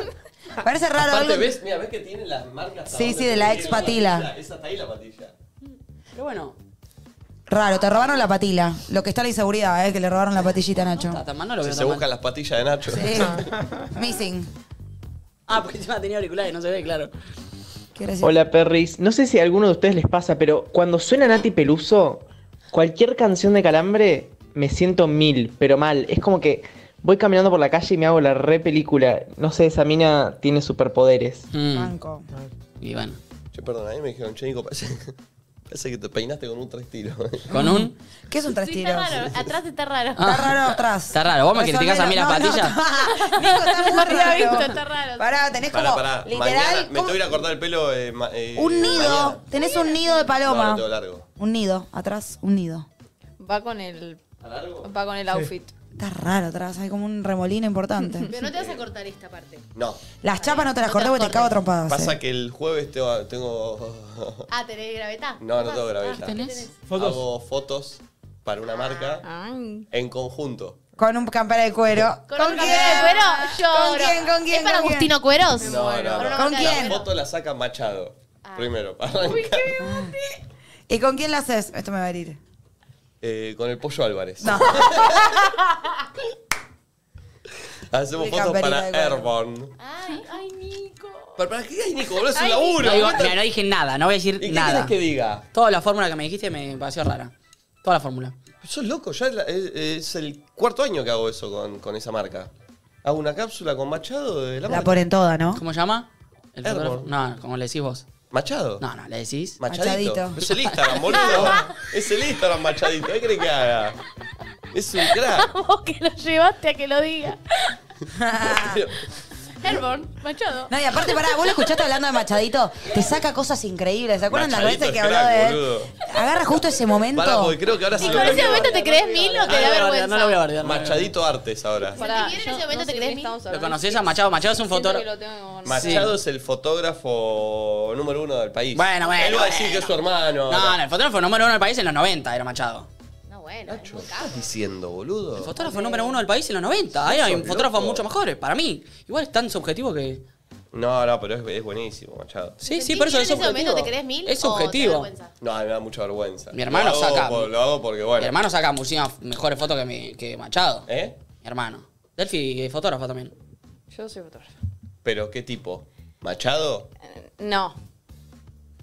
Speaker 2: Parece raro
Speaker 1: Aparte,
Speaker 2: algo.
Speaker 1: ¿ves? Mira, ¿ves que tiene las marcas?
Speaker 2: Sí,
Speaker 1: ahora?
Speaker 2: sí, de la ex patila.
Speaker 1: Es hasta ahí la patilla.
Speaker 4: Pero bueno,
Speaker 2: Raro, te robaron la patilla. Lo que está la inseguridad, eh, que le robaron la patillita a Nacho.
Speaker 4: está tan mal, no lo
Speaker 1: Si
Speaker 4: veo
Speaker 1: se
Speaker 4: tan mal.
Speaker 1: buscan las patillas de Nacho.
Speaker 2: Sí. Missing.
Speaker 4: Ah, porque encima tenía auriculares, no se ve, claro.
Speaker 2: ¿Qué gracia-
Speaker 7: Hola Perris, no sé si a alguno de ustedes les pasa, pero cuando suena Nati Peluso, cualquier canción de Calambre me siento mil, pero mal. Es como que voy caminando por la calle y me hago la re película. No sé, esa mina tiene superpoderes.
Speaker 2: Banco.
Speaker 4: Mm, Y bueno.
Speaker 1: Che, perdón, a mí me dijeron, che, Nico, parece, parece que te peinaste con un tres tiros.
Speaker 4: ¿Con un?
Speaker 2: ¿Qué es un tres
Speaker 5: Sí, está
Speaker 2: tiros?
Speaker 5: raro. Atrás está raro.
Speaker 2: Está raro atrás.
Speaker 4: Ah. Está raro. ¿Vos me criticás a mí las
Speaker 2: Resolvelo.
Speaker 4: patillas?
Speaker 2: No, no, Nico, está
Speaker 5: No
Speaker 2: muy
Speaker 5: había
Speaker 2: raro.
Speaker 5: visto, está raro.
Speaker 2: Pará, tenés
Speaker 1: Pará,
Speaker 2: como
Speaker 1: pará.
Speaker 2: literal
Speaker 1: Mañana me
Speaker 2: como
Speaker 1: estoy a ir a cortar el pelo. eh, ma- eh,
Speaker 2: un
Speaker 1: mañana.
Speaker 2: nido. Tenés un nido de
Speaker 1: No,
Speaker 2: paloma.
Speaker 1: lo tengo largo.
Speaker 2: un nido, atrás, un nido.
Speaker 6: Va con el. Va con el outfit.
Speaker 2: Está raro atrás, hay como un remolino importante.
Speaker 5: Pero no te vas a cortar esta parte.
Speaker 1: No.
Speaker 2: Las chapas no te las corté porque te cago a trompadas. eh.
Speaker 1: Pasa que el jueves tengo. tengo-
Speaker 5: Ah, tenés gravedad.
Speaker 1: no, no tengo graveta.
Speaker 5: ¿Tenés?
Speaker 1: Hago fotos para una
Speaker 6: Ah,
Speaker 1: marca en conjunto.
Speaker 2: Con un campera de cuero.
Speaker 5: ¿Con, un campeón de cuero? Lloro.
Speaker 2: ¿Con quién? ¿Con quién? ¿Con
Speaker 5: ¿Es para
Speaker 2: quién?
Speaker 5: Agustino Cueros?
Speaker 1: No, no, no.
Speaker 2: ¿Con
Speaker 1: la
Speaker 2: quién?
Speaker 1: foto la saca Machado. Primero, arranca.
Speaker 2: ¿Y con quién la haces? Esto me va a herir.
Speaker 1: Eh, con el pollo Álvarez.
Speaker 2: No.
Speaker 1: Hacemos
Speaker 2: Mi
Speaker 1: fotos
Speaker 2: camperita
Speaker 1: para
Speaker 2: de cuero.
Speaker 1: Airborne.
Speaker 5: Ay, ay, Nico.
Speaker 1: ¿Pero para qué hay, Nico? Boludo, es un
Speaker 5: Ay,
Speaker 1: laburo.
Speaker 4: No, digo-
Speaker 1: boludo.
Speaker 4: mira, no dije nada, no voy a decir
Speaker 1: ¿Y qué
Speaker 4: nada.
Speaker 1: querés que diga?
Speaker 4: Toda la fórmula que me dijiste me pareció rara. Toda la fórmula.
Speaker 1: Sos loco, ya es, la- es- es el cuarto año que hago eso con, con esa marca. Hago una cápsula con Machado de la,
Speaker 2: La
Speaker 1: marca.
Speaker 2: ponen toda, ¿no?
Speaker 4: ¿Cómo se llama? El
Speaker 1: Edward.
Speaker 4: fotógrafo. No, como le decís vos.
Speaker 1: ¿Machado?
Speaker 4: No, no, le decís.
Speaker 1: Machadito.
Speaker 2: Machadito.
Speaker 1: Es el Instagram, boludo. es el Instagram, Machadito. ¿Qué crees que haga? Es un crack.
Speaker 4: Ah,
Speaker 5: Vos que lo llevaste a que lo diga. Airborne, Machado.
Speaker 2: No, y aparte, pará, vos lo escuchaste hablando de Machadito. Te saca cosas increíbles. ¿Se acuerdan las
Speaker 1: Machadito
Speaker 2: veces que
Speaker 1: es
Speaker 2: habló
Speaker 1: crack,
Speaker 2: de él?
Speaker 1: boludo.
Speaker 2: Agarra justo ese momento.
Speaker 1: Pará, porque creo que ahora sí
Speaker 5: ¿Y
Speaker 1: lo
Speaker 5: con ese
Speaker 1: creo.
Speaker 5: momento te crees mil o te da vergüenza?
Speaker 4: No lo voy a bardear.
Speaker 1: Machadito Artes ahora.
Speaker 5: Si bien en ese momento te crees mil.
Speaker 4: ¿Lo conocés a Machado? Machado es un fotógrafo.
Speaker 1: Machado es el fotógrafo número uno del país.
Speaker 4: Bueno, bueno,
Speaker 1: Él va a decir que es su hermano.
Speaker 4: No, no, el fotógrafo número uno del país en los 90 era Machado.
Speaker 1: ¿Qué estás diciendo, boludo?
Speaker 4: El fotógrafo número uno del país en los 90. Ahí
Speaker 1: Sos
Speaker 4: hay
Speaker 1: loco.
Speaker 4: fotógrafos mucho mejores, para mí. Igual es tan subjetivo que.
Speaker 1: No, no, pero es, es buenísimo, Machado.
Speaker 4: Sí, sí, por eso es
Speaker 5: en ese
Speaker 4: subjetivo.
Speaker 5: momento te crees mil?
Speaker 4: Es
Speaker 5: o te da
Speaker 4: subjetivo.
Speaker 5: vergüenza?
Speaker 1: No, me da mucha vergüenza.
Speaker 4: Mi hermano
Speaker 1: Lo hago
Speaker 4: saca-
Speaker 1: por- lo hago porque, bueno.
Speaker 4: Mi hermano saca muchísimas mejores fotos que, mi- que Machado.
Speaker 1: ¿Eh?
Speaker 4: Mi hermano. Delphi es fotógrafo también.
Speaker 6: Yo soy fotógrafa.
Speaker 1: ¿Pero qué tipo? ¿Machado?
Speaker 6: Eh, No.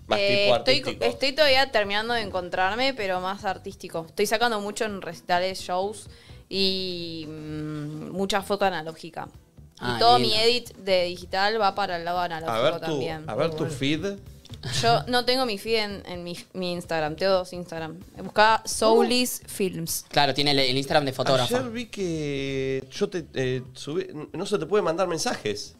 Speaker 1: Más
Speaker 6: Eh,
Speaker 1: tipo
Speaker 6: estoy,
Speaker 1: artístico.
Speaker 6: estoy todavía terminando de encontrarme, pero más artístico. Estoy sacando mucho en recitales, shows y mm, mucha foto analógica.
Speaker 1: Ah,
Speaker 6: y todo
Speaker 1: lindo.
Speaker 6: mi edit de digital va para el lado analógico
Speaker 1: A ver tu,
Speaker 6: también.
Speaker 1: a ver tu feed.
Speaker 6: Yo no tengo mi feed en, en mi, mi Instagram, tengo dos Instagram. Buscaba Soulis Films.
Speaker 4: Claro, tiene el, el Instagram de fotógrafo.
Speaker 1: Ayer vi que yo te eh, subí, no se te puede mandar mensajes.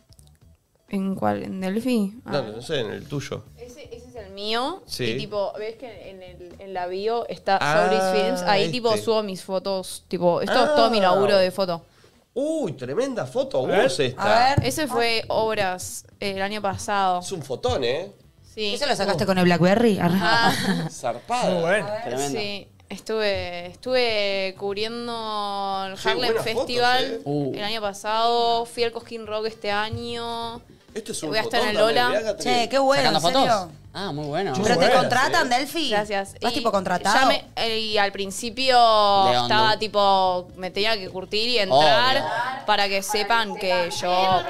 Speaker 6: ¿En cuál? ¿En Delphi? Ah.
Speaker 1: No, no sé, en el tuyo.
Speaker 6: Ese, ese es el mío.
Speaker 1: Sí.
Speaker 6: Y tipo, ves que en, el, en la bio está
Speaker 1: Ah,
Speaker 6: Soulis Films. Ahí tipo
Speaker 1: este.
Speaker 6: subo mis fotos. Tipo, esto es
Speaker 1: Ah.
Speaker 6: todo mi laburo de foto.
Speaker 1: Uy, tremenda foto,
Speaker 6: A ver.
Speaker 1: vos esta.
Speaker 6: A ver, ese fue Obras eh, el año pasado.
Speaker 1: Es un fotón, ¿eh?
Speaker 6: Sí.
Speaker 2: ¿Eso lo sacaste con el Blackberry?
Speaker 4: Ah,
Speaker 2: Arre.
Speaker 1: Zarpada.
Speaker 2: Muy bueno.
Speaker 6: A ver,
Speaker 2: Tremendo.
Speaker 6: Sí. Estuve, estuve cubriendo el
Speaker 1: Sí,
Speaker 6: Harlem
Speaker 1: buenas
Speaker 6: Festival
Speaker 1: fotos, eh. Uh.
Speaker 6: el año pasado. Fui al Cosquín Rock este año.
Speaker 1: Esto Este es
Speaker 6: Voy a estar en el
Speaker 1: fotón
Speaker 6: Lola.
Speaker 1: también, mirá, Catherine.
Speaker 2: Che, qué bueno, ¿en
Speaker 4: ¿Sacando
Speaker 2: serio?
Speaker 4: fotos? Ah, muy bueno.
Speaker 2: ¿Pero te contratan, Delphi?
Speaker 6: Gracias.
Speaker 2: ¿Vas
Speaker 6: Y
Speaker 2: tipo contratado?
Speaker 6: ya me- eh, y al principio
Speaker 4: onda.
Speaker 6: estaba tipo, me tenía que curtir y entrar para que sepan que yo...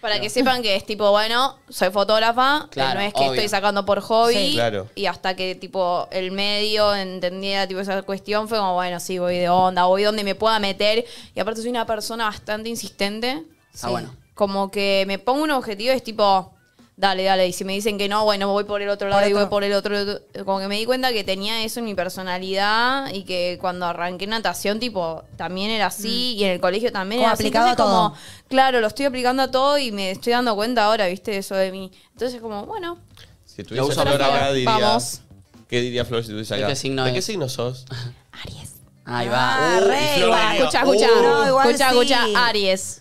Speaker 6: Para que sepan que es tipo, bueno, soy fotógrafa, eh,
Speaker 4: Claro,
Speaker 6: no es que
Speaker 4: obvio.
Speaker 6: estoy sacando por hobby.
Speaker 4: Sí. Claro.
Speaker 6: Y hasta que tipo el medio entendiera tipo esa cuestión, fue como, bueno, sí, voy de onda, voy donde me pueda meter. Y aparte soy una persona bastante insistente.
Speaker 4: Ah, bueno.
Speaker 6: Como que me pongo un objetivo y es tipo, dale, dale. Y si me dicen que no, bueno, voy por el otro lado y voy por el otro. Como que me di cuenta que tenía eso en mi personalidad y que cuando arranqué natación, tipo, también era así y en el colegio también
Speaker 2: Mm. Como
Speaker 6: era así.
Speaker 2: aplicado
Speaker 6: Entonces,
Speaker 2: a todo.
Speaker 6: como, claro, lo estoy aplicando a todo y me estoy dando cuenta ahora, viste, de eso de mí. Entonces, como, bueno,
Speaker 1: Si tuviese
Speaker 4: uso
Speaker 1: Flor
Speaker 4: para-
Speaker 1: acá, diría.
Speaker 6: Vamos.
Speaker 1: ¿Qué diría Flor si tuviese
Speaker 4: ¿De
Speaker 1: acá?
Speaker 4: qué signo
Speaker 1: ¿De qué
Speaker 4: es?
Speaker 1: signo sos?
Speaker 4: Ahí va.
Speaker 2: Ah, re,
Speaker 1: y Flor
Speaker 2: igual.
Speaker 1: diría,
Speaker 6: escucha, escucha,
Speaker 4: Uh,
Speaker 1: "Oh".
Speaker 2: No, igual
Speaker 6: escucha,
Speaker 2: sí.
Speaker 6: escucha, Aries.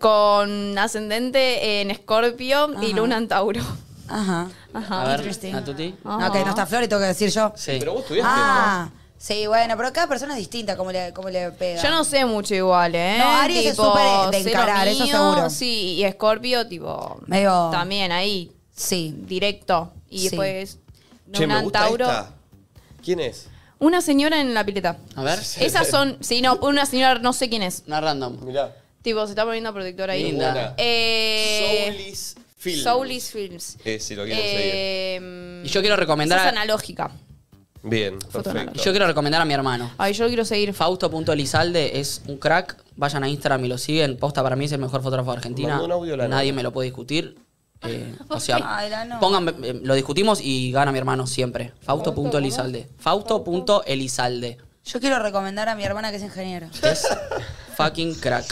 Speaker 6: Con ascendente en Escorpio y
Speaker 2: Ajá.
Speaker 6: Luna en Tauro.
Speaker 2: Ajá.
Speaker 6: Ajá.
Speaker 4: Uh, A ver,
Speaker 2: Interesting.
Speaker 4: Natuti.
Speaker 2: No, que no está Flor y tengo que decir yo.
Speaker 4: Sí.
Speaker 1: Pero vos estudiaste.
Speaker 2: Ah, sí, bueno, pero cada persona es distinta, como le, como le pega.
Speaker 6: Yo no sé mucho igual, ¿eh?
Speaker 2: No, Aries es súper de
Speaker 6: sé lo
Speaker 2: encarar, eso seguro.
Speaker 6: Sí, y Escorpio, tipo,
Speaker 2: Medio-
Speaker 6: también ahí,
Speaker 2: Sí.
Speaker 6: directo. Y
Speaker 2: Sí.
Speaker 6: después,
Speaker 1: Che, me
Speaker 6: Luna en
Speaker 1: gusta esta. ¿Quién es?
Speaker 6: Una señora en la pileta.
Speaker 4: A ver.
Speaker 6: Esas son, sí, no, una señora, no sé quién es.
Speaker 4: Una random.
Speaker 1: Mirá.
Speaker 6: Tipo, se está poniendo protector ahí.
Speaker 4: Linda.
Speaker 1: Buena.
Speaker 6: Eh,
Speaker 1: Soulis Films.
Speaker 6: Soulis Films.
Speaker 1: Eh, si lo quieren seguir.
Speaker 6: Eh,
Speaker 4: Y yo quiero recomendar
Speaker 6: esa
Speaker 4: a-
Speaker 6: es analógica.
Speaker 1: Bien,
Speaker 4: Y Yo
Speaker 1: perfecto.
Speaker 4: quiero recomendar a mi hermano.
Speaker 6: Ay, yo quiero seguir.
Speaker 4: Fausto.elizalde es un crack. Vayan a Instagram y lo siguen. Posta para mí es el mejor fotógrafo de Argentina.
Speaker 1: Mandó un audio Lana.
Speaker 4: Nadie me lo puede discutir. Eh, o
Speaker 2: Ay,
Speaker 4: sea,
Speaker 2: Lano.
Speaker 4: pongan, eh, lo discutimos y gana mi hermano siempre. Fausto.elizalde. Fausto.elizalde.
Speaker 2: Yo quiero recomendar a mi hermana que es ingeniero.
Speaker 4: Es fucking crack.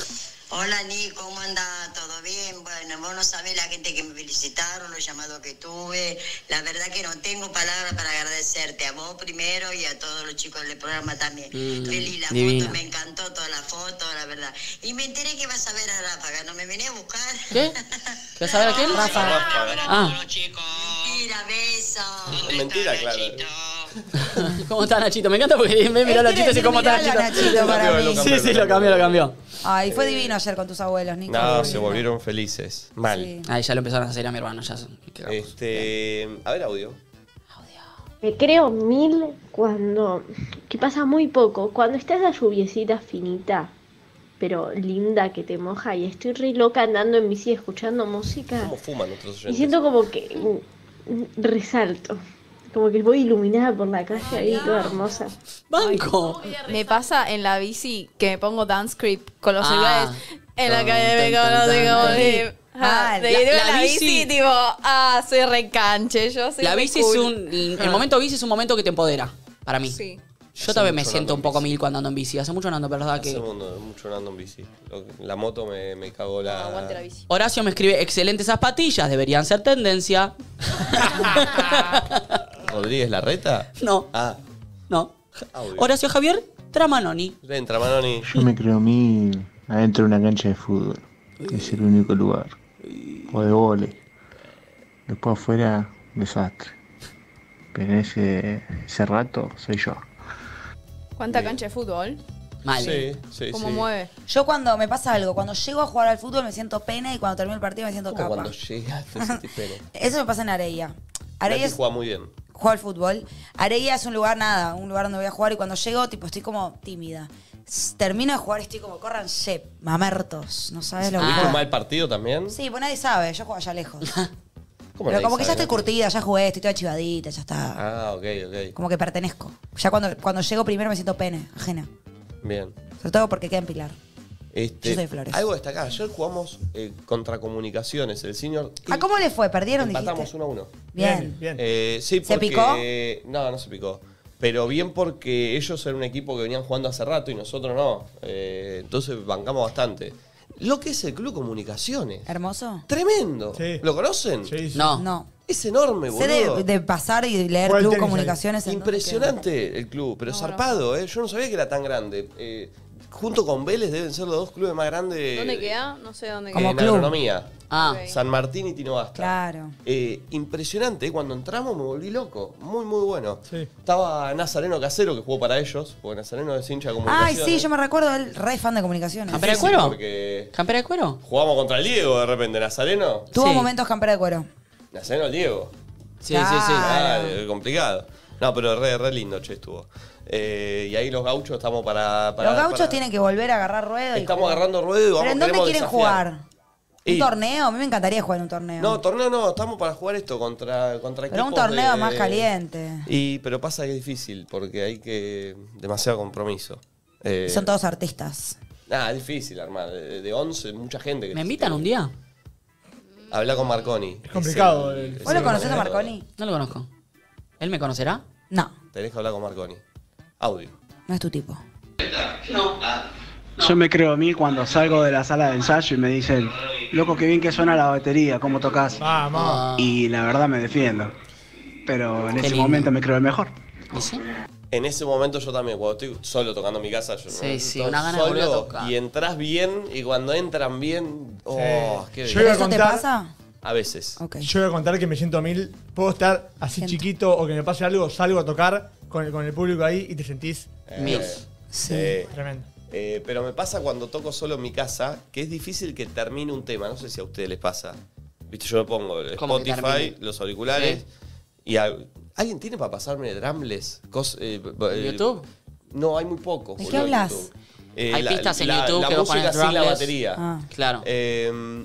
Speaker 15: Hola Ni, ¿cómo anda? ¿Todo bien? Bueno, vos no sabés la gente que me felicitaron, los llamados que tuve. La verdad que no tengo palabras para agradecerte a vos primero y a todos los chicos del programa también.
Speaker 4: Mm,
Speaker 15: Feliz la
Speaker 4: divina.
Speaker 15: foto, me encantó toda la foto, la verdad. Y me enteré que vas a ver a Ráfaga, ¿no me venía a buscar?
Speaker 4: ¿Qué? ¿Quieres saber a quién? Ah,
Speaker 15: Mira, beso.
Speaker 1: Mentira, claro.
Speaker 4: ¿cómo está Nachito? Me encanta porque me miró
Speaker 2: Él
Speaker 4: Nachito
Speaker 2: quiere
Speaker 4: así como está
Speaker 2: decir, "Miralo a Nachito", para
Speaker 1: Lo
Speaker 2: mí.
Speaker 1: cambió,
Speaker 4: Sí, sí, lo cambió, lo cambió.
Speaker 2: Ay, fue divino ayer con tus abuelos, Nico.
Speaker 1: No, se volvieron felices. Mal.
Speaker 4: Ahí ya lo empezaron a hacer a mi hermano. Ya.
Speaker 1: Este, a ver audio.
Speaker 16: Me creo mil cuando. que pasa muy poco. Cuando está esa lluviecita finita, pero linda que te moja y estoy re loca andando en bici escuchando música.
Speaker 1: ¿Cómo fuman nuestros
Speaker 16: Y
Speaker 1: oyentes?
Speaker 16: siento como que. mm, mm, resalto. Como que voy iluminada por la calle ahí, toda hermosa.
Speaker 4: ¡Banco!
Speaker 6: Me pasa en la bici que me pongo dance creep con los
Speaker 16: Ah.
Speaker 6: celulares. En la
Speaker 16: Tan,
Speaker 6: calle me
Speaker 16: tan, tan,
Speaker 6: conocen
Speaker 16: tan,
Speaker 6: como
Speaker 16: tan.
Speaker 6: de. Ah,
Speaker 4: Mal.
Speaker 6: de
Speaker 4: La-
Speaker 6: ir en
Speaker 4: la
Speaker 6: la, bici,
Speaker 4: bici-
Speaker 6: tipo, ah, soy recanche, yo soy
Speaker 4: La
Speaker 6: re
Speaker 4: bici
Speaker 6: cool.
Speaker 4: es un. El
Speaker 6: Ah.
Speaker 4: momento bici es un momento que te empodera. Para mí.
Speaker 6: Sí.
Speaker 4: Yo también me
Speaker 1: mucho
Speaker 4: siento
Speaker 1: ando
Speaker 4: un poco mil cuando ando en bici. Hace mucho no ando, pero la verdad
Speaker 1: Hace
Speaker 4: que.
Speaker 1: mundo- mucho no ando en bici. Lo- La moto me, me cagó la.
Speaker 6: aguante la bici.
Speaker 4: Horacio me escribe, excelentes esas patillas, deberían ser tendencia.
Speaker 1: ¿Rodríguez Larreta?
Speaker 4: No.
Speaker 1: Ah,
Speaker 4: No.
Speaker 1: obvio.
Speaker 4: Horacio Javier Tramanoni.
Speaker 1: Entra, Manoni.
Speaker 17: Yo me creo mil adentro de una cancha de fútbol. Es el único lugar. O de vole. Después afuera, desastre. Pero en ese, ese rato soy yo.
Speaker 6: ¿Cuánta cancha de fútbol?
Speaker 4: Mal.
Speaker 1: Sí, sí,
Speaker 6: ¿Cómo
Speaker 1: sí.
Speaker 6: mueve?
Speaker 2: Yo cuando me pasa algo, cuando llego a jugar al fútbol me siento pena y cuando termino el partido me siento
Speaker 1: Como
Speaker 2: capa.
Speaker 1: cuando llegaste a ese tipo.
Speaker 2: Eso me pasa en Areia. Areia
Speaker 1: Nati
Speaker 2: es,
Speaker 1: juega muy bien.
Speaker 2: juega al fútbol. Areia es un lugar nada, un lugar donde voy a jugar y cuando llego tipo estoy como tímida. S- Termino de jugar y estoy como, corran shep, mamertos, no sabes lo que...
Speaker 1: ¿Tuviste un mal partido también?
Speaker 2: Ah. Sí, pues nadie sabe, yo juego allá lejos.
Speaker 1: ¿Cómo
Speaker 2: Pero
Speaker 1: nadie
Speaker 2: como que ya
Speaker 1: sabe?
Speaker 2: estoy curtida, ya jugué, estoy toda chivadita, ya está.
Speaker 1: Ah, ok, ok.
Speaker 2: Como que pertenezco. Ya cuando, cuando llego primero me siento pena, ajena.
Speaker 1: Bien.
Speaker 2: Sobre todo porque queda en Pilar.
Speaker 1: Este,
Speaker 2: Yo soy de Flores.
Speaker 1: Algo destacado. Ayer jugamos eh, contra comunicaciones, el senior.
Speaker 2: ¿A Ah, cómo le fue? ¿Perdieron,
Speaker 1: Empatamos
Speaker 2: dijiste?
Speaker 1: uno a uno.
Speaker 2: Bien.
Speaker 1: Eh, sí,
Speaker 2: ¿Se
Speaker 1: porque-
Speaker 2: picó?
Speaker 1: No, no se picó. Pero bien porque ellos eran un equipo que venían jugando hace rato y nosotros no. Eh, entonces bancamos bastante. Lo que es el Club Comunicaciones.
Speaker 2: Eh. ¿Hermoso?
Speaker 1: Tremendo. ¿Lo conocen?
Speaker 4: No.
Speaker 2: No.
Speaker 1: Es enorme,
Speaker 2: Sé
Speaker 1: boludo.
Speaker 2: de, de pasar y leer
Speaker 1: Juega el
Speaker 2: Club
Speaker 1: tenis ahí.
Speaker 2: Comunicaciones. en-
Speaker 1: Impresionante el club, pero zarpado, ¿eh? Yo no sabía que era tan grande. Eh, junto con Vélez deben ser los dos clubes más grandes.
Speaker 6: ¿Dónde queda? No sé dónde
Speaker 1: eh,
Speaker 6: queda.
Speaker 1: en agronomía.
Speaker 4: Ah.
Speaker 6: Ok.
Speaker 1: San Martín y Tinobasta.
Speaker 2: Claro.
Speaker 1: Eh, impresionante, ¿eh? cuando entramos me volví loco. Muy, muy bueno. Estaba Nazareno Casero que jugó para ellos, porque Nazareno es hincha de
Speaker 2: Ay,
Speaker 1: comunicaciones.
Speaker 2: sí, yo me recuerdo, él re fan de comunicaciones.
Speaker 1: Difícil Porque
Speaker 4: ¿Campera de cuero?
Speaker 1: jugamos contra el Diego de repente, Nazareno.
Speaker 2: Tuvo momentos campera de cuero.
Speaker 1: Nazareno el Diego.
Speaker 4: Sí, sí, sí.
Speaker 1: Ah, complicado. No, pero re, re lindo, che, estuvo. Eh, y ahí los gauchos estamos para. para-
Speaker 2: Los gauchos
Speaker 1: para-
Speaker 2: tienen que volver a agarrar ruedo. y
Speaker 1: Estamos
Speaker 2: jugar.
Speaker 1: agarrando ruedo y vamos
Speaker 2: ¿Pero en dónde
Speaker 1: queremos
Speaker 2: quieren
Speaker 1: desafiar.
Speaker 2: jugar? ¿Un
Speaker 1: Y-
Speaker 2: torneo? A mí me encantaría jugar en un torneo.
Speaker 1: No, torneo no, estamos para jugar esto contra, contra
Speaker 2: Pero un
Speaker 1: equipos
Speaker 2: torneo
Speaker 1: de-
Speaker 2: más caliente.
Speaker 1: Y, pero pasa que es difícil, porque hay que. demasiado compromiso. Eh,
Speaker 2: Son todos artistas.
Speaker 1: Nada, es difícil armar. De de 11, mucha gente que.
Speaker 4: ¿Me invitan un día?
Speaker 1: Habla con Marconi. Es
Speaker 3: complicado
Speaker 1: el- es
Speaker 2: ¿Vos lo
Speaker 1: el-
Speaker 2: conocés a Marconi?
Speaker 4: No lo conozco. ¿Él me conocerá?
Speaker 2: No,
Speaker 1: Tenés que hablar con Marconi. Audio.
Speaker 2: no es tu tipo.
Speaker 18: Yo me creo a mí cuando salgo de la sala de ensayo y me dicen, loco, qué bien que suena la batería, cómo tocas.
Speaker 3: Vamos.
Speaker 18: Ah. Y la verdad me defiendo. Pero en
Speaker 4: Ah. Qué
Speaker 18: ese
Speaker 4: lindo.
Speaker 18: momento me creo el mejor.
Speaker 1: En ese momento yo también, cuando estoy solo tocando en mi casa, yo
Speaker 4: Sí, sí,
Speaker 1: todo
Speaker 4: una gana de volver a tocar.
Speaker 1: Y entras bien, y cuando entran bien, oh, qué
Speaker 3: Yo iba a
Speaker 1: bien.
Speaker 3: contar-
Speaker 1: A veces.
Speaker 3: Yo voy a contar que me siento a mil. Puedo estar así chiquito o que me pase algo, salgo a tocar con el, con el público ahí y te sentís.
Speaker 1: Eh,
Speaker 3: Sí.
Speaker 1: eh,
Speaker 3: Tremendo.
Speaker 1: eh, pero me pasa cuando toco solo en mi casa que es difícil que termine un tema. No sé si a ustedes les pasa. Viste, yo me pongo el
Speaker 4: ¿Cómo que
Speaker 1: Spotify,
Speaker 4: termine?
Speaker 1: los auriculares. y al- ¿Alguien tiene para pasarme Drumless? Cos- eh, b- eh,
Speaker 4: YouTube?
Speaker 1: No, hay muy poco.
Speaker 4: ¿De
Speaker 1: boludo,
Speaker 4: qué
Speaker 1: en
Speaker 4: hablas?
Speaker 1: YouTube. Eh,
Speaker 4: Hay
Speaker 1: la-
Speaker 4: pistas en
Speaker 1: la-
Speaker 4: YouTube
Speaker 1: la
Speaker 4: que vos
Speaker 1: música
Speaker 4: pones
Speaker 1: sin la
Speaker 4: drumless.
Speaker 1: batería.
Speaker 4: Ah. Claro.
Speaker 1: Eh,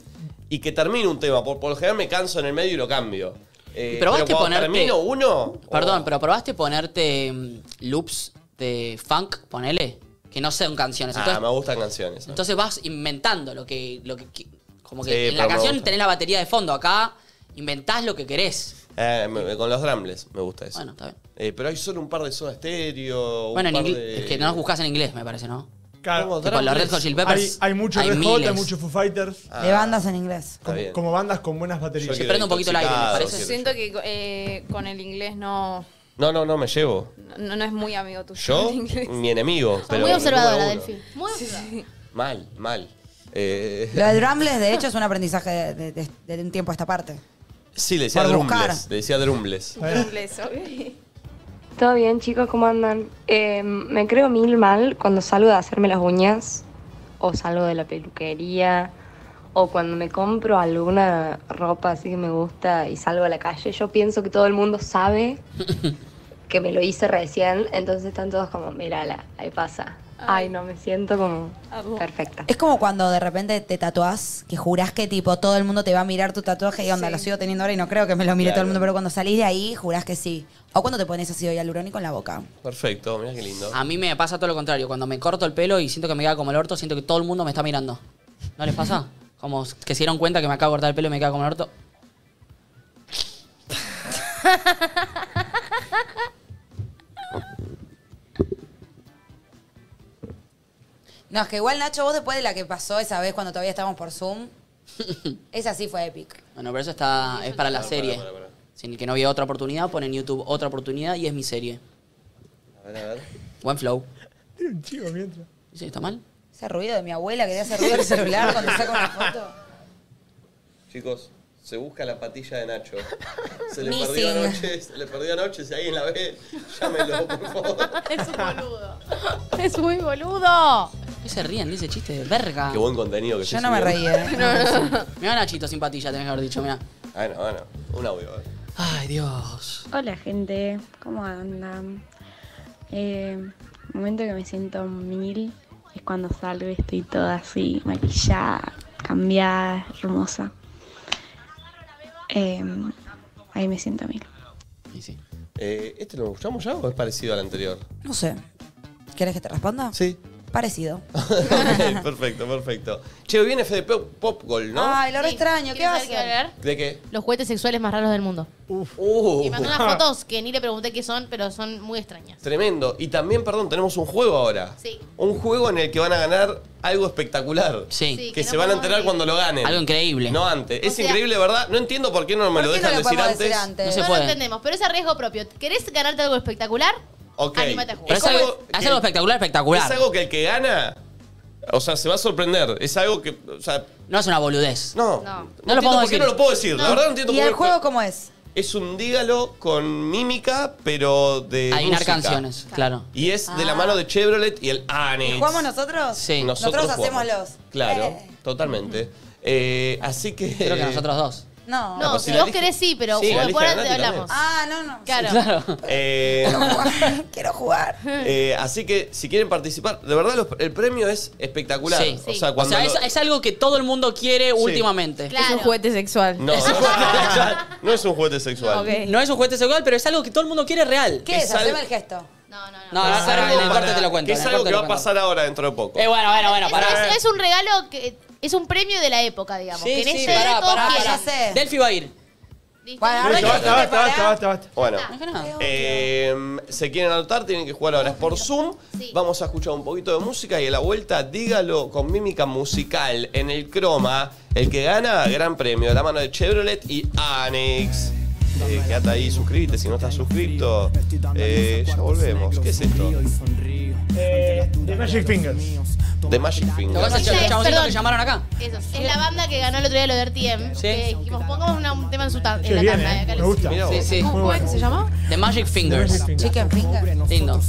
Speaker 1: y que termine un tema. Por, por lo general me canso en el medio y lo cambio. Eh,
Speaker 4: ¿Y probaste
Speaker 1: pero cuando
Speaker 4: ponerte-
Speaker 1: termino uno. oh.
Speaker 4: Perdón, pero probaste ponerte mm, loops de funk, ponele, que no sean canciones.
Speaker 1: Ah,
Speaker 4: Entonces,
Speaker 1: me gustan canciones.
Speaker 4: entonces vas inventando lo que, lo que qui- como que
Speaker 1: Sí,
Speaker 4: en
Speaker 1: pero
Speaker 4: la
Speaker 1: me
Speaker 4: canción
Speaker 1: gusta.
Speaker 4: tenés la batería de fondo, acá inventás lo que querés.
Speaker 1: Eh, me- me- con los drumless me gusta eso.
Speaker 4: Bueno, está bien.
Speaker 1: Eh, pero hay solo un par de soda estéreo.
Speaker 4: bueno, en
Speaker 1: un par
Speaker 4: ingl-
Speaker 1: de...
Speaker 4: es que no los buscás en inglés, me parece, ¿no?
Speaker 3: Claro.
Speaker 4: Tipo, los Red Hot Chili Peppers,
Speaker 3: Hay, hay mucho
Speaker 4: hay
Speaker 3: Red Hot,
Speaker 4: miles.
Speaker 3: hay mucho Foo Fighters.
Speaker 2: De bandas en inglés.
Speaker 3: Como, como bandas con buenas baterías.
Speaker 1: Se prende un poquito el aire, ¿les parece?
Speaker 6: Yo siento que eh, con el inglés no,
Speaker 1: No, no, no me llevo.
Speaker 6: no, no es muy amigo tuyo.
Speaker 1: Yo, Mm.
Speaker 6: el inglés.
Speaker 1: mi enemigo. Pero
Speaker 6: muy
Speaker 5: observadora,
Speaker 1: número uno.
Speaker 5: Delphi. Muy
Speaker 1: Mal, mal. Eh,
Speaker 2: Lo de Drumless, de hecho, es un aprendizaje de, de- de- de un tiempo a esta parte.
Speaker 1: Sí, le decía
Speaker 2: Por buscar.
Speaker 1: drumbles. Le decía drumbles.
Speaker 6: Inglés, ok.
Speaker 19: Todo bien, chicos, ¿cómo andan? Eh, me creo mil mal cuando salgo de hacerme las uñas, o salgo de la peluquería, o cuando me compro alguna ropa así que me gusta y salgo a la calle. Yo pienso que todo el mundo sabe que me lo hice recién, entonces están todos como, mírala, ahí pasa. Ay, no, me siento como perfecta.
Speaker 2: Es como cuando de repente te tatuás, que jurás que tipo todo el mundo te va a mirar tu tatuaje y onda, lo sigo teniendo ahora y no creo que me lo mire todo el
Speaker 1: Claro.
Speaker 2: mundo, pero cuando salís de ahí, jurás que sí. O cuando te pones ácido hialurónico en la boca.
Speaker 1: Perfecto, mirá qué lindo.
Speaker 4: A mí me pasa todo lo contrario. Cuando me corto el pelo y siento que me queda como el orto, siento que todo el mundo me está mirando. ¿No les pasa? Como que se dieron cuenta que me acabo de cortar el pelo y me queda como el orto.
Speaker 2: No, es que igual, Nacho, vos después de la que pasó esa vez cuando todavía estábamos por Zoom, esa sí fue épica.
Speaker 4: Bueno, pero eso está, es para la
Speaker 1: Pará,
Speaker 4: serie.
Speaker 1: pará, pará, pará.
Speaker 4: Si el que no vio otra oportunidad, pone en YouTube otra oportunidad y es mi serie.
Speaker 1: A ver, a ver.
Speaker 4: Buen flow.
Speaker 3: Tiene un chico mientras.
Speaker 4: Sí, ¿Está mal?
Speaker 2: Ese ruido de mi abuela que te hace ruido el celular cuando saca una foto.
Speaker 1: Chicos, se busca la patilla de Nacho. Se le
Speaker 2: Missing.
Speaker 1: perdió anoche, se le perdió anoche. Si alguien la ve, llámelo, por favor.
Speaker 5: Es un boludo. Es muy boludo.
Speaker 4: ¿Qué se ríen de ese chiste de verga?
Speaker 1: Qué buen contenido que
Speaker 4: Yo
Speaker 1: estoy
Speaker 4: no me
Speaker 1: subiendo.
Speaker 4: reí, eh. No, no. Mirá Nachito sin patilla, tenés que haber dicho, mirá.
Speaker 1: Bueno, bueno, un audio. a ver.
Speaker 4: Ay, Dios.
Speaker 11: Hola gente, ¿cómo andan? Eh, momento que me siento mil es cuando salgo y estoy toda así, maquillada, cambiada, hermosa. Eh, ahí me siento mil.
Speaker 1: Eh, ¿Este lo escuchamos ya o es parecido al anterior?
Speaker 2: No sé. ¿Querés que te responda?
Speaker 1: Sí.
Speaker 2: Parecido.
Speaker 1: Ok, perfecto, perfecto. Che, hoy viene Fede Pop, Popgol, ¿no?
Speaker 2: Ay, lo re extraño, ¿qué va a hacer?
Speaker 1: ¿De qué?
Speaker 5: Los juguetes sexuales más raros del mundo.
Speaker 1: Uh.
Speaker 5: Y mandó unas fotos que ni le pregunté qué son, pero son muy extrañas.
Speaker 1: Tremendo. Y también, perdón, tenemos un juego ahora.
Speaker 5: Sí.
Speaker 1: Un juego en el que van a ganar algo espectacular.
Speaker 4: Sí.
Speaker 5: Sí,
Speaker 1: Que,
Speaker 5: que no
Speaker 1: se van a
Speaker 5: podemos
Speaker 1: enterar
Speaker 5: decir.
Speaker 1: cuando lo ganen.
Speaker 4: Algo increíble.
Speaker 1: No antes. es
Speaker 5: sea-
Speaker 1: increíble, ¿verdad? No entiendo por qué no me lo dejan decir, antes.
Speaker 5: No, lo entendemos, pero es a riesgo propio. ¿Querés ganarte algo espectacular?
Speaker 1: Ok.
Speaker 5: Anímate a jugar.
Speaker 4: Pero es algo- es algo espectacular, espectacular.
Speaker 1: Es algo que el que gana, o sea, se va a sorprender. Es algo que, o sea...
Speaker 4: No es una boludez.
Speaker 5: No.
Speaker 1: No.
Speaker 4: No lo
Speaker 1: entiendo
Speaker 4: podemos
Speaker 1: por qué
Speaker 4: decir.
Speaker 1: no lo puedo decir. La verdad no entiendo
Speaker 2: ¿Y
Speaker 1: por qué
Speaker 2: el
Speaker 1: no-
Speaker 2: juego cómo es?
Speaker 1: Es un dígalo con mímica, pero de
Speaker 4: Adivinar
Speaker 1: música.
Speaker 4: canciones, claro.
Speaker 1: Y es de la
Speaker 2: Ah.
Speaker 1: mano de Chevrolet y el Anex.
Speaker 2: ¿Jugamos nosotros?
Speaker 1: Sí.
Speaker 2: Nosotros, Eh,
Speaker 1: jugamos.
Speaker 2: hacemos los.
Speaker 1: Claro, totalmente. Eh, así que.
Speaker 4: Creo que nosotros dos.
Speaker 2: No.
Speaker 5: No,
Speaker 1: pues
Speaker 5: si
Speaker 1: si la
Speaker 5: vos
Speaker 1: elige-
Speaker 5: querés sí, pero
Speaker 1: Sí, la
Speaker 5: bueno,
Speaker 1: elige
Speaker 5: por ahora te
Speaker 1: Nati
Speaker 5: hablamos.
Speaker 2: Ah, no, no.
Speaker 5: Claro.
Speaker 1: Eh,
Speaker 2: Quiero jugar.
Speaker 1: eh, así que si quieren participar, de verdad los- el premio es espectacular.
Speaker 4: Sí.
Speaker 1: O sea, cuando.
Speaker 4: es,
Speaker 1: lo-
Speaker 4: es algo que todo el mundo quiere últimamente.
Speaker 6: Es un juguete sexual.
Speaker 1: No, no, es un juguete sexual, no es un juguete sexual.
Speaker 4: No es un juguete sexual, pero es algo que todo el mundo quiere real.
Speaker 2: ¿Qué es? Haceme el gesto.
Speaker 4: No, no,
Speaker 1: Es
Speaker 4: no,
Speaker 1: Ah, algo
Speaker 4: en el corte
Speaker 1: para-
Speaker 4: te lo cuento,
Speaker 1: que
Speaker 4: en
Speaker 1: es
Speaker 4: el
Speaker 1: algo
Speaker 4: corte
Speaker 1: que
Speaker 4: lo
Speaker 1: va a
Speaker 4: cuento.
Speaker 1: pasar ahora dentro de poco.
Speaker 4: Eh, bueno, bueno, bueno,
Speaker 5: Es-
Speaker 4: pará.
Speaker 5: Es, es un regalo que. Es un premio de la época, digamos.
Speaker 4: Sí,
Speaker 5: que en
Speaker 4: sí,
Speaker 5: esa
Speaker 4: pará,
Speaker 5: época todos
Speaker 4: pará,
Speaker 5: quieren.
Speaker 4: pará. Delphi va a ir.
Speaker 5: ¿Listo?
Speaker 3: Basta, Eh, basta, basta, basta, basta, basta.
Speaker 1: Bueno,
Speaker 4: Ajá.
Speaker 1: eh, se quieren anotar, tienen que jugar ahora. Es por Zoom. Vamos a escuchar un poquito de música y a la vuelta, dígalo con mímica musical en el croma. El que gana, gran premio. de La mano de Chevrolet y Annex. Eh, quédate ahí, suscríbete si no estás suscrito. Eh, ya volvemos. ¿Qué es esto?
Speaker 3: Eh, The Magic Fingers.
Speaker 1: The Magic
Speaker 4: ¿Te vas
Speaker 1: Finger.
Speaker 4: a echar los chaboncitos
Speaker 5: perdón.
Speaker 4: que llamaron acá?
Speaker 5: Eso, es la banda que ganó el otro día lo de RTM.
Speaker 4: Sí.
Speaker 5: Que dijimos, pongamos una- un tema en, su ta- en
Speaker 3: Che,
Speaker 5: la
Speaker 3: bien,
Speaker 5: tanda.
Speaker 3: eh,
Speaker 5: y acá
Speaker 3: me
Speaker 5: les-
Speaker 3: gusta.
Speaker 4: Sí, sí.
Speaker 6: ¿Cómo fue que se llamó?
Speaker 4: The Magic Fingers.
Speaker 2: Chicken finger.
Speaker 4: Lindo.